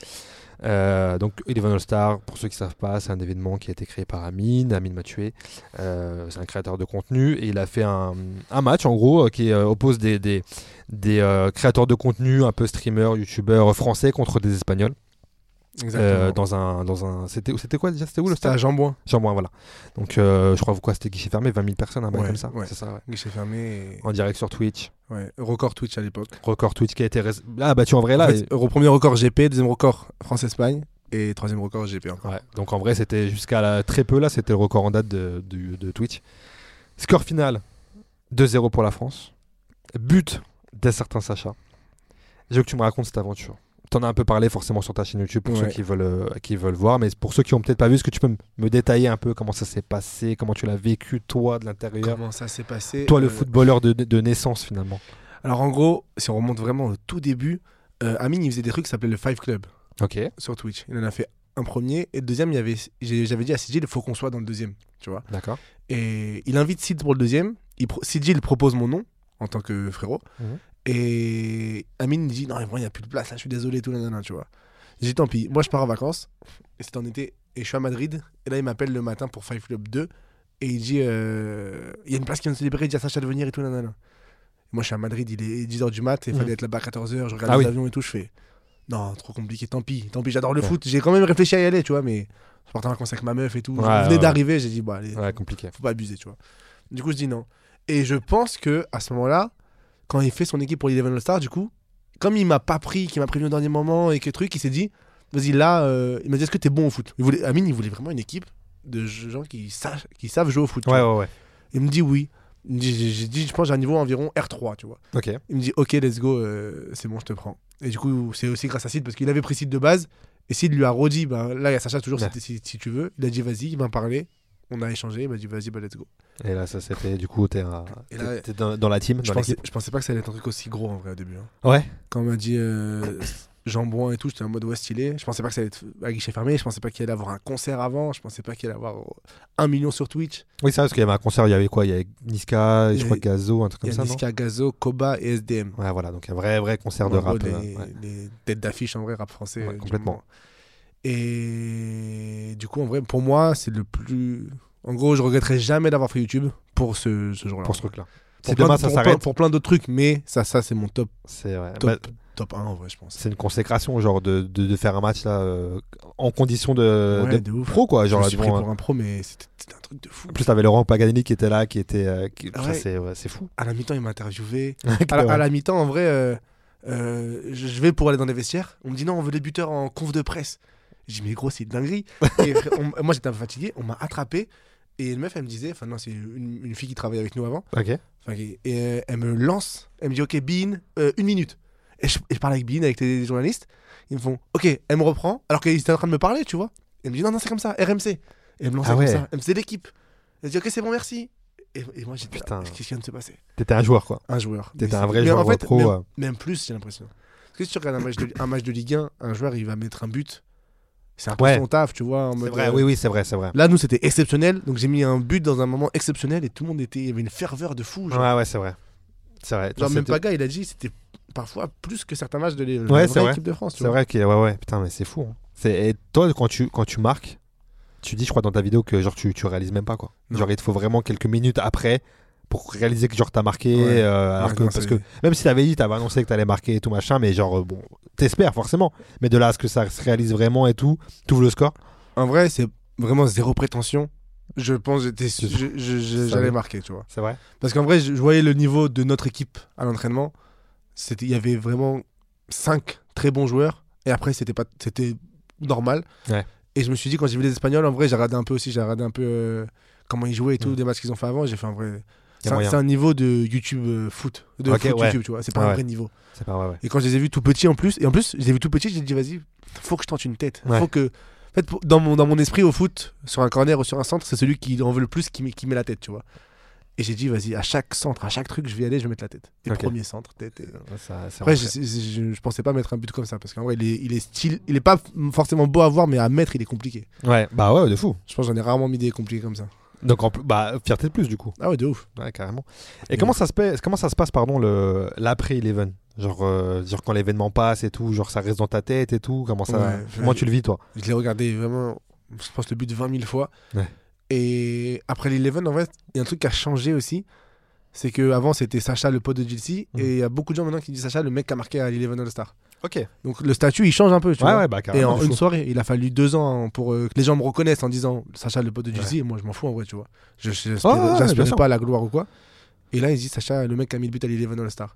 [SPEAKER 2] Euh, donc Eleven All-Star, pour ceux qui ne savent pas, c'est un événement qui a été créé par Amine, Amine Mathieu. Euh, c'est un créateur de contenu et il a fait un, un match en gros euh, qui euh, oppose des, des, des, euh, créateurs de contenu, un peu streamers, youtubeurs français contre des espagnols. Euh, dans un, dans un, c'était c'était quoi déjà C'était où le
[SPEAKER 3] C'était à
[SPEAKER 2] stade
[SPEAKER 3] Jambouin,
[SPEAKER 2] Jean Moulin, voilà. Donc euh, je crois quoi, c'était guichet fermé, 20 000 personnes, un bail
[SPEAKER 3] Ouais,
[SPEAKER 2] comme ça.
[SPEAKER 3] ouais.
[SPEAKER 2] C'est ça, ouais.
[SPEAKER 3] guichet fermé.
[SPEAKER 2] En direct sur Twitch.
[SPEAKER 3] et- Ouais. Record Twitch à l'époque.
[SPEAKER 2] Record Twitch qui a été res- là battu en vrai là.
[SPEAKER 3] En fait,
[SPEAKER 2] et-
[SPEAKER 3] euro- premier record GP, deuxième record France-Espagne et troisième record GP. encore.
[SPEAKER 2] Ouais. Donc en vrai c'était jusqu'à la- très peu là, c'était le record en date de, du- de Twitch. Score final 2-0 pour la France. But d'un certain Sacha. Je veux que tu me racontes cette aventure. T'en as un peu parlé forcément sur ta chaîne YouTube pour
[SPEAKER 3] Ouais.
[SPEAKER 2] ceux qui veulent, euh, qui veulent voir, mais pour ceux qui ont peut-être pas vu, est-ce que tu peux m- me détailler un peu comment ça s'est passé, comment tu l'as vécu toi de l'intérieur,
[SPEAKER 3] Comment ça s'est passé
[SPEAKER 2] toi le
[SPEAKER 3] euh,
[SPEAKER 2] footballeur de- de naissance finalement.
[SPEAKER 3] Alors en gros, si on remonte vraiment au tout début, euh, Amine il faisait des trucs qui s'appelaient le Five Club
[SPEAKER 2] Ok.
[SPEAKER 3] sur Twitch. Il en a fait un premier et le deuxième, il y avait, j'ai- j'avais dit à CJ, il faut qu'on soit dans le deuxième, tu vois.
[SPEAKER 2] D'accord.
[SPEAKER 3] Et il invite Sid pour le deuxième. Il pro- Sid il propose mon nom en tant que frérot.
[SPEAKER 2] Mhm.
[SPEAKER 3] Et Amine il dit Non, mais moi, il n'y a plus de place, là, je suis désolé, et tout, nanana, tu vois. J'ai dit Tant pis, moi je pars en vacances. Et c'était en été. Et je suis à Madrid. Et là, il m'appelle le matin pour Five Club 2. Et il dit euh, Il y a une place qui vient de se libérer, il dit ah, à Sacha de venir et tout, nanana. Et moi, je suis à Madrid, il est 10h du mat, et il
[SPEAKER 2] Mhm.
[SPEAKER 3] fallait être là-bas à 14h. Je regarde
[SPEAKER 2] Ah
[SPEAKER 3] les
[SPEAKER 2] oui.
[SPEAKER 3] avions et tout, je fais Non, trop compliqué, tant pis, tant pis, j'adore le
[SPEAKER 2] Ouais.
[SPEAKER 3] foot. J'ai quand même réfléchi à y aller, tu vois, mais je partais en vacances avec ma meuf et tout.
[SPEAKER 2] Ouais,
[SPEAKER 3] je venais
[SPEAKER 2] ouais.
[SPEAKER 3] d'arriver, j'ai dit Bon, allez,
[SPEAKER 2] Ouais, compliqué.
[SPEAKER 3] faut pas abuser, tu vois. Du coup, je dis non. Et je pense que à ce moment-là, quand il fait son équipe pour l'Eleven All-Star, du coup, comme il m'a pas pris, qu'il m'a prévenu au dernier moment et que truc, il s'est dit, vas-y là, euh, il m'a dit, est-ce que t'es bon au foot il voulait, Amine, il voulait vraiment une équipe de gens qui savent, qui savent jouer au foot. tu
[SPEAKER 2] Ouais,
[SPEAKER 3] vois.
[SPEAKER 2] ouais, ouais.
[SPEAKER 3] Il me dit oui. Il me dit, J'ai j'ai dit, je pense, que j'ai un niveau environ R3, tu vois.
[SPEAKER 2] Ok.
[SPEAKER 3] Il me dit ok let's go euh, c'est bon je te prends. Et du coup c'est aussi grâce à Sid parce qu'il avait pris Sid de base et Sid lui a redit ben, là il y a Sacha toujours
[SPEAKER 2] Ouais.
[SPEAKER 3] si, si- si tu veux. Il a dit vas-y il m'a parlé on a échangé il m'a dit vas-y bah let's go.
[SPEAKER 2] Et là, ça s'est fait. Du coup, t'es un-
[SPEAKER 3] Et là,
[SPEAKER 2] t'es- t'es dans, dans la team,
[SPEAKER 3] Je
[SPEAKER 2] Bah, dans
[SPEAKER 3] pensais,
[SPEAKER 2] l'équipe.
[SPEAKER 3] je pensais pas que ça allait être un truc aussi gros en vrai au début. hein.
[SPEAKER 2] Ouais.
[SPEAKER 3] Quand on m'a dit euh, jambon et tout j'étais en mode ouais stylé. Je pensais pas que ça allait être à guichet fermé. Je pensais pas qu'il allait avoir un concert avant. Je pensais pas qu'il allait avoir euh, un million sur Twitch.
[SPEAKER 2] Oui, c'est vrai, parce qu'il y avait un concert, il y avait quoi Il y avait Niska, je
[SPEAKER 3] Il y
[SPEAKER 2] crois
[SPEAKER 3] avait-
[SPEAKER 2] Gazo, un truc
[SPEAKER 3] Il
[SPEAKER 2] comme
[SPEAKER 3] y a
[SPEAKER 2] ça,
[SPEAKER 3] Niska, Gazo, Koba et SDM.
[SPEAKER 2] non Ouais, voilà, donc un vrai, vrai concert de
[SPEAKER 3] En gros,
[SPEAKER 2] rap.
[SPEAKER 3] Les,
[SPEAKER 2] euh, ouais.
[SPEAKER 3] les têtes d'affiche en vrai rap français.
[SPEAKER 2] Ouais,
[SPEAKER 3] euh, du
[SPEAKER 2] complètement.
[SPEAKER 3] moment. Et du coup, en vrai, pour moi, c'est le plus. En gros, je regretterai jamais d'avoir fait YouTube pour ce, ce jour-là.
[SPEAKER 2] Pour ce truc-là.
[SPEAKER 3] Pour
[SPEAKER 2] Si
[SPEAKER 3] plein-
[SPEAKER 2] demain ça
[SPEAKER 3] pour-
[SPEAKER 2] s'arrête,
[SPEAKER 3] Pour plein d'autres trucs, mais ça, ça c'est mon top,
[SPEAKER 2] c'est ouais.
[SPEAKER 3] top,
[SPEAKER 2] Bah,
[SPEAKER 3] top 1 en vrai, je pense.
[SPEAKER 2] c'est une consécration, genre, de, de, de faire un match là euh, en condition de,
[SPEAKER 3] Ouais,
[SPEAKER 2] euh, de
[SPEAKER 3] de ouf.
[SPEAKER 2] pro, quoi.
[SPEAKER 3] je
[SPEAKER 2] Genre,
[SPEAKER 3] me
[SPEAKER 2] là,
[SPEAKER 3] suis pris
[SPEAKER 2] devant un-
[SPEAKER 3] pour un pro, mais c'était c'était un truc de fou.
[SPEAKER 2] En plus, t'avais Laurent Paganini qui était là, qui était. euh, qui-
[SPEAKER 3] Ah
[SPEAKER 2] ça,
[SPEAKER 3] ouais.
[SPEAKER 2] c'est ouais, c'est fou.
[SPEAKER 3] À la mi-temps, il m'a interviewé. à, la, à
[SPEAKER 2] Ouais,
[SPEAKER 3] la mi-temps, en vrai, euh, euh, je je vais pour aller dans les vestiaires. On me dit non, on veut les buteurs en conf de presse. J'ai dit, mais gros, c'est une dinguerie. Et frère, on- moi, j'étais un peu fatigué. On m'a attrapé. Et une meuf, elle me disait, enfin, non, c'est une, une fille qui travaille avec nous avant.
[SPEAKER 2] Ok.
[SPEAKER 3] Enfin, qui- et euh, elle me lance. Elle me dit, OK, Bean, euh, une minute. Et je, et je parle avec Bean, avec les, les journalistes. Ils me font, OK, elle me reprend. Alors qu'ils étaient en train de me parler, tu vois. Elle me dit, non, non, c'est comme ça, RMC. Et elle me lance
[SPEAKER 2] Ah
[SPEAKER 3] comme
[SPEAKER 2] ouais.
[SPEAKER 3] ça. Elle me dit, c'est l'équipe. Elle dit, OK, c'est bon, merci. Et, et moi, j'étais,
[SPEAKER 2] Putain.
[SPEAKER 3] putain, qu'est-ce qui vient de se passer
[SPEAKER 2] T'étais un joueur, quoi.
[SPEAKER 3] un joueur.
[SPEAKER 2] T'étais
[SPEAKER 3] Mais
[SPEAKER 2] un
[SPEAKER 3] c'est-
[SPEAKER 2] vrai
[SPEAKER 3] mais
[SPEAKER 2] joueur euh,
[SPEAKER 3] en fait,
[SPEAKER 2] pro.
[SPEAKER 3] Même,
[SPEAKER 2] ouais.
[SPEAKER 3] même plus, j'ai l'impression. Parce que si tu regardes un match de, un match de Ligue 1, un joueur, il va mettre un but. C'est un peu
[SPEAKER 2] Ouais.
[SPEAKER 3] son taf, tu vois. en
[SPEAKER 2] C'est
[SPEAKER 3] mode,
[SPEAKER 2] vrai,
[SPEAKER 3] euh,
[SPEAKER 2] oui, oui, c'est vrai, c'est vrai.
[SPEAKER 3] Là, nous, c'était exceptionnel. Donc, j'ai mis un but dans un moment exceptionnel et tout le monde était. Il y avait une ferveur de fou. Genre,
[SPEAKER 2] Ouais, ouais, c'est vrai. C'est vrai.
[SPEAKER 3] Genre, même
[SPEAKER 2] C'était-
[SPEAKER 3] Paga, il a dit c'était parfois plus que certains matchs de l'é-
[SPEAKER 2] Ouais,
[SPEAKER 3] la
[SPEAKER 2] c'est
[SPEAKER 3] vraie
[SPEAKER 2] vrai.
[SPEAKER 3] équipe de France. tu
[SPEAKER 2] C'est
[SPEAKER 3] vois.
[SPEAKER 2] vrai que ouais ouais putain mais c'est fou. hein. C'est et toi quand tu quand tu marques, tu dis je crois dans ta vidéo que genre tu tu réalises même pas quoi.
[SPEAKER 3] Non.
[SPEAKER 2] Genre il te faut vraiment quelques minutes après pour réaliser que genre t'as marqué
[SPEAKER 3] Ouais.
[SPEAKER 2] euh, alors
[SPEAKER 3] Ouais,
[SPEAKER 2] que
[SPEAKER 3] non,
[SPEAKER 2] parce
[SPEAKER 3] c'est-
[SPEAKER 2] que même si t'avais dit t'avais annoncé que t'allais marquer et tout machin mais genre euh, bon t'espères forcément mais de là à ce que ça se réalise vraiment et tout t'ouvres le score
[SPEAKER 3] En vrai, c'est vraiment zéro prétention. Je pense que j'étais-
[SPEAKER 2] C'est-
[SPEAKER 3] je- je- je-
[SPEAKER 2] Ça
[SPEAKER 3] j'allais
[SPEAKER 2] va.
[SPEAKER 3] marquer, tu vois.
[SPEAKER 2] c'est vrai
[SPEAKER 3] Parce qu'en vrai, je, je voyais le niveau de notre équipe à l'entraînement. C'était, il y avait vraiment cinq très bons joueurs. Et après, c'était pas, c'était normal.
[SPEAKER 2] Ouais.
[SPEAKER 3] Et je me suis dit quand j'ai vu les Espagnols, en vrai, j'ai regardé un peu aussi, j'ai regardé un peu euh, comment ils jouaient et tout,
[SPEAKER 2] Mm.
[SPEAKER 3] des matchs qu'ils ont fait avant. et J'ai fait en vrai,
[SPEAKER 2] Y a
[SPEAKER 3] C'est un,
[SPEAKER 2] moyen.
[SPEAKER 3] c'est un niveau de YouTube euh, foot, de
[SPEAKER 2] Ok,
[SPEAKER 3] foot
[SPEAKER 2] ouais.
[SPEAKER 3] YouTube, tu vois. C'est pas
[SPEAKER 2] Ouais,
[SPEAKER 3] un
[SPEAKER 2] ouais.
[SPEAKER 3] vrai niveau.
[SPEAKER 2] C'est pas vrai, ouais.
[SPEAKER 3] Et quand je les ai vus tout petits en plus, et en plus, je les ai vus tout petits, j'ai dit vas-y, faut que je tente une tête.
[SPEAKER 2] Ouais.
[SPEAKER 3] Faut que. En fait, pour- dans mon, dans mon esprit, au foot, sur un corner ou sur un centre, c'est celui qui en veut le plus qui met, qui met la tête, tu vois. Et j'ai dit, vas-y, à chaque centre, à chaque truc, je vais y aller, je vais mettre la tête. Et
[SPEAKER 2] Ok.
[SPEAKER 3] premier centre, tête. et- euh.
[SPEAKER 2] Ça- ça
[SPEAKER 3] Après,
[SPEAKER 2] rentre-
[SPEAKER 3] je, je- je- je pensais pas mettre un but comme ça, parce qu'en vrai, il est, il est style, il est pas forcément beau à voir, mais à mettre, il est compliqué.
[SPEAKER 2] Ouais, bah ouais, de fou.
[SPEAKER 3] Je pense que j'en ai rarement mis des compliqués comme ça.
[SPEAKER 2] Donc, en plus, bah, fierté de plus, du coup.
[SPEAKER 3] Ah ouais, de ouf.
[SPEAKER 2] Ouais, carrément. Et
[SPEAKER 3] Mais-
[SPEAKER 2] comment ça se passe, comment ça se passe pardon, le- l'après-Eleven genre, euh, genre, quand l'événement passe et tout, genre, ça reste dans ta tête et tout. Comment, ça,
[SPEAKER 3] Ouais,
[SPEAKER 2] comment
[SPEAKER 3] je-
[SPEAKER 2] tu le vis, toi
[SPEAKER 3] Je l'ai regardé vraiment, je pense, le but de 20 000 fois.
[SPEAKER 2] Ouais.
[SPEAKER 3] Et après l'Eleven, en fait, il y a un truc qui a changé aussi. C'est que avant c'était Sacha, le pote de Jilsi.
[SPEAKER 2] Mhm.
[SPEAKER 3] Et il y a beaucoup de gens maintenant qui disent Sacha, le mec qui a marqué à l'Eleven All-Star.
[SPEAKER 2] Ok. Ouais,
[SPEAKER 3] Donc le statut, il change un peu. Tu vois
[SPEAKER 2] ouais, bah,
[SPEAKER 3] et
[SPEAKER 2] carrément.
[SPEAKER 3] en
[SPEAKER 2] de
[SPEAKER 3] une
[SPEAKER 2] fou.
[SPEAKER 3] soirée, il a fallu deux ans pour euh, que les gens me reconnaissent en disant Sacha, le pote de Jilsi. Et moi, je m'en fous en vrai, tu vois. Je
[SPEAKER 2] Ouais, ouais, ouais, bien
[SPEAKER 3] n'aspirais
[SPEAKER 2] sûr.
[SPEAKER 3] pas à la gloire ou quoi. Et là, ils disent Sacha, le mec qui a mis le but à l'Eleven All-Star.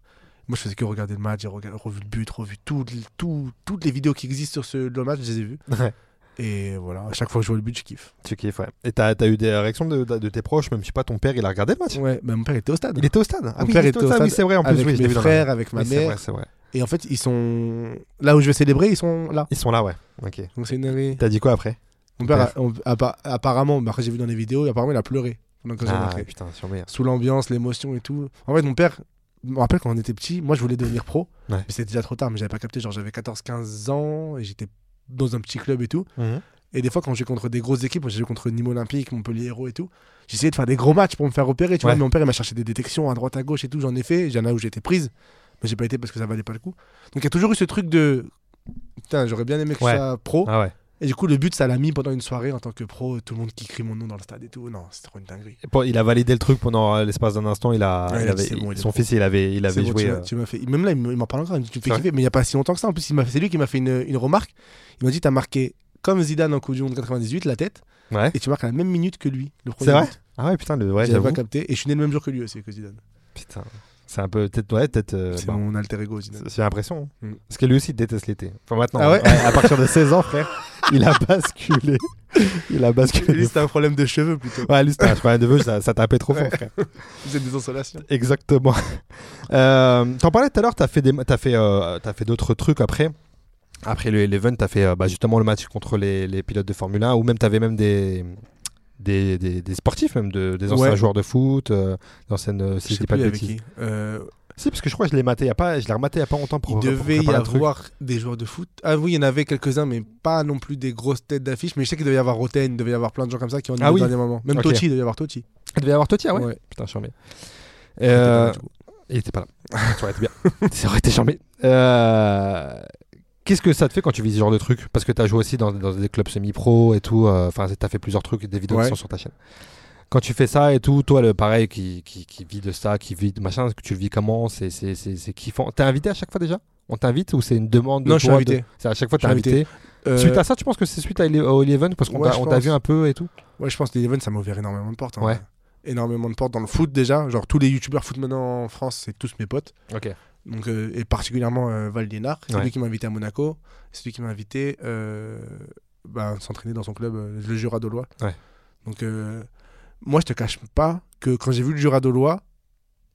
[SPEAKER 3] Moi, je faisais que regarder le match, j'ai regardé- revu le but, revu tout, tout- toutes les vidéos qui existent sur ce, le match, je les ai vues.
[SPEAKER 2] Ouais,
[SPEAKER 3] Et voilà, à chaque fois que je vois le but, je kiffe.
[SPEAKER 2] tu kiffes, ouais. Et t'as as eu des réactions de, de- de tes proches, même si pas ton père, il a regardé le match
[SPEAKER 3] Ouais, bah, mon père était au stade.
[SPEAKER 2] Il était au stade. Ah,
[SPEAKER 3] Mon
[SPEAKER 2] oui,
[SPEAKER 3] père
[SPEAKER 2] il était au stade. Oui, c'est vrai, en plus,
[SPEAKER 3] avec
[SPEAKER 2] oui, je l'ai
[SPEAKER 3] mes
[SPEAKER 2] vu dans la-
[SPEAKER 3] frères, avec ma
[SPEAKER 2] Oui, c'est vrai,
[SPEAKER 3] mère.
[SPEAKER 2] c'est vrai.
[SPEAKER 3] Et en fait, ils sont là où je vais célébrer, ils sont là.
[SPEAKER 2] Ils sont là, ouais. Ok.
[SPEAKER 3] Donc c'est une année.
[SPEAKER 2] T'as dit quoi après
[SPEAKER 3] Mon père, a- on- appa- apparemment, bah, après j'ai vu dans les vidéos, apparemment il a pleuré pendant que j'ai
[SPEAKER 2] Ah,
[SPEAKER 3] marqué.
[SPEAKER 2] putain, sur merde.
[SPEAKER 3] Sous l'ambiance, l'émotion et tout. En fait, mon père, je me rappelle quand on était petit, moi je voulais devenir pro.
[SPEAKER 2] Ouais.
[SPEAKER 3] Mais c'était déjà trop tard, mais j'avais pas capté. Genre j'avais 14-15 ans et j'étais dans un petit club et tout. Et des fois, quand j'ai contre des grosses équipes, j'ai joué contre Nîmes Olympique, Montpellier Héros et tout, j'essayais de faire des gros matchs pour me faire repérer. Tu
[SPEAKER 2] Ouais.
[SPEAKER 3] vois, mais mon père, il m'a cherché des détections à droite, à gauche et tout. J'en ai fait. J'en ai où j'ai été prise, mais j'ai pas été parce que ça valait pas le coup. Donc il y a toujours eu ce truc de. Putain, j'aurais bien aimé que
[SPEAKER 2] Ouais.
[SPEAKER 3] je sois pro.
[SPEAKER 2] Ah ouais.
[SPEAKER 3] Et du coup, le but, ça l'a mis pendant une soirée en tant que pro. Tout le monde qui crie mon nom dans le stade et tout. Non, c'est trop une dinguerie.
[SPEAKER 2] Et pour- Il a validé le truc pendant euh, l'espace d'un instant. Il a,
[SPEAKER 3] Ouais, il
[SPEAKER 2] il
[SPEAKER 3] a dit,
[SPEAKER 2] avait-
[SPEAKER 3] c'est bon, il est
[SPEAKER 2] son
[SPEAKER 3] pro.
[SPEAKER 2] fils, il avait, il
[SPEAKER 3] C'est
[SPEAKER 2] avait
[SPEAKER 3] bon,
[SPEAKER 2] joué.
[SPEAKER 3] tu m'as-
[SPEAKER 2] euh,
[SPEAKER 3] tu m'as fait. Même là, il me- il m'en parle encore. Il me dit, tu me fais
[SPEAKER 2] C'est
[SPEAKER 3] kiffer, mais il y a pas si longtemps que ça. En plus, il m'a- c'est lui qui m'a fait une, une remarque. Il m'a dit, t'as marqué comme Zidane en Coupe du Monde 98, la tête,
[SPEAKER 2] Ouais.
[SPEAKER 3] et tu marques à la même minute que lui. le
[SPEAKER 2] C'est
[SPEAKER 3] premier
[SPEAKER 2] vrai
[SPEAKER 3] but.
[SPEAKER 2] Ah ouais, putain, le, ouais,
[SPEAKER 3] J'avais
[SPEAKER 2] j'avoue.
[SPEAKER 3] pas capté. Et je suis né le même jour que lui aussi, que Zidane.
[SPEAKER 2] Putain, c'est un peu peut-être ouais, peut-être. euh,
[SPEAKER 3] c'est
[SPEAKER 2] bah,
[SPEAKER 3] mon alter ego, Zidane.
[SPEAKER 2] J'ai l'impression. hein.
[SPEAKER 3] Mm.
[SPEAKER 2] Parce que lui aussi il déteste l'été. Enfin maintenant. hein.
[SPEAKER 3] Ah ouais
[SPEAKER 2] à partir de 16 ans, frère, il a basculé. Il a basculé.
[SPEAKER 3] un problème de cheveux plutôt.
[SPEAKER 2] Ouais, lui, c'était un cheval de vœux, ça, ça tapait trop fort, frère.
[SPEAKER 3] Vous êtes des insolations.
[SPEAKER 2] Exactement. Euh, T'en parlais tout à l'heure, t'as fait, des, as fait, euh, t'as fait d'autres trucs après. Après le Eleven, t'as fait euh, bah, justement le match contre les, les pilotes de Formule 1, ou même t'avais même des, des, des, des sportifs, même de- des anciens
[SPEAKER 3] Ouais.
[SPEAKER 2] joueurs de foot, euh, d'anciennes, euh, si
[SPEAKER 3] Je
[SPEAKER 2] je
[SPEAKER 3] sais
[SPEAKER 2] dis pas
[SPEAKER 3] plus
[SPEAKER 2] de
[SPEAKER 3] avec
[SPEAKER 2] bêtises.
[SPEAKER 3] qui. Euh,
[SPEAKER 2] Si, parce que je crois que je l'ai maté, il y a pas, je l'ai rematé il y a pas longtemps pour.
[SPEAKER 3] il
[SPEAKER 2] pour
[SPEAKER 3] devait y
[SPEAKER 2] préparer le truc.
[SPEAKER 3] avoir des joueurs de foot. Ah oui, il y en avait quelques-uns, mais pas non plus des grosses têtes d'affiche. Mais je sais qu'il devait y avoir Roten, il devait y avoir plein de gens comme ça qui ont eu
[SPEAKER 2] Ah oui.
[SPEAKER 3] au dernier moment. Même
[SPEAKER 2] Ok.
[SPEAKER 3] Totti, il devait y avoir Totti.
[SPEAKER 2] Il devait y avoir Totti, ah ouais.
[SPEAKER 3] Ouais.
[SPEAKER 2] Putain, charmé.
[SPEAKER 3] C'était
[SPEAKER 2] Euh,
[SPEAKER 3] pas mal, du coup.
[SPEAKER 2] il était pas là. Ça aurait été bien. Ça aurait été charmé. Euh, Qu'est-ce que ça te fait quand tu vis ce genre de truc Parce que t'as joué aussi dans, dans des clubs semi-pro et tout. euh, Enfin, t'as fait plusieurs trucs, des vidéos qui
[SPEAKER 3] Ouais.
[SPEAKER 2] sont sur ta chaîne. Quand tu fais ça et tout, toi, le pareil, qui, qui, qui vit de ça, qui vit de machin, est-ce que tu le vis comment C'est- C'est c'est- c'est kiffant. T'es invité à chaque fois déjà On t'invite ou c'est une demande de
[SPEAKER 3] Non, je suis
[SPEAKER 2] toi
[SPEAKER 3] invité.
[SPEAKER 2] de- C'est à chaque fois
[SPEAKER 3] Je
[SPEAKER 2] t'es
[SPEAKER 3] suis
[SPEAKER 2] invité.
[SPEAKER 3] Euh,
[SPEAKER 2] Suite à ça, tu penses que c'est suite à Ele- au Eleven Parce qu'on
[SPEAKER 3] Ouais,
[SPEAKER 2] t'a-
[SPEAKER 3] je
[SPEAKER 2] on t'a vu
[SPEAKER 3] pense.
[SPEAKER 2] un peu et tout
[SPEAKER 3] Ouais, je pense que l'Eleven, ça m'a ouvert énormément de portes. hein.
[SPEAKER 2] Ouais.
[SPEAKER 3] Énormément de portes dans le foot déjà. Genre tous les youtubeurs foot maintenant en France, c'est tous mes potes.
[SPEAKER 2] Ok.
[SPEAKER 3] Donc, euh, et particulièrement euh, Val Liénard, c'est
[SPEAKER 2] Ouais.
[SPEAKER 3] lui qui m'a invité à Monaco, c'est lui qui m'a invité euh, bah, s'entraîner dans son club, euh, le Jura Dolois.
[SPEAKER 2] Ouais.
[SPEAKER 3] Donc euh, moi je te cache pas que quand j'ai vu le Jura Dolois,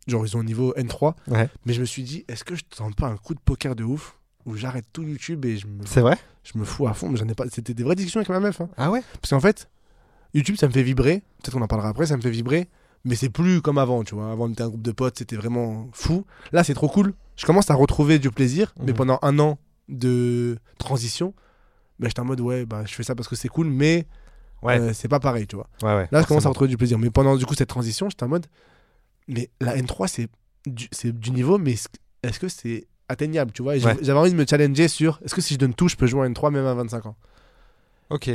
[SPEAKER 3] genre ils ont un niveau N3,
[SPEAKER 2] Ouais.
[SPEAKER 3] mais je me suis dit est-ce que je tente pas un coup de poker de ouf où j'arrête tout YouTube et je me,
[SPEAKER 2] C'est vrai
[SPEAKER 3] je me fous à fond, mais j'en ai pas. C'était des vraies discussions avec ma meuf. hein.
[SPEAKER 2] Ah ouais
[SPEAKER 3] Parce qu'en fait, YouTube, ça me fait vibrer. Peut-être qu'on en parlera après, ça me fait vibrer. Mais c'est plus comme avant, tu vois. Avant, on était un groupe de potes, c'était vraiment fou. Là, c'est trop cool. Je commence à retrouver du plaisir.
[SPEAKER 2] Mhm.
[SPEAKER 3] Mais pendant un an de transition, bah, j'étais en mode, ouais, bah, je fais ça parce que c'est cool, mais
[SPEAKER 2] Ouais.
[SPEAKER 3] euh, c'est pas pareil, tu vois.
[SPEAKER 2] Ouais, Ah, ouais.
[SPEAKER 3] Là, je commence à
[SPEAKER 2] forcément.
[SPEAKER 3] retrouver du plaisir. Mais pendant, du coup, cette transition, j'étais en mode, mais la N3, c'est du, c'est du niveau, mais est-ce- est-ce que c'est atteignable, tu vois Et j'ai-
[SPEAKER 2] Ouais.
[SPEAKER 3] J'avais envie de me challenger sur, est-ce que si je donne tout, je peux jouer à N3 même à 25 ans
[SPEAKER 2] Ok.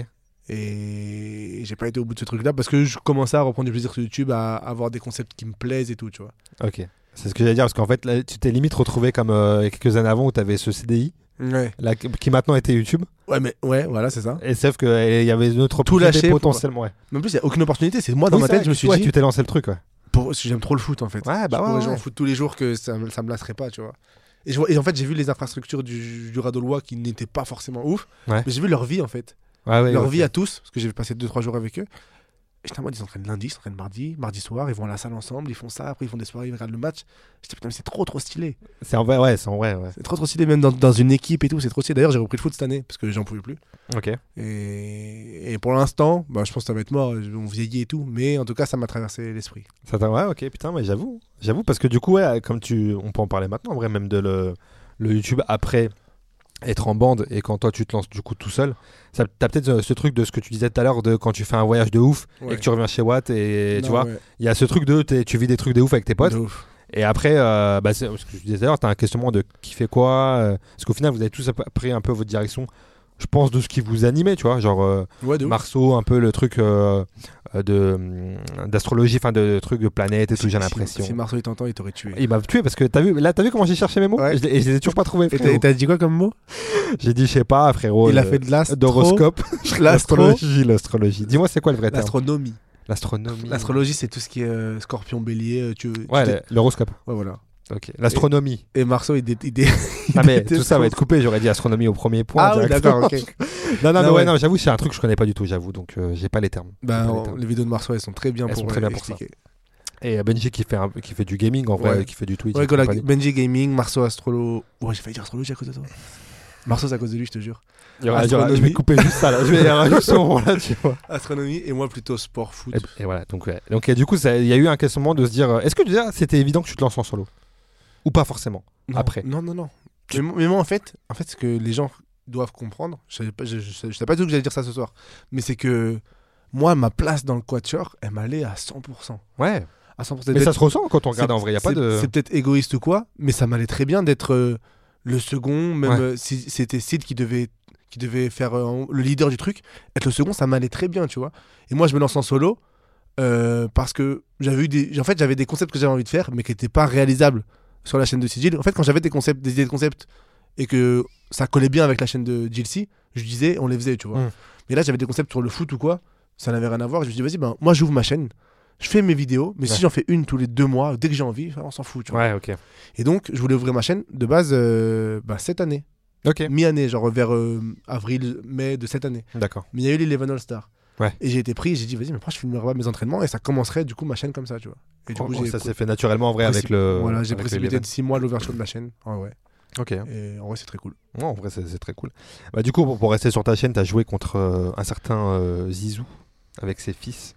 [SPEAKER 3] et j'ai pas été au bout de ce truc-là parce que je commençais à reprendre du plaisir sur YouTube, à avoir des concepts qui me plaisent et tout, tu vois.
[SPEAKER 2] Ok. C'est ce que j'allais dire, parce qu'en fait, là, tu t'es limite retrouvé comme euh, il y a quelques années avant où tu avais ce CDI,
[SPEAKER 3] Ouais.
[SPEAKER 2] là, qui maintenant était YouTube,
[SPEAKER 3] Ouais, mais ouais, voilà, c'est ça.
[SPEAKER 2] et sauf qu'il y avait une autre
[SPEAKER 3] Tout
[SPEAKER 2] opportunité
[SPEAKER 3] lâché pour-
[SPEAKER 2] potentiellement. Ouais.
[SPEAKER 3] Mais en plus, il n'y a aucune opportunité. C'est moi, Ah, dans
[SPEAKER 2] Oui,
[SPEAKER 3] ma
[SPEAKER 2] c'est
[SPEAKER 3] tête,
[SPEAKER 2] vrai
[SPEAKER 3] je me
[SPEAKER 2] que-
[SPEAKER 3] suis
[SPEAKER 2] ouais,
[SPEAKER 3] dit,
[SPEAKER 2] tu t'es lancé le truc, ouais.
[SPEAKER 3] pour... parce que j'aime trop le foot en fait.
[SPEAKER 2] Ouais, bah
[SPEAKER 3] je
[SPEAKER 2] ouais,
[SPEAKER 3] pourrais jouer
[SPEAKER 2] ouais.
[SPEAKER 3] au foot tous les jours que ça, me- ça me lasserait pas, tu vois. Et, je vois- et en fait, j'ai vu les infrastructures du, du Radolois qui n'étaient pas forcément ouf,
[SPEAKER 2] Ouais.
[SPEAKER 3] mais j'ai vu leur vie en fait.
[SPEAKER 2] Ouais, ouais,
[SPEAKER 3] leur
[SPEAKER 2] ouais.
[SPEAKER 3] vie à tous, parce que j'ai passé 2-3 jours avec eux. J'étais en mode, ils s'entraînent lundi, ils s'entraînent mardi, mardi soir, ils vont à la salle ensemble, ils font ça, après ils font des soirées, ils regardent le match. J'étais putain, mais c'est trop trop stylé.
[SPEAKER 2] C'est en vrai, ouais, c'est en vrai, ouais.
[SPEAKER 3] C'est trop trop stylé, même dans, dans une équipe et tout, c'est trop stylé. D'ailleurs, j'ai repris le foot cette année parce que j'en pouvais plus.
[SPEAKER 2] Ok.
[SPEAKER 3] Et, et pour l'instant, bah, je pense que ça va être mort, on vieillit et tout, mais en tout cas, ça m'a traversé l'esprit.
[SPEAKER 2] Ça t'a- ouais, ok, putain, mais j'avoue. J'avoue, parce que du coup, ouais, comme tu. On peut en parler maintenant, en vrai, même de le, le YouTube après être en bande et quand toi tu te lances du coup tout seul, ça- t'as peut-être euh, ce truc de ce que tu disais tout à l'heure de quand tu fais un voyage de ouf et
[SPEAKER 3] Ouais.
[SPEAKER 2] que tu reviens chez Watt et tu
[SPEAKER 3] Non,
[SPEAKER 2] vois, il
[SPEAKER 3] ouais,
[SPEAKER 2] y a ce truc de t'es- tu vis des trucs de ouf avec tes potes
[SPEAKER 3] de ouf.
[SPEAKER 2] et après, euh, bah, c'est ce que je disais tout à l'heure, t'as un questionnement de qui fait quoi, euh, parce qu'au final vous avez tous app- pris un peu votre direction, je pense, de ce qui vous animait, tu vois, genre. euh,
[SPEAKER 3] Ouais, de ouf.
[SPEAKER 2] Marceau, un peu le truc euh, euh, de hum, d'astrologie, enfin de, truc de planète et tout,
[SPEAKER 3] Si-
[SPEAKER 2] j'ai
[SPEAKER 3] si-
[SPEAKER 2] l'impression.
[SPEAKER 3] Si Marceau il t'entend, il t'aurait tué.
[SPEAKER 2] Il m'a tué parce que t'as vu, là t'as vu comment j'ai cherché mes mots
[SPEAKER 3] Ouais.
[SPEAKER 2] Je les- Et je les ai toujours pas trouvés.
[SPEAKER 3] Et
[SPEAKER 2] frérot.
[SPEAKER 3] t'as- et t'as dit quoi comme mot
[SPEAKER 2] J'ai dit, je sais pas, frérot.
[SPEAKER 3] Il a
[SPEAKER 2] euh,
[SPEAKER 3] fait de l'astro-
[SPEAKER 2] d'horoscope,
[SPEAKER 3] l'astro-
[SPEAKER 2] l'astrologie, l'astrologie. Dis-moi, c'est quoi le vrai terme
[SPEAKER 3] L'astronomie.
[SPEAKER 2] Mmh. L'astronomie.
[SPEAKER 3] L'astrologie, c'est tout ce qui est euh, scorpion, bélier, euh, tu, tu
[SPEAKER 2] Ouais,
[SPEAKER 3] t'es-
[SPEAKER 2] le- l'horoscope.
[SPEAKER 3] ouais, voilà.
[SPEAKER 2] Ok. L'astronomie.
[SPEAKER 3] Et Marceau, il, dé- il dé-
[SPEAKER 2] Ah mais
[SPEAKER 3] était
[SPEAKER 2] tout ça va
[SPEAKER 3] trop-
[SPEAKER 2] être coupé. J'aurais dit astronomie au premier point.
[SPEAKER 3] Ah oui,
[SPEAKER 2] directement.
[SPEAKER 3] d'accord, ok.
[SPEAKER 2] Non, non, mais
[SPEAKER 3] Non,
[SPEAKER 2] ouais,
[SPEAKER 3] ouais.
[SPEAKER 2] non. J'avoue, c'est un truc que je connais pas du tout. J'avoue, donc euh, j'ai pas les termes. J'ai
[SPEAKER 3] Bah,
[SPEAKER 2] pas les
[SPEAKER 3] on-
[SPEAKER 2] termes.
[SPEAKER 3] les vidéos de Marceau, elles sont très bien
[SPEAKER 2] Elles
[SPEAKER 3] pour
[SPEAKER 2] sont très
[SPEAKER 3] euh,
[SPEAKER 2] bien pour ça.
[SPEAKER 3] expliquer.
[SPEAKER 2] Et euh, Benji qui fait un- qui fait du gaming en vrai,
[SPEAKER 3] Ouais.
[SPEAKER 2] qui fait du Twitch.
[SPEAKER 3] Ouais,
[SPEAKER 2] et
[SPEAKER 3] Gola-
[SPEAKER 2] compagnie.
[SPEAKER 3] Benji Gaming, Marceau Astrolo. Ouais, j'ai failli dire astrologie à cause de toi. Marceau, c'est à cause de lui, je te jure.
[SPEAKER 2] Il y aura- il y aura- Ah, je
[SPEAKER 3] Astronomie.
[SPEAKER 2] vais couper juste ça là. Je vais rajouter ce moment-là, tu vois.
[SPEAKER 3] Astronomie et moi plutôt sport foot.
[SPEAKER 2] Et, et voilà. Donc, ouais. donc et du coup, ça- il y a eu un questionnement de se dire euh, est-ce que déjà c'était évident que tu te lances en solo Ou pas forcément
[SPEAKER 3] Non,
[SPEAKER 2] après.
[SPEAKER 3] Non, non, non. Mais, mo- mais moi, en fait, en fait, ce que les gens doivent comprendre, je savais pas, je, je- je savais pas du tout que j'allais dire ça ce soir, mais c'est que moi, ma place dans le quatuor, elle m'allait à 100%.
[SPEAKER 2] Ouais.
[SPEAKER 3] À 100%.
[SPEAKER 2] Mais
[SPEAKER 3] Peut-être-
[SPEAKER 2] ça se ressent quand on regarde
[SPEAKER 3] c'est-
[SPEAKER 2] en vrai. Il y a pas
[SPEAKER 3] c'est-
[SPEAKER 2] de.
[SPEAKER 3] C'est peut-être égoïste ou quoi, mais ça m'allait très bien d'être euh, le second, même
[SPEAKER 2] Ouais.
[SPEAKER 3] euh, si c'était Sid qui devait, qui devait faire euh, en- le leader du truc, être le second, ça m'allait très bien, tu vois. Et moi, je me lance en solo euh, parce que j'avais eu des, en fait, j'avais des concepts que j'avais envie de faire, mais qui n'étaient pas réalisables sur la chaîne de Sigil. En fait, quand j'avais des concepts, des idées de concepts et que ça collait bien avec la chaîne de JLC, je disais, on les faisait, tu vois.
[SPEAKER 2] Mm.
[SPEAKER 3] Mais là, j'avais des concepts sur le foot ou quoi, ça n'avait rien à voir. Je me suis dit, vas-y, ben, moi, j'ouvre ma chaîne, je fais mes vidéos, mais
[SPEAKER 2] Ouais.
[SPEAKER 3] si j'en fais une tous les deux mois, dès que j'ai envie, on s'en fout, tu vois.
[SPEAKER 2] Ouais, ok.
[SPEAKER 3] Et donc, je voulais ouvrir ma chaîne de base euh, bah, cette année,
[SPEAKER 2] Ok.
[SPEAKER 3] mi-année, genre vers euh, avril, mai de cette année.
[SPEAKER 2] D'accord.
[SPEAKER 3] Mais il y a eu les Eleven All Star.
[SPEAKER 2] Ouais.
[SPEAKER 3] Et j'ai été pris, j'ai dit, vas-y, mais pourquoi je filmerai pas mes entraînements Et ça commencerait du coup ma chaîne comme ça, tu vois. Et du coup,
[SPEAKER 2] Oh,
[SPEAKER 3] j'ai
[SPEAKER 2] ça s'est fait naturellement en vrai
[SPEAKER 3] précip-
[SPEAKER 2] avec le.
[SPEAKER 3] Voilà, j'ai
[SPEAKER 2] avec le
[SPEAKER 3] précipité de
[SPEAKER 2] level.
[SPEAKER 3] 6 mois l'ouverture de la chaîne. Ah ouais.
[SPEAKER 2] Ok.
[SPEAKER 3] Et en vrai, c'est très cool.
[SPEAKER 2] Non, en vrai, c'est c'est très cool. Bah, du coup, pour, pour rester sur ta chaîne, t'as joué contre euh, un certain euh, Zizou avec ses fils.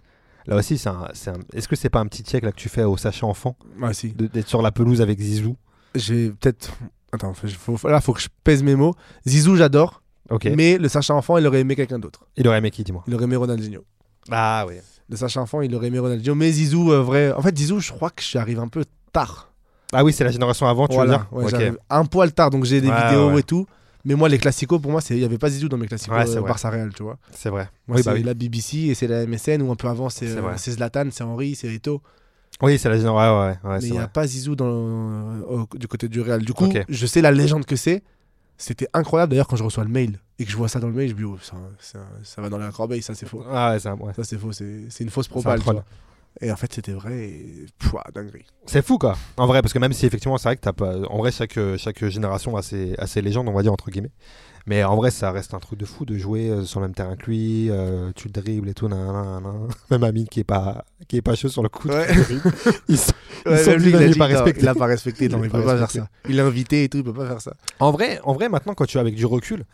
[SPEAKER 2] Là aussi, c'est un- c'est un- est-ce que c'est pas un petit check là que tu fais au sachet enfant
[SPEAKER 3] Ah si.
[SPEAKER 2] de- d'être sur la pelouse avec Zizou
[SPEAKER 3] J'ai peut-être. Attends, faut- faut- là, faut que je pèse mes mots. Zizou, j'adore.
[SPEAKER 2] Ok.
[SPEAKER 3] Mais le Sacha Enfant, il aurait aimé quelqu'un d'autre.
[SPEAKER 2] Il aurait aimé qui, dis-moi
[SPEAKER 3] Il aurait aimé Ronaldinho.
[SPEAKER 2] Ah oui.
[SPEAKER 3] Le Sacha Enfant, il aurait aimé Ronaldinho. Mais Zizou, euh, vrai. En fait, Zizou, je crois que j'arrive un peu tard.
[SPEAKER 2] Ah oui, c'est la génération avant, tu
[SPEAKER 3] Voilà, ouais,
[SPEAKER 2] veux dire
[SPEAKER 3] j'arrive un poil tard, donc j'ai des
[SPEAKER 2] Ouais,
[SPEAKER 3] vidéos
[SPEAKER 2] ouais.
[SPEAKER 3] et tout. Mais moi, les classicos, pour moi, c'est- il n'y avait pas Zizou dans mes classicos
[SPEAKER 2] Ouais, c'est
[SPEAKER 3] euh,
[SPEAKER 2] vrai.
[SPEAKER 3] Barça Real, tu vois.
[SPEAKER 2] c'est vrai.
[SPEAKER 3] Moi,
[SPEAKER 2] oui,
[SPEAKER 3] c'est
[SPEAKER 2] bah oui.
[SPEAKER 3] la BBC et c'est la MSN, ou un peu avant, c'est
[SPEAKER 2] C'est
[SPEAKER 3] euh,
[SPEAKER 2] vrai.
[SPEAKER 3] c'est Zlatan, c'est Henry, c'est Eto.
[SPEAKER 2] Oui, c'est la génération. Ouais, ouais, ouais,
[SPEAKER 3] mais
[SPEAKER 2] c'est
[SPEAKER 3] il n'y a
[SPEAKER 2] vrai.
[SPEAKER 3] pas Zizou dans, au- du côté du Real. Du coup,
[SPEAKER 2] Ok.
[SPEAKER 3] je sais la légende que c'est. C'était incroyable d'ailleurs quand je reçois le mail et que je vois ça dans le mail, je me dis, oh, ça, ça- ça va dans la corbeille, ça c'est faux.
[SPEAKER 2] Ah ouais, c'est un- ouais.
[SPEAKER 3] Ça c'est faux, c'est c'est une fausse
[SPEAKER 2] un
[SPEAKER 3] propale. tu
[SPEAKER 2] troll.
[SPEAKER 3] vois. Et en fait, c'était vrai et. Pouah, dinguerie.
[SPEAKER 2] C'est fou quoi. En vrai, parce que même si effectivement c'est vrai que t'as pas. En vrai, chaque, euh, chaque génération a ses, a ses légendes, on va dire entre guillemets. Mais en vrai, ça reste un truc de fou de jouer euh, sur le même terrain que lui. euh, tu le dribbles et tout. nan, nan, nan. Même Amine qui est pas qui est pas chaud sur le coup.
[SPEAKER 3] Ouais.
[SPEAKER 2] Ils sont- Ils
[SPEAKER 3] Ouais,
[SPEAKER 2] sont
[SPEAKER 3] même
[SPEAKER 2] dit,
[SPEAKER 3] lui,
[SPEAKER 2] non,
[SPEAKER 3] il a
[SPEAKER 2] il est
[SPEAKER 3] dit,
[SPEAKER 2] pas
[SPEAKER 3] non,
[SPEAKER 2] respecté.
[SPEAKER 3] Il a pas respecté, non,
[SPEAKER 2] Il est
[SPEAKER 3] il
[SPEAKER 2] pas
[SPEAKER 3] peut pas faire
[SPEAKER 2] respecté.
[SPEAKER 3] ça. Il est invité et tout, il peut pas faire ça.
[SPEAKER 2] En vrai, en vrai, maintenant quand tu es avec du recul,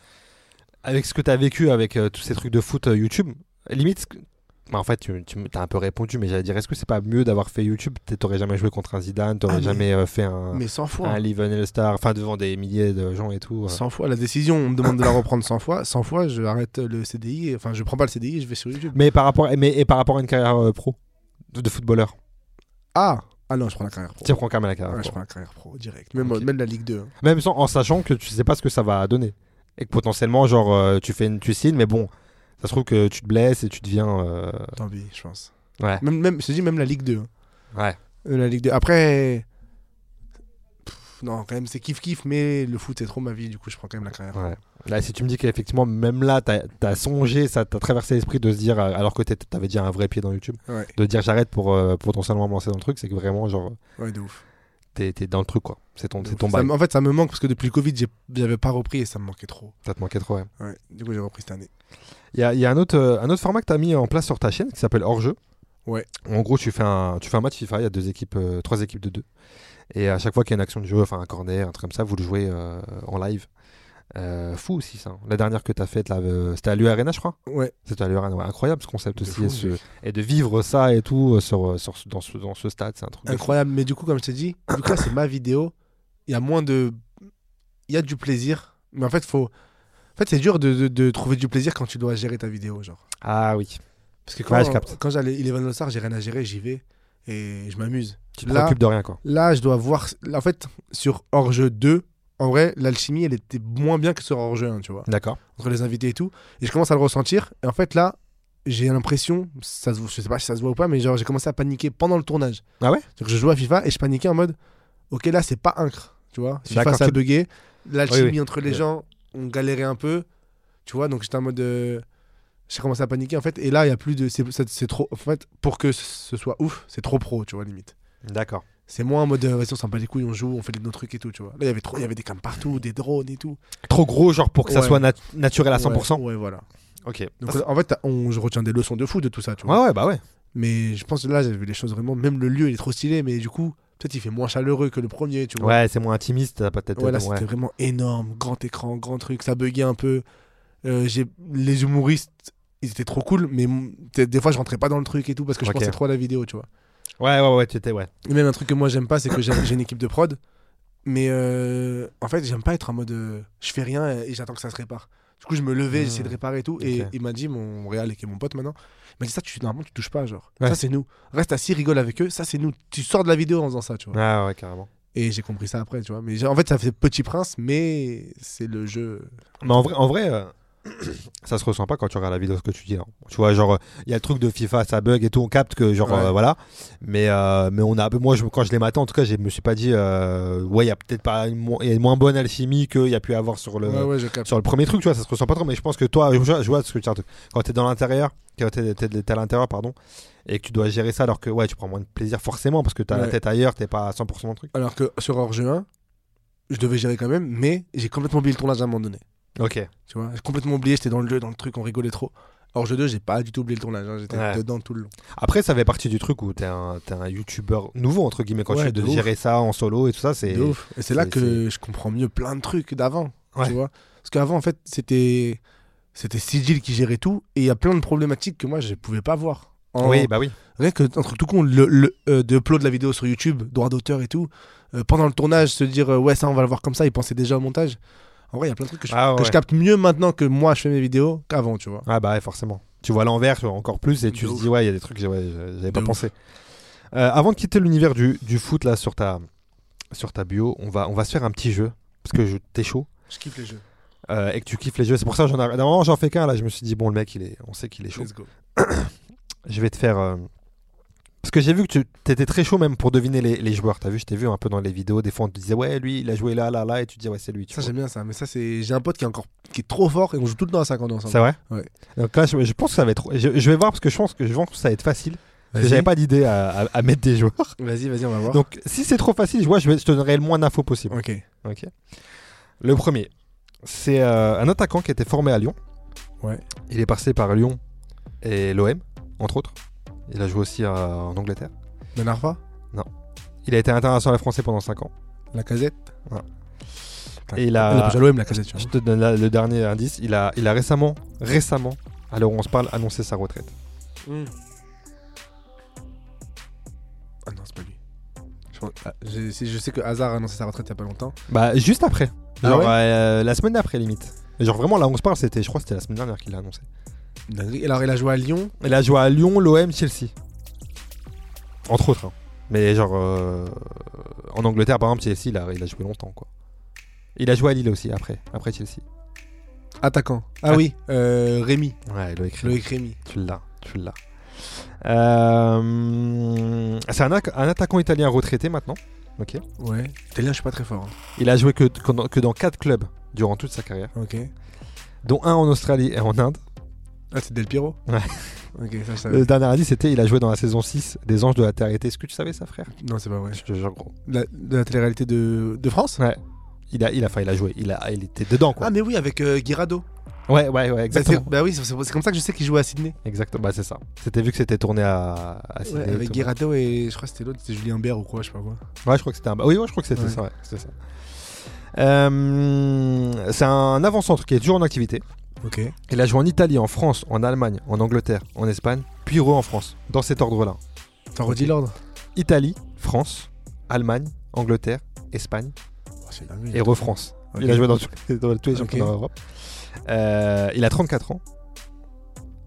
[SPEAKER 2] avec ce que t'as vécu avec euh, tous ces trucs de foot euh, YouTube, limite. ce que- Bah, en fait, tu, tu as un peu répondu, mais j'allais dire, est-ce que c'est pas mieux d'avoir fait YouTube T'es- T'aurais jamais joué contre un Zidane, t'aurais
[SPEAKER 3] Ah, mais-
[SPEAKER 2] jamais euh, fait un,
[SPEAKER 3] Mais 100 fois.
[SPEAKER 2] un Leven et le Star, enfin devant des milliers de gens et tout. euh.
[SPEAKER 3] 100 fois la décision, on me demande de la reprendre 100 fois. 100 fois, je arrête le CDI, et- enfin, je prends pas le CDI, je vais sur YouTube.
[SPEAKER 2] Mais par rapport, mais, et par rapport à une carrière euh, pro de, de footballeur,
[SPEAKER 3] Ah Ah non, je prends la carrière pro.
[SPEAKER 2] tu prends quand même la carrière.
[SPEAKER 3] Ouais, je
[SPEAKER 2] pro.
[SPEAKER 3] prends la carrière pro direct. Même,
[SPEAKER 2] Ok.
[SPEAKER 3] même la Ligue 2. hein.
[SPEAKER 2] Même sans, en sachant que tu sais pas ce que ça va donner et que potentiellement genre euh, tu fais une tu signes, mais bon, ça se trouve que tu te blesses et tu deviens. euh,
[SPEAKER 3] Tant pis, je pense.
[SPEAKER 2] Ouais.
[SPEAKER 3] Même, même, je te dis, même la Ligue 2. hein.
[SPEAKER 2] Ouais.
[SPEAKER 3] Euh, La Ligue 2. Après. Pff, non, quand même, c'est kiff-kiff, mais le foot, c'est trop ma vie, du coup, je prends quand même la carrière.
[SPEAKER 2] Ouais. Là, si tu me dis qu'effectivement, même là, t'as as songé, ça t'a traversé l'esprit de se dire, euh, alors que t'étais- t'avais déjà un vrai pied dans YouTube,
[SPEAKER 3] Ouais.
[SPEAKER 2] de dire j'arrête pour euh, potentiellement me lancer dans le truc, c'est que vraiment, genre,
[SPEAKER 3] Ouais, de ouf.
[SPEAKER 2] t'es t'es dans le truc, quoi. C'est ton, c'est
[SPEAKER 3] Donc,
[SPEAKER 2] ton
[SPEAKER 3] ça
[SPEAKER 2] bail.
[SPEAKER 3] me- en fait, ça me manque parce que depuis le Covid, j'ai- j'avais pas repris et ça me manquait trop.
[SPEAKER 2] Ça te manquait trop, ouais.
[SPEAKER 3] Ouais, du coup, j'ai repris cette année.
[SPEAKER 2] Il y a, il y a un, autre, euh, un autre format que tu as mis en place sur ta chaîne qui s'appelle Hors-jeu.
[SPEAKER 3] Ouais.
[SPEAKER 2] En gros, tu fais un, tu fais un match FIFA, il y a deux équipes, euh, trois équipes de deux. Et à chaque fois qu'il y a une action de jeu, enfin un corner, un truc comme ça, vous le jouez euh, en live. Euh, fou aussi ça. La dernière que tu as faite, là, euh, c'était à l'URNA, je crois.
[SPEAKER 3] Ouais,
[SPEAKER 2] C'était à l'URNA, ouais. incroyable ce concept
[SPEAKER 3] De
[SPEAKER 2] aussi.
[SPEAKER 3] fou,
[SPEAKER 2] et, ce- et de vivre ça et tout euh, sur, euh, sur ce- dans, ce, dans ce stade, c'est un truc. de fou.
[SPEAKER 3] incroyable. Mais du coup, comme je t'ai dit, vu que là, c'est ma vidéo, il y a moins de. Il y a du plaisir, mais en fait, faut. En fait, c'est dur de, de- de trouver du plaisir quand tu dois gérer ta vidéo, genre.
[SPEAKER 2] Ah oui.
[SPEAKER 3] Parce que quand,
[SPEAKER 2] Ouais, je capte.
[SPEAKER 3] quand j'allais Eleven All Star, j'ai rien à gérer, j'y vais et je m'amuse.
[SPEAKER 2] Tu te
[SPEAKER 3] Là-
[SPEAKER 2] préoccupes de rien, quoi.
[SPEAKER 3] Là, je dois voir. En fait, sur hors-jeu 2, en vrai, l'alchimie, elle était moins bien que sur hors-jeu 1, tu vois.
[SPEAKER 2] D'accord.
[SPEAKER 3] entre les invités et tout. Et je commence à le ressentir. Et en fait, là, j'ai l'impression, ça se, voit- je sais pas si ça se voit ou pas, mais genre, j'ai commencé à paniquer pendant le tournage.
[SPEAKER 2] Ah ouais
[SPEAKER 3] Donc, je jouais à FIFA et je paniquais en mode, ok, là, c'est pas incre. Tu vois, FIFA,
[SPEAKER 2] D'accord,
[SPEAKER 3] ça a
[SPEAKER 2] tu-
[SPEAKER 3] bugué. L'alchimie
[SPEAKER 2] Oui, oui.
[SPEAKER 3] entre les
[SPEAKER 2] Ouais.
[SPEAKER 3] gens, on galérait un peu. Tu vois, donc j'étais en mode. euh, j'ai commencé à paniquer en fait. Et là, il y a plus de. C'est c'est- c'est trop. En fait, pour que ce soit ouf, c'est trop pro, tu vois, limite.
[SPEAKER 2] D'accord.
[SPEAKER 3] C'est moins en mode, euh, vas-y, on s'en bat les couilles, on joue, on fait nos trucs et tout, tu vois. Là, il y avait trop, il y avait des cams partout, des drones et tout.
[SPEAKER 2] Trop gros, genre pour que ça
[SPEAKER 3] Ouais.
[SPEAKER 2] soit nat- naturel à 100%.
[SPEAKER 3] Ouais, ouais, voilà.
[SPEAKER 2] Ok.
[SPEAKER 3] Donc, en fait, t'as- on, je retiens des leçons de fou de tout ça, tu vois.
[SPEAKER 2] ouais, ouais, bah ouais.
[SPEAKER 3] Mais je pense que là, j'ai vu les choses vraiment. Même le lieu, il est trop stylé, mais du coup, peut-être il fait moins chaleureux que le premier, tu vois.
[SPEAKER 2] Ouais, c'est moins intimiste, t'as peut-être.
[SPEAKER 3] Ouais, là,
[SPEAKER 2] ouais.
[SPEAKER 3] c'était vraiment énorme, grand écran, grand truc, ça buguait un peu. Euh, j'ai- les humoristes, ils étaient trop cool, mais m- t'es- des fois, je rentrais pas dans le truc et tout parce que je
[SPEAKER 2] Ok.
[SPEAKER 3] pensais trop à la vidéo, tu vois.
[SPEAKER 2] Ouais, ouais, ouais, tu étais, ouais.
[SPEAKER 3] Et même un truc que moi j'aime pas, c'est que j'ai j'ai une équipe de prod, mais euh, en fait j'aime pas être en mode euh, je fais rien et, et j'attends que ça se répare. Du coup je me levais,
[SPEAKER 2] Hmm.
[SPEAKER 3] j'essayais de réparer et tout, et
[SPEAKER 2] Ok.
[SPEAKER 3] il m'a dit mon réal qui est mon pote maintenant, il m'a dit ça tu normalement tu touches pas genre,
[SPEAKER 2] Ouais.
[SPEAKER 3] ça c'est nous, reste assis rigole avec eux, ça c'est nous, tu sors de la vidéo en faisant ça tu vois.
[SPEAKER 2] Ah ouais, carrément.
[SPEAKER 3] Et j'ai compris ça après tu vois, mais j'ai- en fait ça fait Petit Prince, mais c'est le jeu.
[SPEAKER 2] Mais en vrai, en vrai euh, ça se ressent pas quand tu regardes la vidéo ce que tu dis. hein. Tu vois, genre, il y a le truc de FIFA, ça bug et tout, on capte que, genre,
[SPEAKER 3] Ouais.
[SPEAKER 2] euh, voilà. Mais, euh, mais on a, moi, je, quand je l'ai maté, en tout cas, je me suis pas dit, euh, ouais, il y a peut-être pas une, mo- il y a une moins bonne alchimie qu'il y a pu avoir sur le.
[SPEAKER 3] Ouais ouais je capte.
[SPEAKER 2] Sur le premier truc, tu vois, ça se ressent pas trop, mais je pense que toi, je vois, je vois ce que tu as. Quand t'es dans l'intérieur, quand t'es, t'es- t'es à l'intérieur, pardon, et que tu dois gérer ça alors que, ouais, tu prends moins de plaisir forcément parce que t'as la
[SPEAKER 3] Ouais.
[SPEAKER 2] tête ailleurs, t'es pas à 100% dans le truc.
[SPEAKER 3] Alors que sur hors jeu 1, je devais gérer quand même, mais j'ai complètement oublié le tournage à un moment donné.
[SPEAKER 2] Ok.
[SPEAKER 3] Tu vois, j'ai complètement oublié, j'étais dans le jeu, dans le truc, on rigolait trop. Hors jeu 2, j'ai pas du tout oublié le tournage, hein, j'étais
[SPEAKER 2] Ouais.
[SPEAKER 3] dedans tout le long.
[SPEAKER 2] Après, ça fait partie du truc où t'es un, t'es un youtubeur nouveau, entre guillemets, quand
[SPEAKER 3] Ouais,
[SPEAKER 2] tu
[SPEAKER 3] de
[SPEAKER 2] de
[SPEAKER 3] ouf.
[SPEAKER 2] gérer ça en solo et tout ça, c'est.
[SPEAKER 3] De ouf. Et c'est là
[SPEAKER 2] c'est-
[SPEAKER 3] que je comprends mieux plein de trucs d'avant,
[SPEAKER 2] Ouais.
[SPEAKER 3] tu vois. Parce qu'avant, en fait, c'était c'était Sigil qui gérait tout, et il y a plein de problématiques que moi, je pouvais pas voir. En-
[SPEAKER 2] Oui, bah oui.
[SPEAKER 3] Rien que, entre tout con, le, le euh, de upload la vidéo sur YouTube, droit d'auteur et tout, euh, pendant le tournage, se dire, euh, ouais, ça, on va le voir comme ça, il pensait déjà au montage. En vrai, il y a plein de trucs que je,
[SPEAKER 2] Ah,
[SPEAKER 3] que
[SPEAKER 2] ouais.
[SPEAKER 3] je capte mieux maintenant que moi, je fais mes vidéos qu'avant, tu vois.
[SPEAKER 2] Ah, bah ouais, forcément. Tu vois l'envers tu vois, encore plus et tu
[SPEAKER 3] De
[SPEAKER 2] te
[SPEAKER 3] ouf.
[SPEAKER 2] dis, ouais, il y a des trucs, que j'ai- ouais, j'avais pas
[SPEAKER 3] ouf.
[SPEAKER 2] pensé. Euh, avant de quitter l'univers du, du foot, là, sur ta, sur ta bio, on va, on va se faire un petit jeu. Parce que je- t'es chaud.
[SPEAKER 3] Je kiffe les jeux.
[SPEAKER 2] euh, et que tu kiffes les jeux. C'est pour ça que j'en ai. Normalement, j'en fais qu'un, là. Je me suis dit, bon, le mec, il est... on sait qu'il est chaud.
[SPEAKER 3] Let's go.
[SPEAKER 2] Je vais te faire. euh, Parce que j'ai vu que tu étais très chaud même pour deviner les, les joueurs. T'as vu, je t'ai vu un peu dans les vidéos. Des fois, on te disait, ouais, lui, il a joué là, là, là. Et tu disais, ouais, c'est lui. tu
[SPEAKER 3] Ça
[SPEAKER 2] vois.
[SPEAKER 3] j'aime bien ça, mais ça c'est j'ai un pote qui est encore qui est trop fort et on joue tout le temps à 50 ensemble.
[SPEAKER 2] C'est vrai
[SPEAKER 3] Ouais.
[SPEAKER 2] Donc là, je, je pense que ça va être. Je, je vais voir parce que je pense que je pense que ça va être facile. Parce que J'avais pas d'idée à, à- à mettre des joueurs.
[SPEAKER 3] Vas-y, vas-y, on va voir.
[SPEAKER 2] Donc si c'est trop facile, je, vois, je, vais, je te donnerai le moins d'infos possible.
[SPEAKER 3] ok.
[SPEAKER 2] Ok. Le premier, c'est euh, un attaquant qui était formé à Lyon.
[SPEAKER 3] Ouais.
[SPEAKER 2] Il est passé par Lyon et l'OM, entre autres. Il a joué aussi euh, en Angleterre.
[SPEAKER 3] Ben Arfa,
[SPEAKER 2] Il a été international français pendant 5 ans.
[SPEAKER 3] la casette.
[SPEAKER 2] Ouais.
[SPEAKER 3] Putain,
[SPEAKER 2] Et il a-
[SPEAKER 3] on l'appelle à l'OM la casette, tu
[SPEAKER 2] Je
[SPEAKER 3] vois.
[SPEAKER 2] te donne la- le dernier indice. Il a, il a récemment, récemment, à l'heure où on se parle, annoncé sa retraite. Mm.
[SPEAKER 3] Ah non, c'est pas lui. Je, pense- ah, j'ai- si- je sais que Hazard a annoncé sa retraite il y a pas longtemps.
[SPEAKER 2] Bah, juste après.
[SPEAKER 3] Ah
[SPEAKER 2] Genre,
[SPEAKER 3] ouais
[SPEAKER 2] euh, la semaine d'après, limite. Et Genre, vraiment, là, on se parle, c'était, je crois que c'était la semaine dernière qu'il l'a annoncé.
[SPEAKER 3] Dinguerie. Alors il a joué à Lyon.
[SPEAKER 2] Il a joué à Lyon, l'OM, Chelsea. Entre autres. hein. Mais genre, euh, en Angleterre, par exemple, Chelsea, il a, il a joué longtemps, quoi. Il a joué à Lille aussi, après, après Chelsea.
[SPEAKER 3] Attaquant. Ah,
[SPEAKER 2] Ah.
[SPEAKER 3] oui, euh, Rémi.
[SPEAKER 2] Ouais, Loïc Rémy.
[SPEAKER 3] Loïc Rémi.
[SPEAKER 2] Tu l'as, tu l'as. Euh, c'est un, ac- un attaquant italien retraité maintenant. Ok.
[SPEAKER 3] Ouais. Italien, je suis pas très fort. hein.
[SPEAKER 2] Il a joué que, que dans, que dans 4 clubs durant toute sa carrière,
[SPEAKER 3] Ok.
[SPEAKER 2] dont un en Australie et en Inde.
[SPEAKER 3] Ah, c'est Del Piro. Ok, ça, je savais.
[SPEAKER 2] Le dernier indice, c'était il a joué dans la saison 6 des Anges de la Terre été. Est-ce que tu savais ça, frère
[SPEAKER 3] Non, c'est pas vrai.
[SPEAKER 2] Je te jure, gros.
[SPEAKER 3] La- de la télé-réalité de, de France
[SPEAKER 2] Ouais. Il a, il a, enfin, il a joué. Il, a, il était dedans, quoi.
[SPEAKER 3] Ah, mais oui, avec euh, Guirado.
[SPEAKER 2] Ouais, ouais, ouais,
[SPEAKER 3] Bah,
[SPEAKER 2] exactement.
[SPEAKER 3] c'est- Bah oui, c'est c'est comme ça que je sais qu'il jouait à Sydney.
[SPEAKER 2] Exactement, bah, c'est ça. C'était vu que c'était tourné à, à Sydney
[SPEAKER 3] Ouais,
[SPEAKER 2] et
[SPEAKER 3] avec
[SPEAKER 2] tout.
[SPEAKER 3] Guirado et je crois que c'était l'autre, c'était Julien Bert ou quoi, je sais pas quoi.
[SPEAKER 2] Ouais, je crois que c'était un. Oui, ouais, je crois que c'était
[SPEAKER 3] Ouais.
[SPEAKER 2] ça. ouais, c'était ça. Euh, c'est un avant-centre qui est toujours en activité.
[SPEAKER 3] Ok.
[SPEAKER 2] Il a joué en Italie, en France, en Allemagne, en Angleterre, en Espagne, puis re en France. Dans cet ordre-là.
[SPEAKER 3] T'as redit l'ordre
[SPEAKER 2] Italie, France, Allemagne, Angleterre, Espagne
[SPEAKER 3] Oh, C'est dingue.
[SPEAKER 2] et re-France.
[SPEAKER 3] Ok.
[SPEAKER 2] Il a joué dans, tous les- dans tous les
[SPEAKER 3] Ok.
[SPEAKER 2] championnats d'Europe. Euh, il a 34 ans.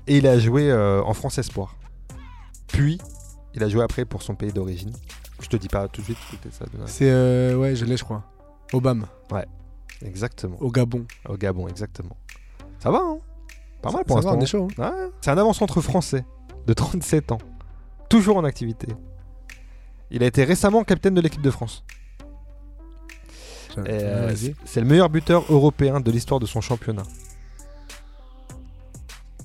[SPEAKER 2] Et il a joué euh, en France Espoir. Puis, il a joué après pour son pays d'origine. Je te dis pas tout de suite, peut-être ça donnera-
[SPEAKER 3] C'est. euh, ouais, je l'ai, je crois. Obama,
[SPEAKER 2] Exactement.
[SPEAKER 3] au Gabon.
[SPEAKER 2] Au Gabon, exactement. Ça va, hein Pas mal
[SPEAKER 3] Ça-
[SPEAKER 2] pour
[SPEAKER 3] ça va,
[SPEAKER 2] l'instant.
[SPEAKER 3] on est chaud. hein.
[SPEAKER 2] Ouais. C'est un avant-centre français de 37 ans, toujours en activité. Il a été récemment capitaine de l'équipe de France. Et, euh,
[SPEAKER 3] hein. Vas-y.
[SPEAKER 2] c'est le meilleur buteur européen de l'histoire de son championnat,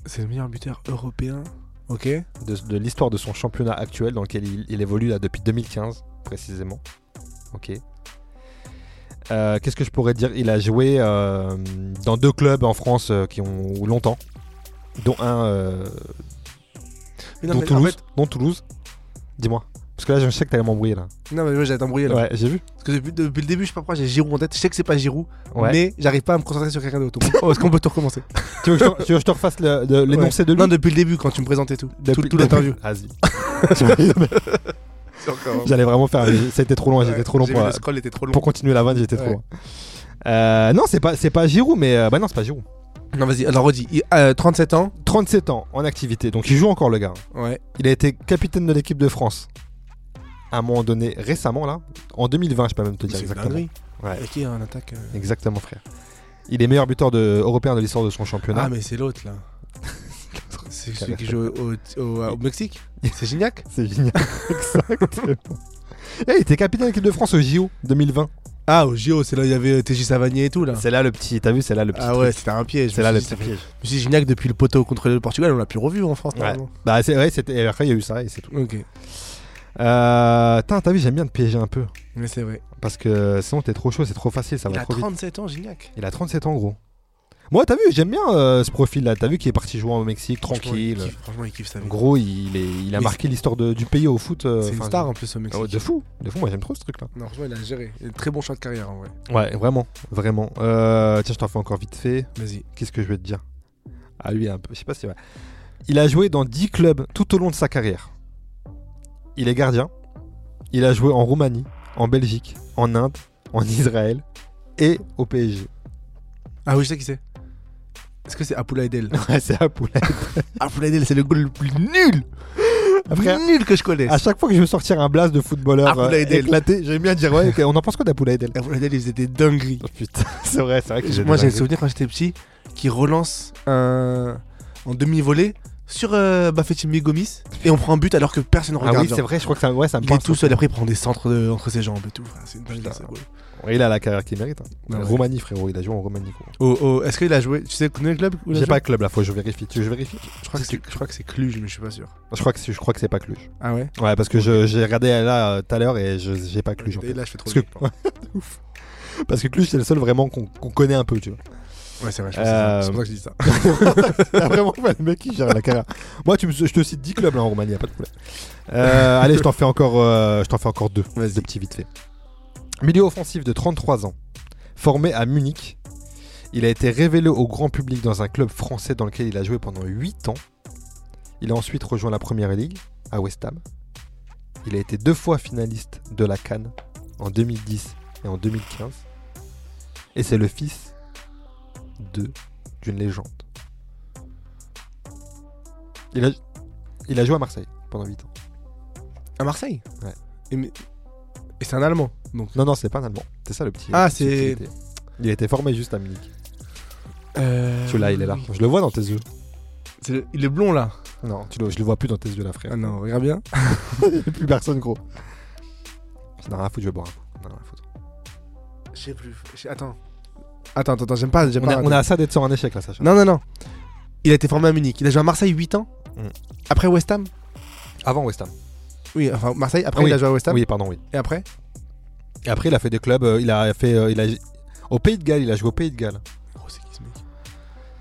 [SPEAKER 3] C'est le meilleur buteur européen. Ok.
[SPEAKER 2] de, de l'histoire de son championnat actuel dans lequel il, il évolue là depuis 2015 précisément. Ok. Euh, Qu'est-ce que je pourrais dire Il a joué euh, dans deux clubs en France euh, qui ont longtemps, dont un euh,
[SPEAKER 3] Mais non,
[SPEAKER 2] dont,
[SPEAKER 3] mais en
[SPEAKER 2] Toulouse,
[SPEAKER 3] fait-
[SPEAKER 2] dont Toulouse. Dis-moi. Parce que là, je sais que t'allais m'embrouiller là.
[SPEAKER 3] non, mais moi j'allais t'embrouiller là.
[SPEAKER 2] Ouais, j'ai vu.
[SPEAKER 3] Parce que depuis, depuis le début, je sais pas pourquoi j'ai Giroud en tête. Je sais que c'est pas Giroud,
[SPEAKER 2] Ouais.
[SPEAKER 3] mais j'arrive pas à me concentrer sur quelqu'un d'autre. Oh, Est-ce qu'on peut tout recommencer
[SPEAKER 2] Tu veux que je te, tu veux que je te refasse le- le- l'énoncé de lui
[SPEAKER 3] Non, depuis le début, quand tu me présentais tout.
[SPEAKER 2] Depuis-
[SPEAKER 3] tout tout
[SPEAKER 2] depuis-
[SPEAKER 3] l'interview.
[SPEAKER 2] Vas-y. J'allais- J'allais vraiment faire. C'était trop loin.
[SPEAKER 3] Ouais,
[SPEAKER 2] J'étais trop long
[SPEAKER 3] j'ai
[SPEAKER 2] pour,
[SPEAKER 3] vu,
[SPEAKER 2] la-
[SPEAKER 3] Le scroll était trop long.
[SPEAKER 2] pour continuer la vanne. J'étais trop
[SPEAKER 3] Ouais.
[SPEAKER 2] loin. Euh, non, c'est pas c'est pas Giroud, mais euh, bah non, c'est pas Giroud.
[SPEAKER 3] Non, vas-y, alors redis. Il- euh, 37 ans.
[SPEAKER 2] 37 ans en activité, donc il joue encore le gars. hein.
[SPEAKER 3] Ouais.
[SPEAKER 2] Il a été capitaine de l'équipe de France à un moment donné récemment là, en 2020, je peux même te dire
[SPEAKER 3] Oh, C'est une
[SPEAKER 2] exactement.
[SPEAKER 3] dinguerie.
[SPEAKER 2] Ouais.
[SPEAKER 3] Et qui a un attaque euh,
[SPEAKER 2] Exactement, frère. Il est meilleur buteur de, européen de l'histoire de son championnat.
[SPEAKER 3] Ah, mais c'est l'autre là. c'est celui qui joue au, au- au- au Mexique. C'est Gignac
[SPEAKER 2] C'est génial. Exactement. Eh, il était capitaine de l'équipe de France au JO 2020.
[SPEAKER 3] Ah, au JO, c'est là où il y avait euh, TJ Savanier et tout là.
[SPEAKER 2] C'est là le petit. T'as vu, c'est là le petit.
[SPEAKER 3] Ah ouais, c'était un piège.
[SPEAKER 2] C'est là
[SPEAKER 3] Je me
[SPEAKER 2] le
[SPEAKER 3] suis
[SPEAKER 2] petit
[SPEAKER 3] dit,
[SPEAKER 2] piège.
[SPEAKER 3] Je me suis dit, Gignac, depuis le poteau contre le Portugal, on l'a plus revu en France.
[SPEAKER 2] Ouais.
[SPEAKER 3] normalement.
[SPEAKER 2] Bah c'est vrai, c'était et après il y a eu ça et c'est tout.
[SPEAKER 3] Ok,
[SPEAKER 2] Euh, tain, t'as vu, j'aime bien te piéger un peu
[SPEAKER 3] mais c'est vrai.
[SPEAKER 2] parce que sinon t'es trop chaud, c'est trop facile, ça
[SPEAKER 3] il
[SPEAKER 2] va
[SPEAKER 3] a
[SPEAKER 2] trop vite.
[SPEAKER 3] 37 ans, Gignac.
[SPEAKER 2] Il a 37 ans gros. Moi, t'as vu, j'aime bien euh, ce profil-là. T'as vu qu'il est parti jouer au Mexique, tranquille.
[SPEAKER 3] Franchement, il kiffe, franchement, il kiffe sa vie.
[SPEAKER 2] Gros, il, est, il a
[SPEAKER 3] Mais
[SPEAKER 2] marqué l'histoire de- du pays au foot. euh,
[SPEAKER 3] c'est une
[SPEAKER 2] enfin,
[SPEAKER 3] star en plus au Mexique.
[SPEAKER 2] oh, de fou, de fou. Moi, j'aime trop ce truc-là.
[SPEAKER 3] Non, franchement, il a géré. Il a un très bon choix de carrière en vrai.
[SPEAKER 2] Ouais, vraiment, vraiment. Euh, tiens, je t'en fais encore vite fait.
[SPEAKER 3] Vas-y.
[SPEAKER 2] Qu'est-ce que je vais te dire Ah lui, un peu, je sais pas si ouais. Il a joué dans 10 clubs tout au long de sa carrière. Il est gardien. Il a joué en Roumanie, en Belgique, en Inde, en Israël et au PSG.
[SPEAKER 3] Ah oui, je sais qui c'est. Est-ce que c'est Apoula Edel
[SPEAKER 2] Ouais, c'est à poulet.
[SPEAKER 3] Apoula Edel, c'est le goal le plus nul
[SPEAKER 2] Après,
[SPEAKER 3] Nul que je connaisse.
[SPEAKER 2] à chaque fois que je veux sortir un blast de footballeur euh,
[SPEAKER 3] Apoulaï Del.
[SPEAKER 2] éclaté, j'aime bien dire ouais, ok, on en pense quoi d'Apoulaï Del
[SPEAKER 3] Apoula Edel, il faisait des dingueries.
[SPEAKER 2] Oh, Putain, c'est vrai, c'est vrai que
[SPEAKER 3] Moi, j'ai
[SPEAKER 2] des
[SPEAKER 3] le souvenir quand j'étais petit qui relance un... en demi-volée sur euh, Bafétimbi Gomis et on prend un but alors que personne ne
[SPEAKER 2] Ah
[SPEAKER 3] regarde.
[SPEAKER 2] oui,
[SPEAKER 3] genre.
[SPEAKER 2] c'est vrai, je crois que ça, ouais, ça me
[SPEAKER 3] Il est
[SPEAKER 2] parle.
[SPEAKER 3] tout seul, après il prend des centres de- entre ses jambes et tout. Enfin, c'est une dinguerie,
[SPEAKER 2] Putain.
[SPEAKER 3] c'est beau.
[SPEAKER 2] Ouais, Il a la carrière qu'il mérite. hein.
[SPEAKER 3] Ouais, ouais.
[SPEAKER 2] Roumanie, frérot, il a joué en Roumanie. gros.
[SPEAKER 3] Oh, oh, Est-ce qu'il a joué Tu sais connais le club où il a
[SPEAKER 2] J'ai
[SPEAKER 3] joué
[SPEAKER 2] pas le club là, faut que je vérifie. Tu veux que je vérifie
[SPEAKER 3] je, crois que c'est, je crois que c'est Cluj, mais je suis pas sûr.
[SPEAKER 2] Je crois que c'est- je crois que c'est pas Cluj.
[SPEAKER 3] Ah ouais
[SPEAKER 2] Ouais, parce que je- j'ai regardé là euh, tout à l'heure et je- j'ai pas Cluj. en
[SPEAKER 3] Et
[SPEAKER 2] fait.
[SPEAKER 3] là, je fais trop
[SPEAKER 2] Parce
[SPEAKER 3] de
[SPEAKER 2] que, de ouf. Parce que Cluj, c'est le seul vraiment qu'on qu'on connaît un peu, tu vois.
[SPEAKER 3] Ouais, c'est vrai, je pense que c'est ça.
[SPEAKER 2] Euh,
[SPEAKER 3] c'est pour ça que je dis ça.
[SPEAKER 2] T'as Ah, vraiment pas le mec qui gère la carrière. Moi, tu me- je te cite 10 clubs là en Roumanie, y a pas de problème. Euh, allez, je t'en fais encore, euh, je t'en fais encore deux. Deux petits vite fait. Milieu offensif de 33 ans, formé à Munich. Il a été révélé au grand public dans un club français dans lequel il a joué pendant 8 ans. Il a ensuite rejoint la première ligue à West Ham. Il a été deux fois finaliste de la Cannes en 2010 et en 2015. Et c'est le fils de d'une légende. Il a, il a joué à Marseille pendant 8 ans.
[SPEAKER 3] À Marseille
[SPEAKER 2] Ouais.
[SPEAKER 3] Et, mais- et c'est un Allemand, donc.
[SPEAKER 2] Non, non, c'est pas un Allemand. C'est ça le petit.
[SPEAKER 3] Ah,
[SPEAKER 2] le petit
[SPEAKER 3] c'est-
[SPEAKER 2] qui était- Il a été formé juste à Munich.
[SPEAKER 3] Euh,
[SPEAKER 2] Tu là, il est là. Je le vois dans tes yeux.
[SPEAKER 3] C'est le- Il est blond là.
[SPEAKER 2] Non, tu le, Euh, je le vois plus dans tes yeux, là, frère.
[SPEAKER 3] Ah non, regarde bien.
[SPEAKER 2] Il n'y a plus personne, gros. J'en ai rien à foutre, je vais boire un coup. J'en ai rien à foutre.
[SPEAKER 3] Je sais plus. Attends. Attends, attends, j'aime pas. j'aime
[SPEAKER 2] On
[SPEAKER 3] pas
[SPEAKER 2] a, on a ça d'être sur un échec, là, Sacha.
[SPEAKER 3] Non, non, non. Il a été formé à Munich. Il a joué à Marseille 8 ans.
[SPEAKER 2] Mm.
[SPEAKER 3] Après West Ham
[SPEAKER 2] Avant West Ham.
[SPEAKER 3] Oui, enfin Marseille. Après,
[SPEAKER 2] Ah oui.
[SPEAKER 3] il a joué à West Ham.
[SPEAKER 2] Oui, pardon, oui.
[SPEAKER 3] Et après
[SPEAKER 2] Et après, il a fait des clubs. euh, il a fait. euh, il a... Au Pays de Galles, il a joué au Pays de Galles.
[SPEAKER 3] Oh, c'est qui ce mec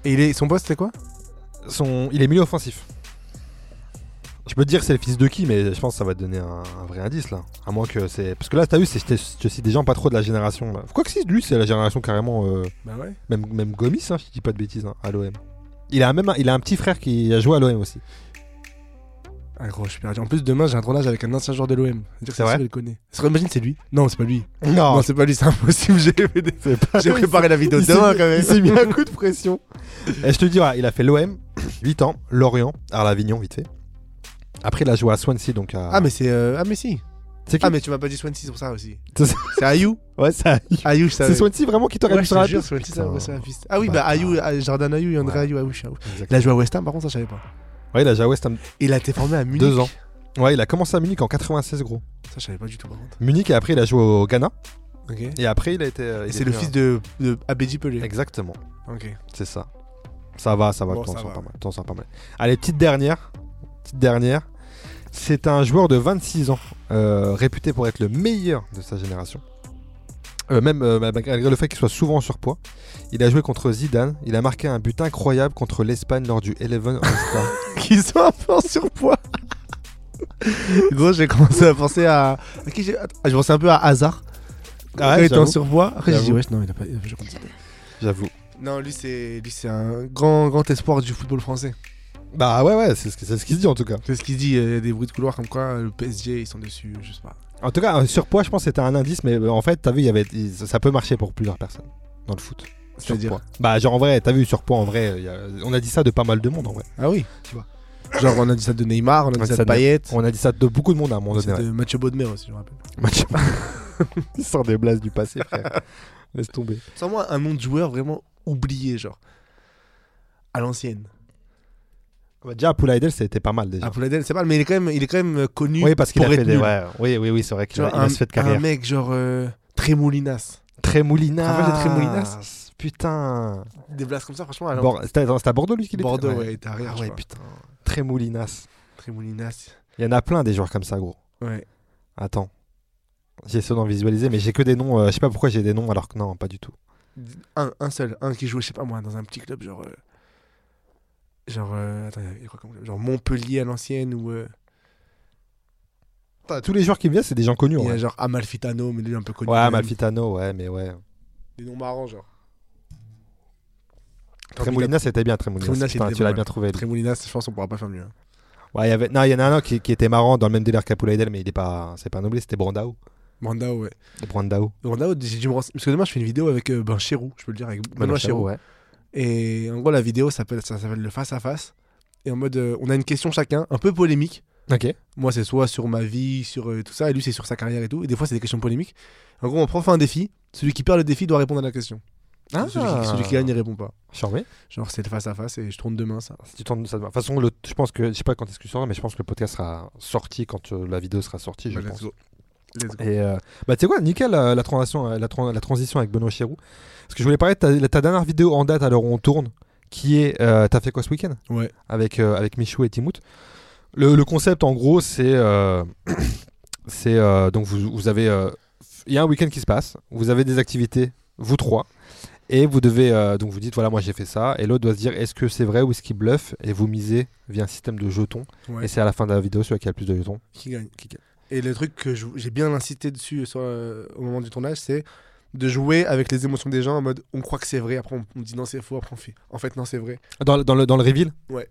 [SPEAKER 3] Et il est... son poste, c'est quoi
[SPEAKER 2] Son... Il est milieu offensif. Je peux te dire c'est le fils de qui, mais je pense que ça va te donner un, un vrai indice là. À moins que c'est. Parce que là, t'as vu, c'est je te cite des gens pas trop de la génération. Là. Quoi que si, lui, c'est la génération carrément. euh,
[SPEAKER 3] Bah ouais.
[SPEAKER 2] même, même Gomis, hein, je dis pas de bêtises, hein, à l'OM. Il a, même un, il a un petit frère qui a joué à l'OM aussi.
[SPEAKER 3] Ah gros, je suis perdu. En plus, demain, j'ai un tournage avec un ancien joueur de l'OM. Dire que
[SPEAKER 2] C'est vrai
[SPEAKER 3] sûr, il connaît. Ça, Imagine, c'est lui. Non, c'est pas lui.
[SPEAKER 2] Non,
[SPEAKER 3] Non, c'est pas lui, c'est impossible. J'ai fait des-
[SPEAKER 2] Ah c'est pas.
[SPEAKER 3] j'ai préparé la vidéo
[SPEAKER 2] Il s'est-
[SPEAKER 3] demain quand même.
[SPEAKER 2] il s'est mis un coup de pression. Et je te dis, voilà, il a fait l'OM, 8 ans, Lorient, à l'Avignon, vite fait. Après, il a joué à Swansea, donc à.
[SPEAKER 3] Ah, mais c'est. euh, Ah, mais si.
[SPEAKER 2] c'est qui
[SPEAKER 3] Ah, mais tu m'as pas dit Swansea, c'est pour ça aussi.
[SPEAKER 2] C'est ça.
[SPEAKER 3] C'est Ayou.
[SPEAKER 2] Ouais, ça-
[SPEAKER 3] Ayou, je savais.
[SPEAKER 2] c'est Swansea vraiment qui t'aurait
[SPEAKER 3] Ouais,
[SPEAKER 2] mis
[SPEAKER 3] je
[SPEAKER 2] sur la
[SPEAKER 3] te jure,
[SPEAKER 2] piste
[SPEAKER 3] Swansea, ça
[SPEAKER 2] Putain.
[SPEAKER 3] va sur la piste. Ah oui, bah
[SPEAKER 2] Bâtard.
[SPEAKER 3] Ayou, ah, Jordan Ayou et André
[SPEAKER 2] Ouais.
[SPEAKER 3] Ayou, Ayou, je suis un ouf. Il
[SPEAKER 2] Exactement.
[SPEAKER 3] a joué à West Ham, par contre, ça, je savais pas.
[SPEAKER 2] Ouais, il a joué à West Ham
[SPEAKER 3] Il a été formé à Munich.
[SPEAKER 2] 2 ans. Ouais, il a commencé à Munich en 96, gros.
[SPEAKER 3] Ça, je savais pas du tout, par contre.
[SPEAKER 2] Munich, et après, il a joué au Ghana.
[SPEAKER 3] Ok.
[SPEAKER 2] Et après, il a été. euh, il
[SPEAKER 3] Et
[SPEAKER 2] est
[SPEAKER 3] c'est le
[SPEAKER 2] devenu
[SPEAKER 3] fils
[SPEAKER 2] un-
[SPEAKER 3] de, de Abedi Pelé.
[SPEAKER 2] Exactement,
[SPEAKER 3] Ok.
[SPEAKER 2] c'est ça. Ça va, ça va,
[SPEAKER 3] Bon,
[SPEAKER 2] t'en
[SPEAKER 3] ça
[SPEAKER 2] sens
[SPEAKER 3] va.
[SPEAKER 2] pas mal, t'en sens pas mal. Allez, petite dernière. Petite dernière. C'est un joueur de 26 ans, euh, réputé pour être le meilleur de sa génération. Euh, même euh, malgré le fait qu'il soit souvent en surpoids, il a joué contre Zidane. Il a marqué un but incroyable contre l'Espagne lors du 11 All-Star. Ah
[SPEAKER 3] Qui sont un peu en surpoids. Gros, j'ai commencé à penser à. à qui j'ai- Ah, je pensais un peu à Hazard.
[SPEAKER 2] Ah ouais,
[SPEAKER 3] Quand il était en
[SPEAKER 2] j'avoue.
[SPEAKER 3] surpoids. Après, j'ai dit,
[SPEAKER 2] J'avoue.
[SPEAKER 3] wesh, non, il a pas. je comprends pas.
[SPEAKER 2] J'avoue.
[SPEAKER 3] Non, lui, c'est lui, c'est un grand, grand espoir du football français.
[SPEAKER 2] Bah ouais, ouais, c'est ce, que- c'est ce qu'il se dit en tout cas.
[SPEAKER 3] C'est ce qu'il dit, euh, il y a des bruits de couloir comme quoi euh, le PSG, ils sont dessus, je sais pas.
[SPEAKER 2] En tout cas, un surpoids, je pense que c'était un indice, mais euh, en fait, t'as vu, il y avait, il- ça peut marcher pour plusieurs personnes dans le foot.
[SPEAKER 3] C'est-à-dire
[SPEAKER 2] Surpoids. Bah, genre en vrai, t'as vu, surpoids, en vrai, il y a- on a dit ça de pas mal de monde en vrai.
[SPEAKER 3] Ah oui,
[SPEAKER 2] Tu vois.
[SPEAKER 3] Genre, on a dit ça de Neymar, on a dit ça de Payet,
[SPEAKER 2] On a dit ça de beaucoup de monde à un
[SPEAKER 3] on
[SPEAKER 2] moment
[SPEAKER 3] a dit
[SPEAKER 2] donné.
[SPEAKER 3] ça
[SPEAKER 2] ouais.
[SPEAKER 3] de Mathieu Baudemer aussi, je me rappelle.
[SPEAKER 2] Mathieu- il sort des blases du passé, frère. Laisse tomber.
[SPEAKER 3] Sans moi, un nom de joueur vraiment oublié, genre. À l'ancienne.
[SPEAKER 2] Bah, déjà, Poulaidel, c'était pas mal déjà.
[SPEAKER 3] À Pouladel, c'est pas mal, mais il est quand même, il est quand même euh, connu.
[SPEAKER 2] Ah, oui, parce qu'il a
[SPEAKER 3] pour
[SPEAKER 2] fait
[SPEAKER 3] être
[SPEAKER 2] des.
[SPEAKER 3] nul.
[SPEAKER 2] ouais, oui, oui, oui, c'est vrai
[SPEAKER 3] Tu
[SPEAKER 2] qu'il a,
[SPEAKER 3] vois,
[SPEAKER 2] il
[SPEAKER 3] un,
[SPEAKER 2] a fait de
[SPEAKER 3] un
[SPEAKER 2] carrière.
[SPEAKER 3] mec genre euh, Tremoulinas,
[SPEAKER 2] Trémoulinas.
[SPEAKER 3] Tu te rappelles de Trémoulinas
[SPEAKER 2] Putain.
[SPEAKER 3] des blagues comme ça, franchement. Alors,
[SPEAKER 2] Bor- C'était attends, c'était à Ah, Bordeaux, lui, qu'il était
[SPEAKER 3] Bordeaux, ouais, t'as rien.
[SPEAKER 2] Ah ouais, putain. Trémoulinas.
[SPEAKER 3] Tremoulinas,
[SPEAKER 2] Il y en a plein des joueurs comme ça, gros.
[SPEAKER 3] ouais.
[SPEAKER 2] Attends. J'essaie d'en visualiser, mais j'ai que des noms. euh, je sais pas pourquoi j'ai des noms alors que non, pas du tout.
[SPEAKER 3] Un, un seul, un qui jouait, je sais pas moi, dans un petit club, genre. euh, genre, euh, attends, il y a quoi comme club Genre Montpellier à l'ancienne ou. euh,
[SPEAKER 2] Tous les joueurs qui me viennent, c'est des gens connus.
[SPEAKER 3] il y
[SPEAKER 2] Ouais,
[SPEAKER 3] a genre Amalfitano, mais lui un peu connu.
[SPEAKER 2] ouais
[SPEAKER 3] quand même.
[SPEAKER 2] Malfitano, ouais, mais ouais.
[SPEAKER 3] Des noms marrants, genre.
[SPEAKER 2] Tremoulinas, c'était bien, Tremoulinas.
[SPEAKER 3] Tremoulinas,
[SPEAKER 2] Putain,
[SPEAKER 3] c'était
[SPEAKER 2] tu l'as
[SPEAKER 3] bon,
[SPEAKER 2] bien trouvé. lui.
[SPEAKER 3] Tremoulinas, je pense qu'on pourra pas faire mieux. hein.
[SPEAKER 2] Ouais, il y avait... Non, il y en a un autre qui, qui était marrant dans le même délire qu'Apoulaïdel, mais il est pas... c'est pas un oublié, c'était Brandao.
[SPEAKER 3] Brandao, ouais.
[SPEAKER 2] Brandao.
[SPEAKER 3] Brandao, j'ai dû me renseigner. Parce que demain, je fais une vidéo avec euh, ben, Chérou, je peux le dire, avec Benoît Chérou.
[SPEAKER 2] Ben, ouais.
[SPEAKER 3] Et en gros, la vidéo s'appelle ça s'appelle le face à face. Et en mode, euh, on a une question chacun, un peu polémique.
[SPEAKER 2] Ok.
[SPEAKER 3] Moi, c'est soit sur ma vie, sur euh, tout ça, et lui, c'est sur sa carrière et tout. Et des fois, c'est des questions polémiques. En gros, on prend fin un défi. Celui qui perd le défi doit répondre à la question. Celui, qui, celui qui gagne, il répond pas.
[SPEAKER 2] Ah. Charmé.
[SPEAKER 3] Genre, c'est le face à face, et je tourne demain ça.
[SPEAKER 2] Si tu tournes ça demain. De toute façon, le... je pense que. Je sais pas quand est-ce que tu sors, mais je pense que le podcast sera sorti quand euh, la vidéo sera sortie, je
[SPEAKER 3] Bah, let's
[SPEAKER 2] pense.
[SPEAKER 3] go. Let's go.
[SPEAKER 2] Et euh, bah, tu sais quoi, nickel euh, la, transition, euh, la, tran- la transition avec Benoît Chérou. Parce que je voulais parler de ta, ta dernière vidéo en date, alors on tourne, qui est euh, T'as fait quoi ce week-end
[SPEAKER 3] Ouais.
[SPEAKER 2] Avec, euh, avec Michou et Timout. Le, le concept, en gros, c'est. euh, c'est euh, donc, vous, vous avez. euh, Il y a un week-end qui se passe, vous avez des activités, vous trois. Et vous devez, euh, donc vous dites, voilà, moi j'ai fait ça. Et l'autre doit se dire, est-ce que c'est vrai ou est-ce qu'il bluffe Et vous misez via un système de jetons.
[SPEAKER 3] Ouais.
[SPEAKER 2] Et c'est à la fin de la vidéo celui qui a le plus de jetons.
[SPEAKER 3] qui gagne. Et le truc que je- j'ai bien incité dessus sur, euh, au moment du tournage, c'est de jouer avec les émotions des gens en mode on croit que c'est vrai, après on, on dit non c'est faux, après on fait en fait non c'est vrai.
[SPEAKER 2] Dans, le- dans le, dans le reveal
[SPEAKER 3] Ouais.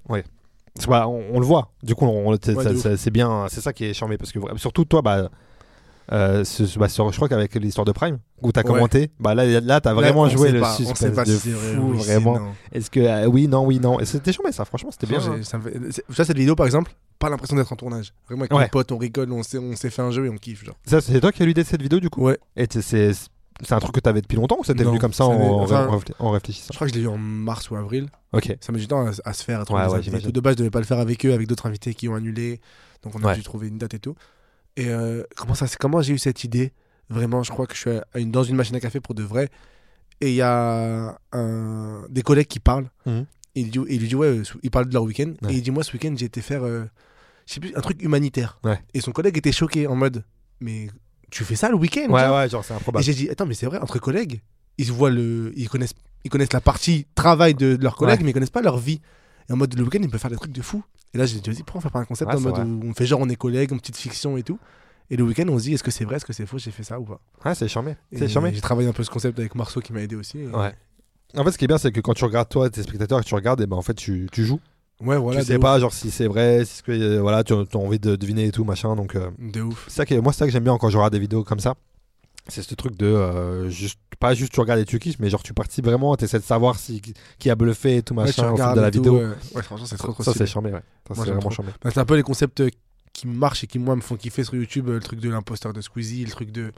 [SPEAKER 2] C'est pas- on, on le voit. Du coup, on- on- c'est
[SPEAKER 3] Ouais,
[SPEAKER 2] ça-
[SPEAKER 3] de ouf.
[SPEAKER 2] ça- c'est bien. C'est ça qui est charmé. Parce que vra- surtout, toi, bah, euh, ce- ce- bah, sur- je crois qu'avec l'histoire de Prime, où t'as
[SPEAKER 3] Ouais.
[SPEAKER 2] commenté, bah, là, là t'as vraiment
[SPEAKER 3] Là, on
[SPEAKER 2] joué
[SPEAKER 3] sait
[SPEAKER 2] le
[SPEAKER 3] pas,
[SPEAKER 2] suspense
[SPEAKER 3] On sait pas
[SPEAKER 2] de
[SPEAKER 3] si c'est vrai,
[SPEAKER 2] fou,
[SPEAKER 3] oui, c'est
[SPEAKER 2] vraiment.
[SPEAKER 3] non.
[SPEAKER 2] Est-ce que euh, oui, non, oui, non. Et c'était charmé, ça. Franchement, c'était bien.
[SPEAKER 3] Franchement,
[SPEAKER 2] hein.
[SPEAKER 3] j'ai- ça me fait- c'est- ça, cette vidéo par exemple, pas l'impression d'être en tournage. Vraiment avec
[SPEAKER 2] Ouais.
[SPEAKER 3] mes potes, on rigole, on s'est on s'est fait un jeu et on kiffe genre.
[SPEAKER 2] Ça, c'est toi qui as eu l'idée de cette vidéo, du coup.
[SPEAKER 3] Ouais.
[SPEAKER 2] Et c'est- c'est c'est un truc que t'avais depuis longtemps ou ça t'est
[SPEAKER 3] Non,
[SPEAKER 2] venu comme ça
[SPEAKER 3] ça
[SPEAKER 2] en,
[SPEAKER 3] m'est-
[SPEAKER 2] en-
[SPEAKER 3] enfin-
[SPEAKER 2] en réflé- en réfléchissant
[SPEAKER 3] Je crois que je l'ai eu en mars ou avril.
[SPEAKER 2] Ok.
[SPEAKER 3] Ça met du temps à, à se faire. À trouver
[SPEAKER 2] Ouais,
[SPEAKER 3] des
[SPEAKER 2] ouais,
[SPEAKER 3] invités et
[SPEAKER 2] j'imagine.
[SPEAKER 3] tout. de base, je devais pas le faire avec eux, avec d'autres invités qui ont annulé. Donc on a
[SPEAKER 2] Ouais.
[SPEAKER 3] dû trouver une date et tout. Et euh, comment ça, c'est comment j'ai eu cette idée Vraiment, je crois que je suis à une, dans une machine à café pour de vrai. Et il y a un- des collègues qui parlent.
[SPEAKER 2] Mhm.
[SPEAKER 3] Et il, dit, et il lui dit, ouais, euh, ce- il parle de leur week-end.
[SPEAKER 2] Ouais.
[SPEAKER 3] Et il dit, moi, ce week-end, j'ai été faire, euh, je sais plus, un truc humanitaire.
[SPEAKER 2] Ouais.
[SPEAKER 3] Et son collègue était choqué en mode, mais tu fais ça le week-end
[SPEAKER 2] Ouais,
[SPEAKER 3] toi
[SPEAKER 2] ouais, genre c'est
[SPEAKER 3] Et
[SPEAKER 2] improbable.
[SPEAKER 3] j'ai dit, attends, mais c'est vrai, entre collègues, ils se voient le, ils connaissent, ils connaissent la partie travail de, de leurs collègues, mais ils connaissent pas leur vie. Et en mode, le week-end, ils peuvent faire des trucs de fou. Et là, j'ai dit, vas-y, prends, on va faire un concept
[SPEAKER 2] Ouais,
[SPEAKER 3] en
[SPEAKER 2] c'est
[SPEAKER 3] mode
[SPEAKER 2] vrai.
[SPEAKER 3] où on fait genre, on est collègues, en petite fiction et tout. Et le week-end, on se dit, est-ce que c'est vrai, est-ce que c'est faux, j'ai fait ça ou pas
[SPEAKER 2] Ah, c'est charmé.
[SPEAKER 3] Et
[SPEAKER 2] C'est charmé.
[SPEAKER 3] J'ai travaillé un peu ce concept avec Marceau qui m'a aidé aussi. Et-
[SPEAKER 2] Ouais. En fait, ce qui est bien, c'est que quand tu regardes toi, tes spectateurs, que tu regardes, et ben en fait, tu, tu joues.
[SPEAKER 3] Ouais, voilà.
[SPEAKER 2] tu sais
[SPEAKER 3] de
[SPEAKER 2] pas, genre si c'est vrai, si ce que, euh, voilà, tu as envie de deviner et tout machin. Donc, euh,
[SPEAKER 3] ouf. De ouf.
[SPEAKER 2] c'est ça que moi, c'est ça que j'aime bien quand je regarde des vidéos comme ça. C'est ce truc de euh, juste pas juste tu regardes et tu kiffes, mais genre tu participes vraiment, t'essaies de savoir si qui a bluffé et tout
[SPEAKER 3] Ouais, tu
[SPEAKER 2] machin au fil
[SPEAKER 3] regardes
[SPEAKER 2] de la
[SPEAKER 3] et tout,
[SPEAKER 2] vidéo.
[SPEAKER 3] ouais. Ouais, franchement, c'est trop, trop
[SPEAKER 2] ça,
[SPEAKER 3] stylé.
[SPEAKER 2] c'est charmé, ouais. Ça,
[SPEAKER 3] Moi,
[SPEAKER 2] c'est
[SPEAKER 3] j'aime
[SPEAKER 2] vraiment
[SPEAKER 3] trop.
[SPEAKER 2] charmé.
[SPEAKER 3] Bah, c'est un peu les concepts euh, qui marchent et qui, moi, me font kiffer sur YouTube. euh, Le truc de l'imposteur de Squeezie, le truc de.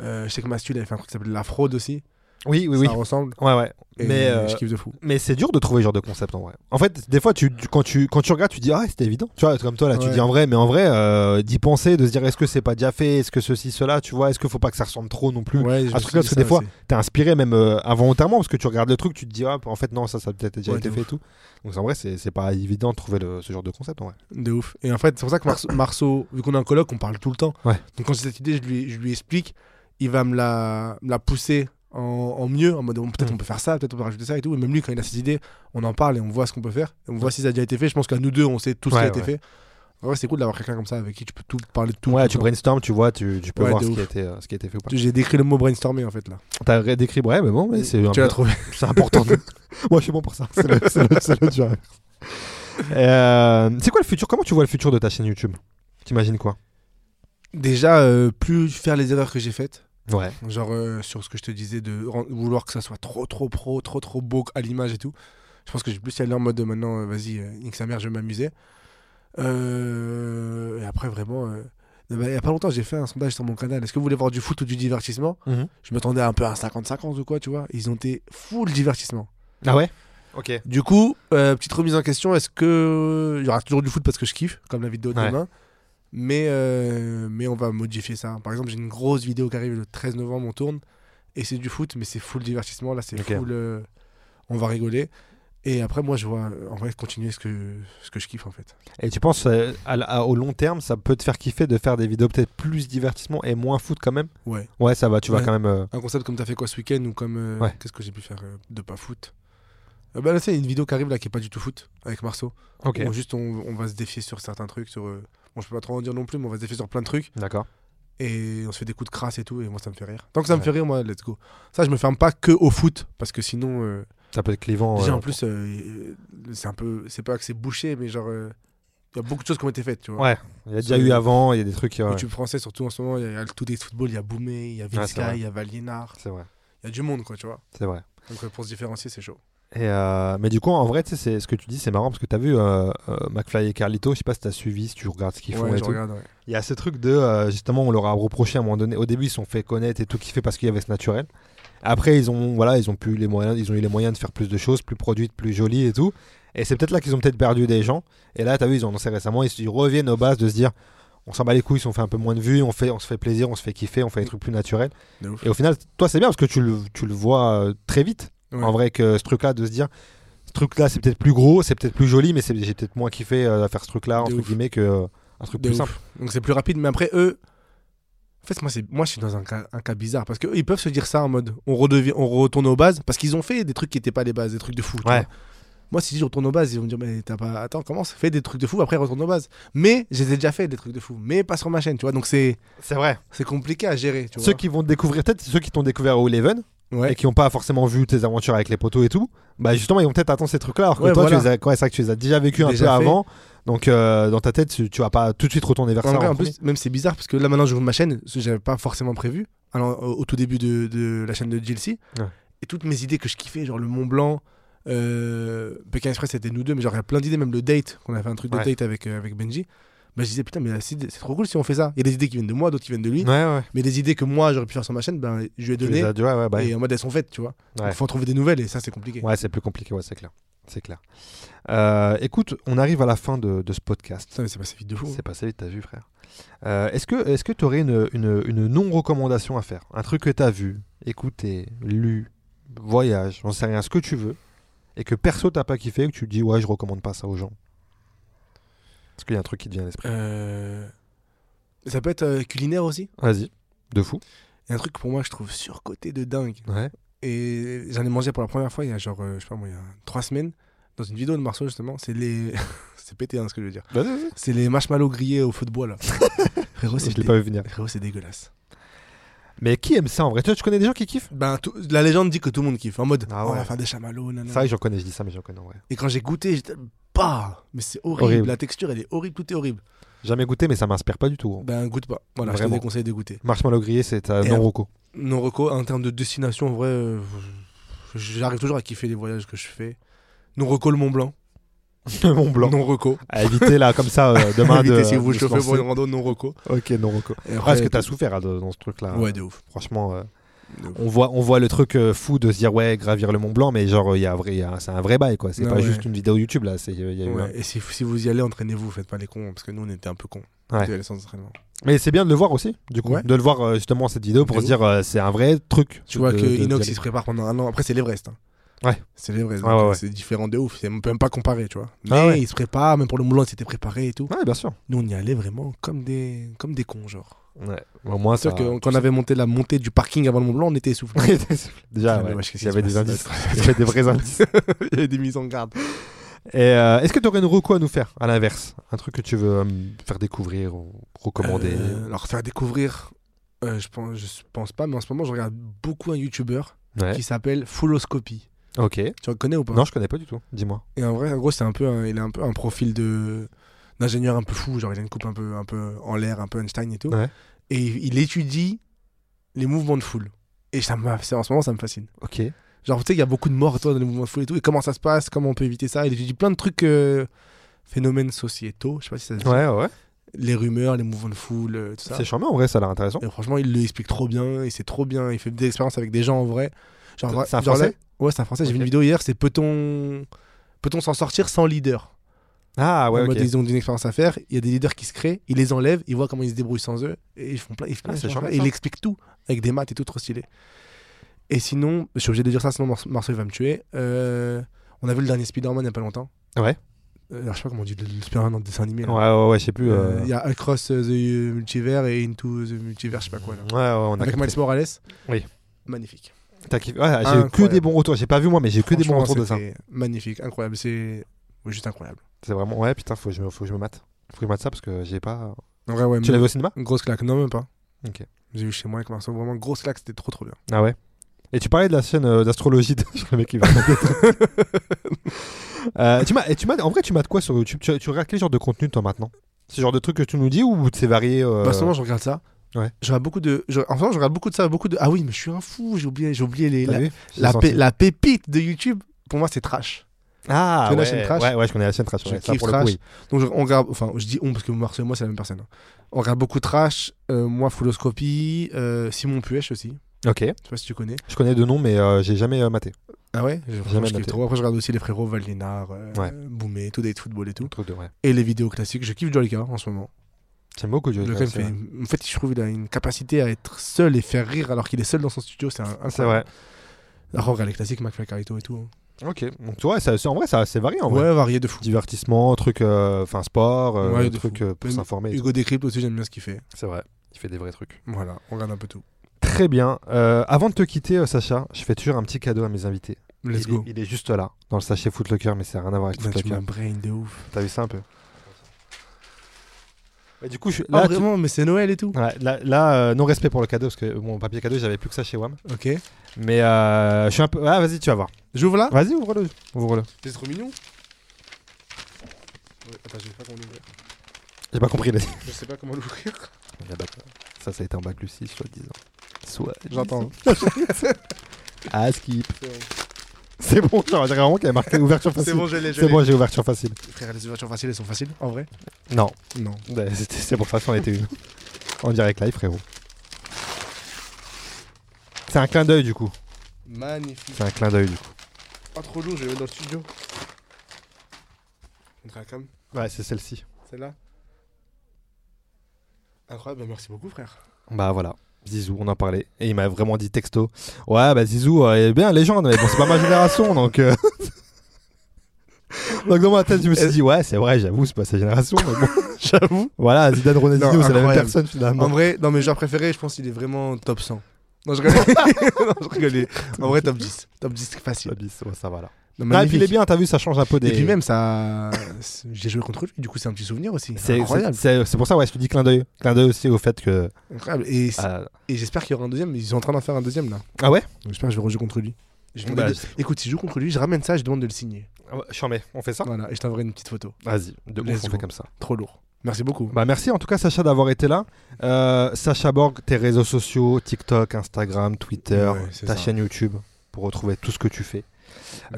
[SPEAKER 3] euh, je sais que Mastu, il avait fait un truc qui s'appelle La Fraude aussi.
[SPEAKER 2] Oui, oui, oui.
[SPEAKER 3] Ça ressemble.
[SPEAKER 2] Ouais, ouais.
[SPEAKER 3] Et
[SPEAKER 2] Mais,
[SPEAKER 3] euh,
[SPEAKER 2] euh,
[SPEAKER 3] je kiffe de fou.
[SPEAKER 2] Mais c'est dur de trouver ce genre de concept en vrai. En fait, des fois, tu, tu- quand, tu, quand tu regardes, tu dis Ah, c'était évident. Tu vois, comme toi, là, tu
[SPEAKER 3] Ouais.
[SPEAKER 2] dis en vrai, mais en vrai, euh, d'y penser, de se dire Est-ce que c'est pas déjà fait Est-ce que ceci, cela Tu vois, est-ce qu'il faut pas que ça ressemble trop non plus
[SPEAKER 3] Ouais, je
[SPEAKER 2] truc-là,
[SPEAKER 3] me suis dit
[SPEAKER 2] parce que des
[SPEAKER 3] ça
[SPEAKER 2] fois,
[SPEAKER 3] aussi.
[SPEAKER 2] T'es inspiré même euh, involontairement parce que tu regardes le truc, tu te dis Ah, en fait, non, ça, ça a peut-être déjà
[SPEAKER 3] Ouais,
[SPEAKER 2] été
[SPEAKER 3] de
[SPEAKER 2] fait et tout. Donc, en vrai, c'est c'est pas évident de trouver le- ce genre de concept en vrai.
[SPEAKER 3] De ouf. Et en fait, c'est pour ça que Marceau, Marceau, vu qu'on est un colloque, on parle tout le temps.
[SPEAKER 2] Ouais.
[SPEAKER 3] Donc quand j'ai cette idée, je lui, je lui explique. Il va me la, me la pousser en, en mieux, en mode bon, peut-être
[SPEAKER 2] Mm.
[SPEAKER 3] on peut faire ça, peut-être on peut rajouter ça et tout. Et même lui, quand il a ses idées, on en parle et on voit ce qu'on peut faire. Et on voit si ça a déjà été fait. Je pense qu'à nous deux, on sait tout ce qui
[SPEAKER 2] Ouais,
[SPEAKER 3] a été
[SPEAKER 2] ouais.
[SPEAKER 3] fait. En vrai, c'est cool d'avoir quelqu'un comme ça avec qui tu peux tout parler de tout.
[SPEAKER 2] ouais,
[SPEAKER 3] tout
[SPEAKER 2] tu
[SPEAKER 3] le temps.
[SPEAKER 2] brainstorms, tu vois, tu, tu peux
[SPEAKER 3] Ouais,
[SPEAKER 2] voir
[SPEAKER 3] de
[SPEAKER 2] ce qui, a
[SPEAKER 3] ouf.
[SPEAKER 2] été, euh, ce qui a été fait ou pas.
[SPEAKER 3] J'ai décrit le mot brainstormer en fait là.
[SPEAKER 2] T'as ré- décrit, ouais, mais bon, mais c'est un peu-
[SPEAKER 3] tu l'as trouvé.
[SPEAKER 2] C'est important. de- Moi, je suis bon pour ça. C'est le, c'est le- c'est le dur. Euh, c'est quoi le futur Comment tu vois le futur de ta chaîne YouTube T'imagines quoi
[SPEAKER 3] Déjà, euh, plus faire les erreurs que j'ai faites.
[SPEAKER 2] Ouais.
[SPEAKER 3] Genre euh, sur ce que je te disais de ren- vouloir que ça soit trop trop pro, trop trop beau à l'image et tout. Je pense que j'ai plus y aller en mode de maintenant, euh, vas-y, euh, nique sa mère, je vais m'amuser. Euh, et après vraiment, euh, bah, il y a pas longtemps j'ai fait un sondage sur mon canal, est-ce que vous voulez voir du foot ou du divertissement
[SPEAKER 2] Mhm.
[SPEAKER 3] Je m'attendais un peu à un 50-50 ou quoi, tu vois. Ils ont été full divertissement.
[SPEAKER 2] Ah ouais Ok.
[SPEAKER 3] Du coup, euh, petite remise en question, est-ce que il y aura toujours du foot parce que je kiffe, comme la vidéo de
[SPEAKER 2] Ouais.
[SPEAKER 3] demain, mais euh, mais on va modifier ça. Par exemple, j'ai une grosse vidéo qui arrive le 13 novembre, on tourne et c'est du foot, mais c'est full divertissement. Là, c'est
[SPEAKER 2] Ok.
[SPEAKER 3] full, euh, on va rigoler. Et après, moi, je vois euh, en vrai continuer ce que ce que je kiffe en fait.
[SPEAKER 2] Et tu penses euh, à l- à- au long terme, ça peut te faire kiffer de faire des vidéos peut-être plus divertissement et moins foot quand même
[SPEAKER 3] Ouais.
[SPEAKER 2] Ouais, ça va. Tu vas
[SPEAKER 3] Ouais.
[SPEAKER 2] quand même. euh,
[SPEAKER 3] Un concept comme t'as fait quoi ce week-end ou comme euh,
[SPEAKER 2] Ouais.
[SPEAKER 3] qu'est-ce que j'ai pu faire euh, de pas foot. Euh, bah là, c'est une vidéo qui arrive là qui est pas du tout foot avec Marceau.
[SPEAKER 2] Ok.
[SPEAKER 3] Où juste on, on va se défier sur certains trucs. Sur euh, bon, je peux pas trop en dire non plus, mais on va se défier sur plein de trucs.
[SPEAKER 2] D'accord.
[SPEAKER 3] et on se fait des coups de crasse et tout et moi ça me fait rire tant que ça me
[SPEAKER 2] Ouais.
[SPEAKER 3] fait rire moi let's go ça je me ferme pas que au foot parce que sinon euh,
[SPEAKER 2] Ça peut être clivant.
[SPEAKER 3] déjà
[SPEAKER 2] euh,
[SPEAKER 3] en plus euh, c'est un peu c'est pas que c'est bouché mais genre euh, il y a beaucoup de choses qui ont été faites tu vois
[SPEAKER 2] Ouais. Il y a déjà eu avant, il y a des trucs. euh, ouais.
[SPEAKER 3] YouTube français surtout en ce moment il y a, il y a le tout des football il y a Boumé il y a
[SPEAKER 2] Ouais, c'est
[SPEAKER 3] Vinska
[SPEAKER 2] vrai.
[SPEAKER 3] il y a Valiénard
[SPEAKER 2] C'est vrai.
[SPEAKER 3] il y a du monde quoi tu vois
[SPEAKER 2] C'est vrai.
[SPEAKER 3] donc euh, pour se différencier c'est chaud
[SPEAKER 2] Et euh, mais du coup, en vrai, tu sais, c'est- ce que tu dis, c'est marrant parce que t'as vu euh, euh, McFly et Carlito, je sais pas si t'as suivi, si tu regardes ce qu'ils font
[SPEAKER 3] ouais
[SPEAKER 2] et
[SPEAKER 3] je
[SPEAKER 2] tout.
[SPEAKER 3] regarde ouais.
[SPEAKER 2] Il y a ce truc de euh, justement, on leur a reproché à un moment donné. Au début, ils se sont fait connaître et tout kiffer parce qu'il y avait ce naturel. Après, ils ont voilà, ils ont pu les moyens, ils ont eu les moyens de faire plus de choses, plus produites, plus jolies et tout. Et c'est peut-être là qu'ils ont peut-être perdu des gens. Et là, t'as vu, ils ont annoncé récemment, ils, se- ils reviennent aux bases de se dire, on s'en bat les couilles, on fait un peu moins de vues, on fait, on se fait plaisir, on se fait kiffer, on fait des trucs plus naturels.
[SPEAKER 3] De ouf.
[SPEAKER 2] Et au final, toi, c'est bien parce que tu le, tu le vois euh, très vite
[SPEAKER 3] Ouais.
[SPEAKER 2] en vrai que ce truc là de se dire ce truc là c'est peut-être plus gros c'est peut-être plus joli mais c'est- j'ai peut-être moins kiffé euh, à faire ce truc là
[SPEAKER 3] De
[SPEAKER 2] entre
[SPEAKER 3] ouf.
[SPEAKER 2] guillemets que euh, un truc
[SPEAKER 3] De
[SPEAKER 2] plus
[SPEAKER 3] ouf.
[SPEAKER 2] simple
[SPEAKER 3] donc c'est plus rapide mais après eux en fait moi c'est moi je suis dans un cas, un cas bizarre parce que eux, ils peuvent se dire ça en mode on redevient on retourne aux bases parce qu'ils ont fait des trucs qui étaient pas les bases des trucs de fou tu
[SPEAKER 2] Ouais.
[SPEAKER 3] vois. moi si je retourne aux bases ils vont me dire mais t'as pas attends commence fais des trucs de fou après retourne aux bases mais j'ai déjà fait des trucs de fou mais pas sur ma chaîne tu vois donc c'est
[SPEAKER 2] c'est vrai
[SPEAKER 3] c'est compliqué à gérer tu
[SPEAKER 2] ceux
[SPEAKER 3] vois
[SPEAKER 2] qui vont te découvrir peut-être c'est ceux qui t'ont découvert au Eleven
[SPEAKER 3] ouais
[SPEAKER 2] et qui n'ont pas forcément vu tes aventures avec les poteaux et tout bah justement ils vont peut-être attendre ces trucs là alors que
[SPEAKER 3] Ouais,
[SPEAKER 2] toi tu
[SPEAKER 3] voilà.
[SPEAKER 2] les as ouais, c'est vrai que tu les as déjà vécu un peu
[SPEAKER 3] Déjà fait.
[SPEAKER 2] avant donc euh, dans ta tête tu, tu vas pas tout de suite retourner vers
[SPEAKER 3] en
[SPEAKER 2] ça
[SPEAKER 3] vrai,
[SPEAKER 2] en
[SPEAKER 3] en
[SPEAKER 2] premier.
[SPEAKER 3] plus, même c'est bizarre parce que là maintenant j'ouvre ma chaîne, ce que j'avais pas forcément prévu, alors, au, au tout début de, de la chaîne de JLC.
[SPEAKER 2] Ouais.
[SPEAKER 3] Et toutes mes idées que je kiffais, genre le Mont Blanc, euh, Pékin Express c'était nous deux, mais genre il y a plein d'idées, même le date, qu'on a fait un truc de
[SPEAKER 2] Ouais.
[SPEAKER 3] date avec, euh, avec Benji. Bah, je disais putain, mais c'est c'est trop cool si on fait ça. Il y a des idées qui viennent de moi, d'autres qui viennent de lui,
[SPEAKER 2] ouais ouais
[SPEAKER 3] mais des idées que moi j'aurais pu faire sur ma chaîne, ben, je lui ai
[SPEAKER 2] Tu les
[SPEAKER 3] donné
[SPEAKER 2] as- ouais, ouais, bah,
[SPEAKER 3] et euh, en mode elles sont faites, tu vois. Il
[SPEAKER 2] Ouais.
[SPEAKER 3] faut en trouver des nouvelles et ça c'est compliqué.
[SPEAKER 2] ouais, c'est plus compliqué ouais c'est clair c'est clair Euh, écoute on arrive à la fin de- de ce podcast
[SPEAKER 3] Putain, mais c'est passé vite de fou. hein.
[SPEAKER 2] C'est passé vite, t'as vu, frère. Euh, est-ce que est-ce que t'aurais une, une, une non-recommandation à faire Un truc que t'as vu, écouté, lu, voyage, j'en sais rien, ce que tu veux, et que perso t'as pas kiffé, que tu te dis ouais, je recommande pas ça aux gens Est-ce qu'il y a un truc qui te vient à l'esprit
[SPEAKER 3] Euh, Ça peut être euh, culinaire aussi.
[SPEAKER 2] Vas-y, de fou.
[SPEAKER 3] Il y a un truc pour moi, je trouve surcoté de dingue.
[SPEAKER 2] Ouais.
[SPEAKER 3] Et j'en ai mangé pour la première fois il y a genre, euh, je sais pas moi, il y a trois semaines, dans une vidéo de Marceau justement. C'est les. c'est pété hein, ce que je veux dire.
[SPEAKER 2] Vas-y, vas-y.
[SPEAKER 3] C'est les marshmallows grillés au feu de bois là. Frérot, c'est
[SPEAKER 2] Je l'ai pas vu venir.
[SPEAKER 3] Frérot, c'est dégueulasse.
[SPEAKER 2] Mais qui aime ça en vrai Toi, tu connais des gens qui kiffent
[SPEAKER 3] Ben, tout- la légende dit que tout le monde kiffe. En mode,
[SPEAKER 2] Ah
[SPEAKER 3] on va
[SPEAKER 2] ouais.
[SPEAKER 3] faire des chamallows, nanana.
[SPEAKER 2] C'est vrai que j'en connais, je dis ça, mais j'en connais en vrai.
[SPEAKER 3] Et quand j'ai goûté, j'étais. Bah Mais c'est horrible.
[SPEAKER 2] Horrible.
[SPEAKER 3] La texture, elle est horrible, tout est horrible.
[SPEAKER 2] Jamais goûté, mais ça m'inspire pas du tout.
[SPEAKER 3] Ben, goûte pas. Voilà, je
[SPEAKER 2] Vraiment.
[SPEAKER 3] te déconseille de goûter.
[SPEAKER 2] Marshmallow grillé, c'est ta
[SPEAKER 3] Et
[SPEAKER 2] non
[SPEAKER 3] en-
[SPEAKER 2] roco.
[SPEAKER 3] Non, Rocco, en termes de destination, en vrai, euh, j'arrive toujours à kiffer les voyages que je fais. Non, Rocco, le Mont Blanc.
[SPEAKER 2] Mont Blanc.
[SPEAKER 3] Non, Rocco.
[SPEAKER 2] À éviter là, comme ça, euh, demain.
[SPEAKER 3] Évitez
[SPEAKER 2] de,
[SPEAKER 3] si
[SPEAKER 2] de
[SPEAKER 3] vous
[SPEAKER 2] se
[SPEAKER 3] chauffez pour
[SPEAKER 2] lancer.
[SPEAKER 3] une rando, non, Rocco.
[SPEAKER 2] Ok, non roco.
[SPEAKER 3] Et
[SPEAKER 2] Ah, est-ce
[SPEAKER 3] après,
[SPEAKER 2] que t'as souffert hein, de- dans ce truc-là
[SPEAKER 3] Ouais, de ouf.
[SPEAKER 2] Franchement, euh,
[SPEAKER 3] De ouf.
[SPEAKER 2] on voit, on voit le truc euh, fou de se dire ouais, gravir le Mont Blanc, mais genre euh, il y a un vrai, il y a un- c'est un vrai bail quoi. C'est
[SPEAKER 3] Ah
[SPEAKER 2] pas
[SPEAKER 3] ouais.
[SPEAKER 2] juste une vidéo YouTube là. C'est, euh, il y a eu
[SPEAKER 3] Ouais,
[SPEAKER 2] un-
[SPEAKER 3] Et si, si vous y allez, entraînez-vous, faites pas les cons, hein, parce que nous, on était un peu cons.
[SPEAKER 2] Ouais.
[SPEAKER 3] On était à la séance d'entraînement.
[SPEAKER 2] Mais c'est bien de le voir aussi, du coup,
[SPEAKER 3] Ouais.
[SPEAKER 2] de le voir euh, justement cette vidéo pour
[SPEAKER 3] De
[SPEAKER 2] se dire euh, c'est un vrai truc.
[SPEAKER 3] Tu vois
[SPEAKER 2] de-
[SPEAKER 3] que
[SPEAKER 2] de-
[SPEAKER 3] Inox,
[SPEAKER 2] d'y
[SPEAKER 3] il se prépare pendant un an. Après, c'est l'Everest. hein.
[SPEAKER 2] Ouais.
[SPEAKER 3] C'est l'Everest.
[SPEAKER 2] Ouais,
[SPEAKER 3] donc,
[SPEAKER 2] ouais,
[SPEAKER 3] euh,
[SPEAKER 2] ouais.
[SPEAKER 3] C'est différent de ouf. C'est- On peut même pas comparer, tu vois. Mais
[SPEAKER 2] Ah ouais.
[SPEAKER 3] il se prépare, même pour le Mont Blanc, il s'était préparé et tout.
[SPEAKER 2] aller. Ouais, bien sûr.
[SPEAKER 3] Nous, on y allait vraiment comme des, comme des cons, genre.
[SPEAKER 2] Ah, Ouais. Au moins
[SPEAKER 3] C'est
[SPEAKER 2] ça.
[SPEAKER 3] sûr que quand on avait monté la montée du parking avant le Mont Blanc, on était essoufflé.
[SPEAKER 2] Déjà,
[SPEAKER 3] Ah, mais
[SPEAKER 2] ouais,
[SPEAKER 3] wesh, qu'est-ce
[SPEAKER 2] il y avait
[SPEAKER 3] qui
[SPEAKER 2] des
[SPEAKER 3] se
[SPEAKER 2] indices.
[SPEAKER 3] passe
[SPEAKER 2] Il y avait des vrais indices.
[SPEAKER 3] Il y avait des mises en garde.
[SPEAKER 2] Et euh, est-ce que tu aurais une reco à nous faire, à l'inverse Un truc que tu veux euh, me faire découvrir ou recommander
[SPEAKER 3] Euh, alors faire découvrir, euh, je pense, je pense pas, mais en ce moment je regarde beaucoup un youtubeur
[SPEAKER 2] Ouais.
[SPEAKER 3] qui s'appelle Fulloscopy.
[SPEAKER 2] Ok.
[SPEAKER 3] Tu le connais ou pas
[SPEAKER 2] Non, je connais pas du tout. Dis-moi.
[SPEAKER 3] Et en vrai, en gros, c'est un peu, un- il a un peu un profil de d'ingénieur un peu fou, genre il a une coupe un peu, un peu en l'air, un peu Einstein et tout.
[SPEAKER 2] Ouais.
[SPEAKER 3] Et il il étudie les mouvements de foule. Et ça m'a- c'est- en ce moment, ça me fascine.
[SPEAKER 2] Ok.
[SPEAKER 3] Genre, tu sais, il y a beaucoup de morts toi, dans les mouvements de foule et tout. Et comment ça se passe, comment on peut éviter ça. Il étudie plein de trucs, euh, phénomènes sociétaux, je sais pas si ça se dit.
[SPEAKER 2] Ouais, ouais.
[SPEAKER 3] Les rumeurs, les mouvements de foule, euh, tout ça.
[SPEAKER 2] C'est charmant en vrai, ça a l'air intéressant.
[SPEAKER 3] Et franchement, il le explique trop bien, et c'est trop bien. Il fait des expériences avec des gens en vrai. Genre,
[SPEAKER 2] C'est un
[SPEAKER 3] genre là-
[SPEAKER 2] Français
[SPEAKER 3] Ouais, c'est un français. J'ai vu
[SPEAKER 2] Ok.
[SPEAKER 3] une vidéo hier, c'est peut-on peut-on s'en sortir sans leader
[SPEAKER 2] Ah ouais,
[SPEAKER 3] En mode,
[SPEAKER 2] ok.
[SPEAKER 3] Ils ont une expérience à faire, il y a des leaders qui se créent, ils les enlèvent, ils voient comment ils se débrouillent sans eux, et ils font plein, ils font plein
[SPEAKER 2] Ah, c'est
[SPEAKER 3] d'expériences.
[SPEAKER 2] charmant,
[SPEAKER 3] Et il
[SPEAKER 2] ça.
[SPEAKER 3] explique tout, avec des maths et tout, trop stylé. Et sinon, je suis obligé de dire ça, sinon Mar- Marceau il va me tuer. Euh, on a vu le dernier Spider-Man il n'y a pas longtemps.
[SPEAKER 2] Ouais.
[SPEAKER 3] Euh, alors, je sais pas comment on dit le, le Spider-Man en dessin animé.
[SPEAKER 2] Ouais,
[SPEAKER 3] là.
[SPEAKER 2] ouais, ouais, je sais plus.
[SPEAKER 3] Euh,
[SPEAKER 2] euh,
[SPEAKER 3] Il y a Across the Multiverse et Into the Multiverse, je sais pas quoi là.
[SPEAKER 2] Ouais, ouais, on a
[SPEAKER 3] Avec
[SPEAKER 2] capté.
[SPEAKER 3] Miles Morales
[SPEAKER 2] Oui.
[SPEAKER 3] Magnifique.
[SPEAKER 2] T'as kiffé. Ouais, j'ai eu que
[SPEAKER 3] Incroyable.
[SPEAKER 2] des bons retours. J'ai pas vu moi, mais j'ai eu que des bons
[SPEAKER 3] Franchement,
[SPEAKER 2] retours de ça.
[SPEAKER 3] c'était Magnifique, incroyable. C'est oui, juste incroyable.
[SPEAKER 2] C'est vraiment. Ouais, putain, faut que je me, faut que je me mate. Faut que je mate ça parce que j'ai pas.
[SPEAKER 3] En vrai, ouais,
[SPEAKER 2] Tu l'as
[SPEAKER 3] même-
[SPEAKER 2] vu au cinéma
[SPEAKER 3] une grosse claque. Non, même pas.
[SPEAKER 2] Ok.
[SPEAKER 3] J'ai vu chez moi avec Marceau, vraiment grosse claque, c'était trop trop bien.
[SPEAKER 2] Ah ouais. Et tu parlais de la chaîne euh, d'astrologie. de- le mec qui va. Euh, tu m'as, et tu m'as, en vrai, tu m'as de quoi sur YouTube tu, tu regardes quel genre de contenu toi maintenant C'est le genre de truc que tu nous dis ou c'est varié euh,
[SPEAKER 3] Bah, en ce moment, je regarde ça.
[SPEAKER 2] ouais.
[SPEAKER 3] Je regarde beaucoup de. je- En ce moment, je regarde beaucoup de ça, beaucoup de. Ah oui, mais je suis un fou, j'ai oublié, j'ai oublié les.
[SPEAKER 2] t'as
[SPEAKER 3] La...
[SPEAKER 2] vu J'ai
[SPEAKER 3] la
[SPEAKER 2] senti.
[SPEAKER 3] pé- la pépite de YouTube, pour moi, c'est trash.
[SPEAKER 2] Ah,
[SPEAKER 3] Tu connais
[SPEAKER 2] ouais,
[SPEAKER 3] la chaîne Trash
[SPEAKER 2] ouais, ouais, je connais la chaîne Trash.
[SPEAKER 3] Je
[SPEAKER 2] ouais, ça
[SPEAKER 3] kiffe
[SPEAKER 2] pour le coup,
[SPEAKER 3] Trash.
[SPEAKER 2] oui.
[SPEAKER 3] Donc je- on regarde, enfin je dis on parce que Marceau et moi c'est la même personne. hein. On regarde beaucoup Trash, euh, moi Fulloscopie, euh, Simon Puech aussi,
[SPEAKER 2] Ok,
[SPEAKER 3] je sais pas si tu connais.
[SPEAKER 2] je connais deux noms, mais euh, j'ai jamais euh, maté.
[SPEAKER 3] Ah ouais je, franchement,
[SPEAKER 2] Jamais
[SPEAKER 3] je kiffe
[SPEAKER 2] noté.
[SPEAKER 3] trop. Après je regarde aussi les frérots Valinard, euh,
[SPEAKER 2] Ouais.
[SPEAKER 3] Boumé, tout des football et tout.
[SPEAKER 2] Entre deux, ouais.
[SPEAKER 3] Et les vidéos classiques, je kiffe Jolika en ce moment.
[SPEAKER 2] J'aime beaucoup Joey
[SPEAKER 3] Jolika,
[SPEAKER 2] Trash,
[SPEAKER 3] il
[SPEAKER 2] c'est
[SPEAKER 3] fait-
[SPEAKER 2] vrai.
[SPEAKER 3] en fait je trouve il a une capacité à être seul et faire rire alors qu'il est seul dans son studio, c'est un...
[SPEAKER 2] C'est
[SPEAKER 3] incroyable.
[SPEAKER 2] vrai.
[SPEAKER 3] Après on regarde les classiques, McFly Carito et tout. hein.
[SPEAKER 2] Ok, donc tu vois, ça, c'est- en vrai, ça, c'est varié en vrai.
[SPEAKER 3] Ah Ouais, varié de fou.
[SPEAKER 2] Divertissement, truc, euh, enfin sport, euh,
[SPEAKER 3] Ouais, de
[SPEAKER 2] truc
[SPEAKER 3] fou.
[SPEAKER 2] euh, pour
[SPEAKER 3] Même
[SPEAKER 2] s'informer. et tout.
[SPEAKER 3] Hugo Décrypte aussi, j'aime bien ce qu'il fait.
[SPEAKER 2] C'est vrai, il fait des vrais trucs.
[SPEAKER 3] Voilà, on regarde un peu tout.
[SPEAKER 2] Très bien. Euh, avant de te quitter, euh, Sacha, je fais toujours un petit cadeau à mes invités. il,
[SPEAKER 3] Let's
[SPEAKER 2] est-
[SPEAKER 3] go.
[SPEAKER 2] il est juste là, dans le sachet Footlocker, mais ça n'a rien à voir avec
[SPEAKER 3] Putain, tu
[SPEAKER 2] Footlocker.
[SPEAKER 3] m'as brain de ouf.
[SPEAKER 2] T'as vu ça un peu Et Bah, Du coup, je-
[SPEAKER 3] Ah
[SPEAKER 2] là, tu-
[SPEAKER 3] vraiment, mais c'est Noël et tout.
[SPEAKER 2] Ouais, là, là, euh, non respect pour le cadeau, parce que mon papier cadeau, j'avais plus que ça chez WAM.
[SPEAKER 3] Ok.
[SPEAKER 2] Mais euh, je suis un peu. Ah, vas-y, tu vas voir.
[SPEAKER 3] J'ouvre là
[SPEAKER 2] Vas-y, ouvre-le. Ouvre-le.
[SPEAKER 3] C'est trop mignon. Attends, je sais pas comment l'ouvrir.
[SPEAKER 2] J'ai pas compris. les-
[SPEAKER 3] Je sais pas comment l'ouvrir.
[SPEAKER 2] Ça, ça a été en bac Lucie, soit disant. Soit.
[SPEAKER 3] J'entends.
[SPEAKER 2] Ah, skip. C'est bon, genre, on dirait vraiment qu'il y a marqué ouverture facile.
[SPEAKER 3] C'est bon, je l'ai, je
[SPEAKER 2] C'est
[SPEAKER 3] l'ai.
[SPEAKER 2] bon, j'ai ouverture facile.
[SPEAKER 3] Frère, les ouvertures faciles, elles sont faciles, en vrai
[SPEAKER 2] Non,
[SPEAKER 3] Non.
[SPEAKER 2] Ouais, c'était- c'est pour ça qu'on était une. En direct live, frérot. C'est un clin d'œil, du coup.
[SPEAKER 3] Magnifique.
[SPEAKER 2] C'est un clin d'œil, du coup.
[SPEAKER 3] Pas trop lourd, je vais dans le studio. Montre la cam,
[SPEAKER 2] Ouais, c'est celle-ci.
[SPEAKER 3] celle-là. Incroyable, bah merci beaucoup, frère.
[SPEAKER 2] Bah voilà. Zizou, on en parlait. Et il m'a vraiment dit texto. Ouais, bah Zizou, euh, eh bien, légende. Mais bon, c'est pas ma génération, donc. euh, Donc dans ma tête, je me suis dit, ouais, c'est vrai, j'avoue, c'est pas sa génération. Mais bon,
[SPEAKER 3] J'avoue.
[SPEAKER 2] voilà, Zidane Ronaldinho,
[SPEAKER 3] Non,
[SPEAKER 2] c'est la même
[SPEAKER 3] incroyable.
[SPEAKER 2] personne finalement.
[SPEAKER 3] En vrai, dans mes joueurs préférés, je pense qu'il est vraiment top 100. Non, je rigolais. non, je rigolais. En vrai, top 10. Top 10, facile.
[SPEAKER 2] Ah, bis, ouais, ça va là.
[SPEAKER 3] Non,
[SPEAKER 2] Ah, et puis il est
[SPEAKER 3] magnifique.
[SPEAKER 2] bien, t'as vu, ça change un peu des.
[SPEAKER 3] Et puis même, ça. c'est- J'ai joué contre lui, du coup, c'est un petit souvenir aussi.
[SPEAKER 2] C'est
[SPEAKER 3] C'est incroyable.
[SPEAKER 2] c'est- c'est- c'est pour ça, ouais, je te dis clin d'œil. Clin d'œil aussi au fait que.
[SPEAKER 3] Incroyable. Et, c'est-
[SPEAKER 2] euh,
[SPEAKER 3] et j'espère qu'il y aura un deuxième. Ils sont en train d'en faire un deuxième, là.
[SPEAKER 2] Ah ouais
[SPEAKER 3] Donc, J'espère que je vais rejouer contre lui. Je demande
[SPEAKER 2] Bah,
[SPEAKER 3] de- Écoute, si je joue contre lui, je ramène ça, je demande de le signer.
[SPEAKER 2] Chambé, on fait ça
[SPEAKER 3] Voilà, et je t'enverrai une petite photo.
[SPEAKER 2] Vas-y, de
[SPEAKER 3] Let's
[SPEAKER 2] ouf, on
[SPEAKER 3] go.
[SPEAKER 2] fait comme ça.
[SPEAKER 3] Trop lourd. Merci beaucoup.
[SPEAKER 2] Bah merci en tout cas Sacha d'avoir été là. Euh, Sacha Borg, tes réseaux sociaux, TikTok, Instagram, Twitter,
[SPEAKER 3] Ouais, c'est
[SPEAKER 2] ta
[SPEAKER 3] ça.
[SPEAKER 2] chaîne YouTube pour retrouver tout ce que tu fais.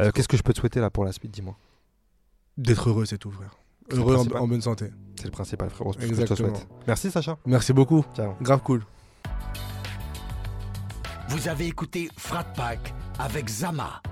[SPEAKER 2] Euh, Qu'est-ce que je peux te souhaiter là pour la suite Dis-moi.
[SPEAKER 3] D'être heureux, c'est tout, frère.
[SPEAKER 2] C'est
[SPEAKER 3] Heureux en,
[SPEAKER 2] principal.
[SPEAKER 3] en bonne santé.
[SPEAKER 2] C'est le principal frérot. c'est tout ce que je te
[SPEAKER 3] Exactement.
[SPEAKER 2] souhaite. Merci Sacha.
[SPEAKER 3] Merci beaucoup.
[SPEAKER 2] Ciao.
[SPEAKER 3] Grave cool.
[SPEAKER 1] Vous avez écouté Frat Pack avec Zama,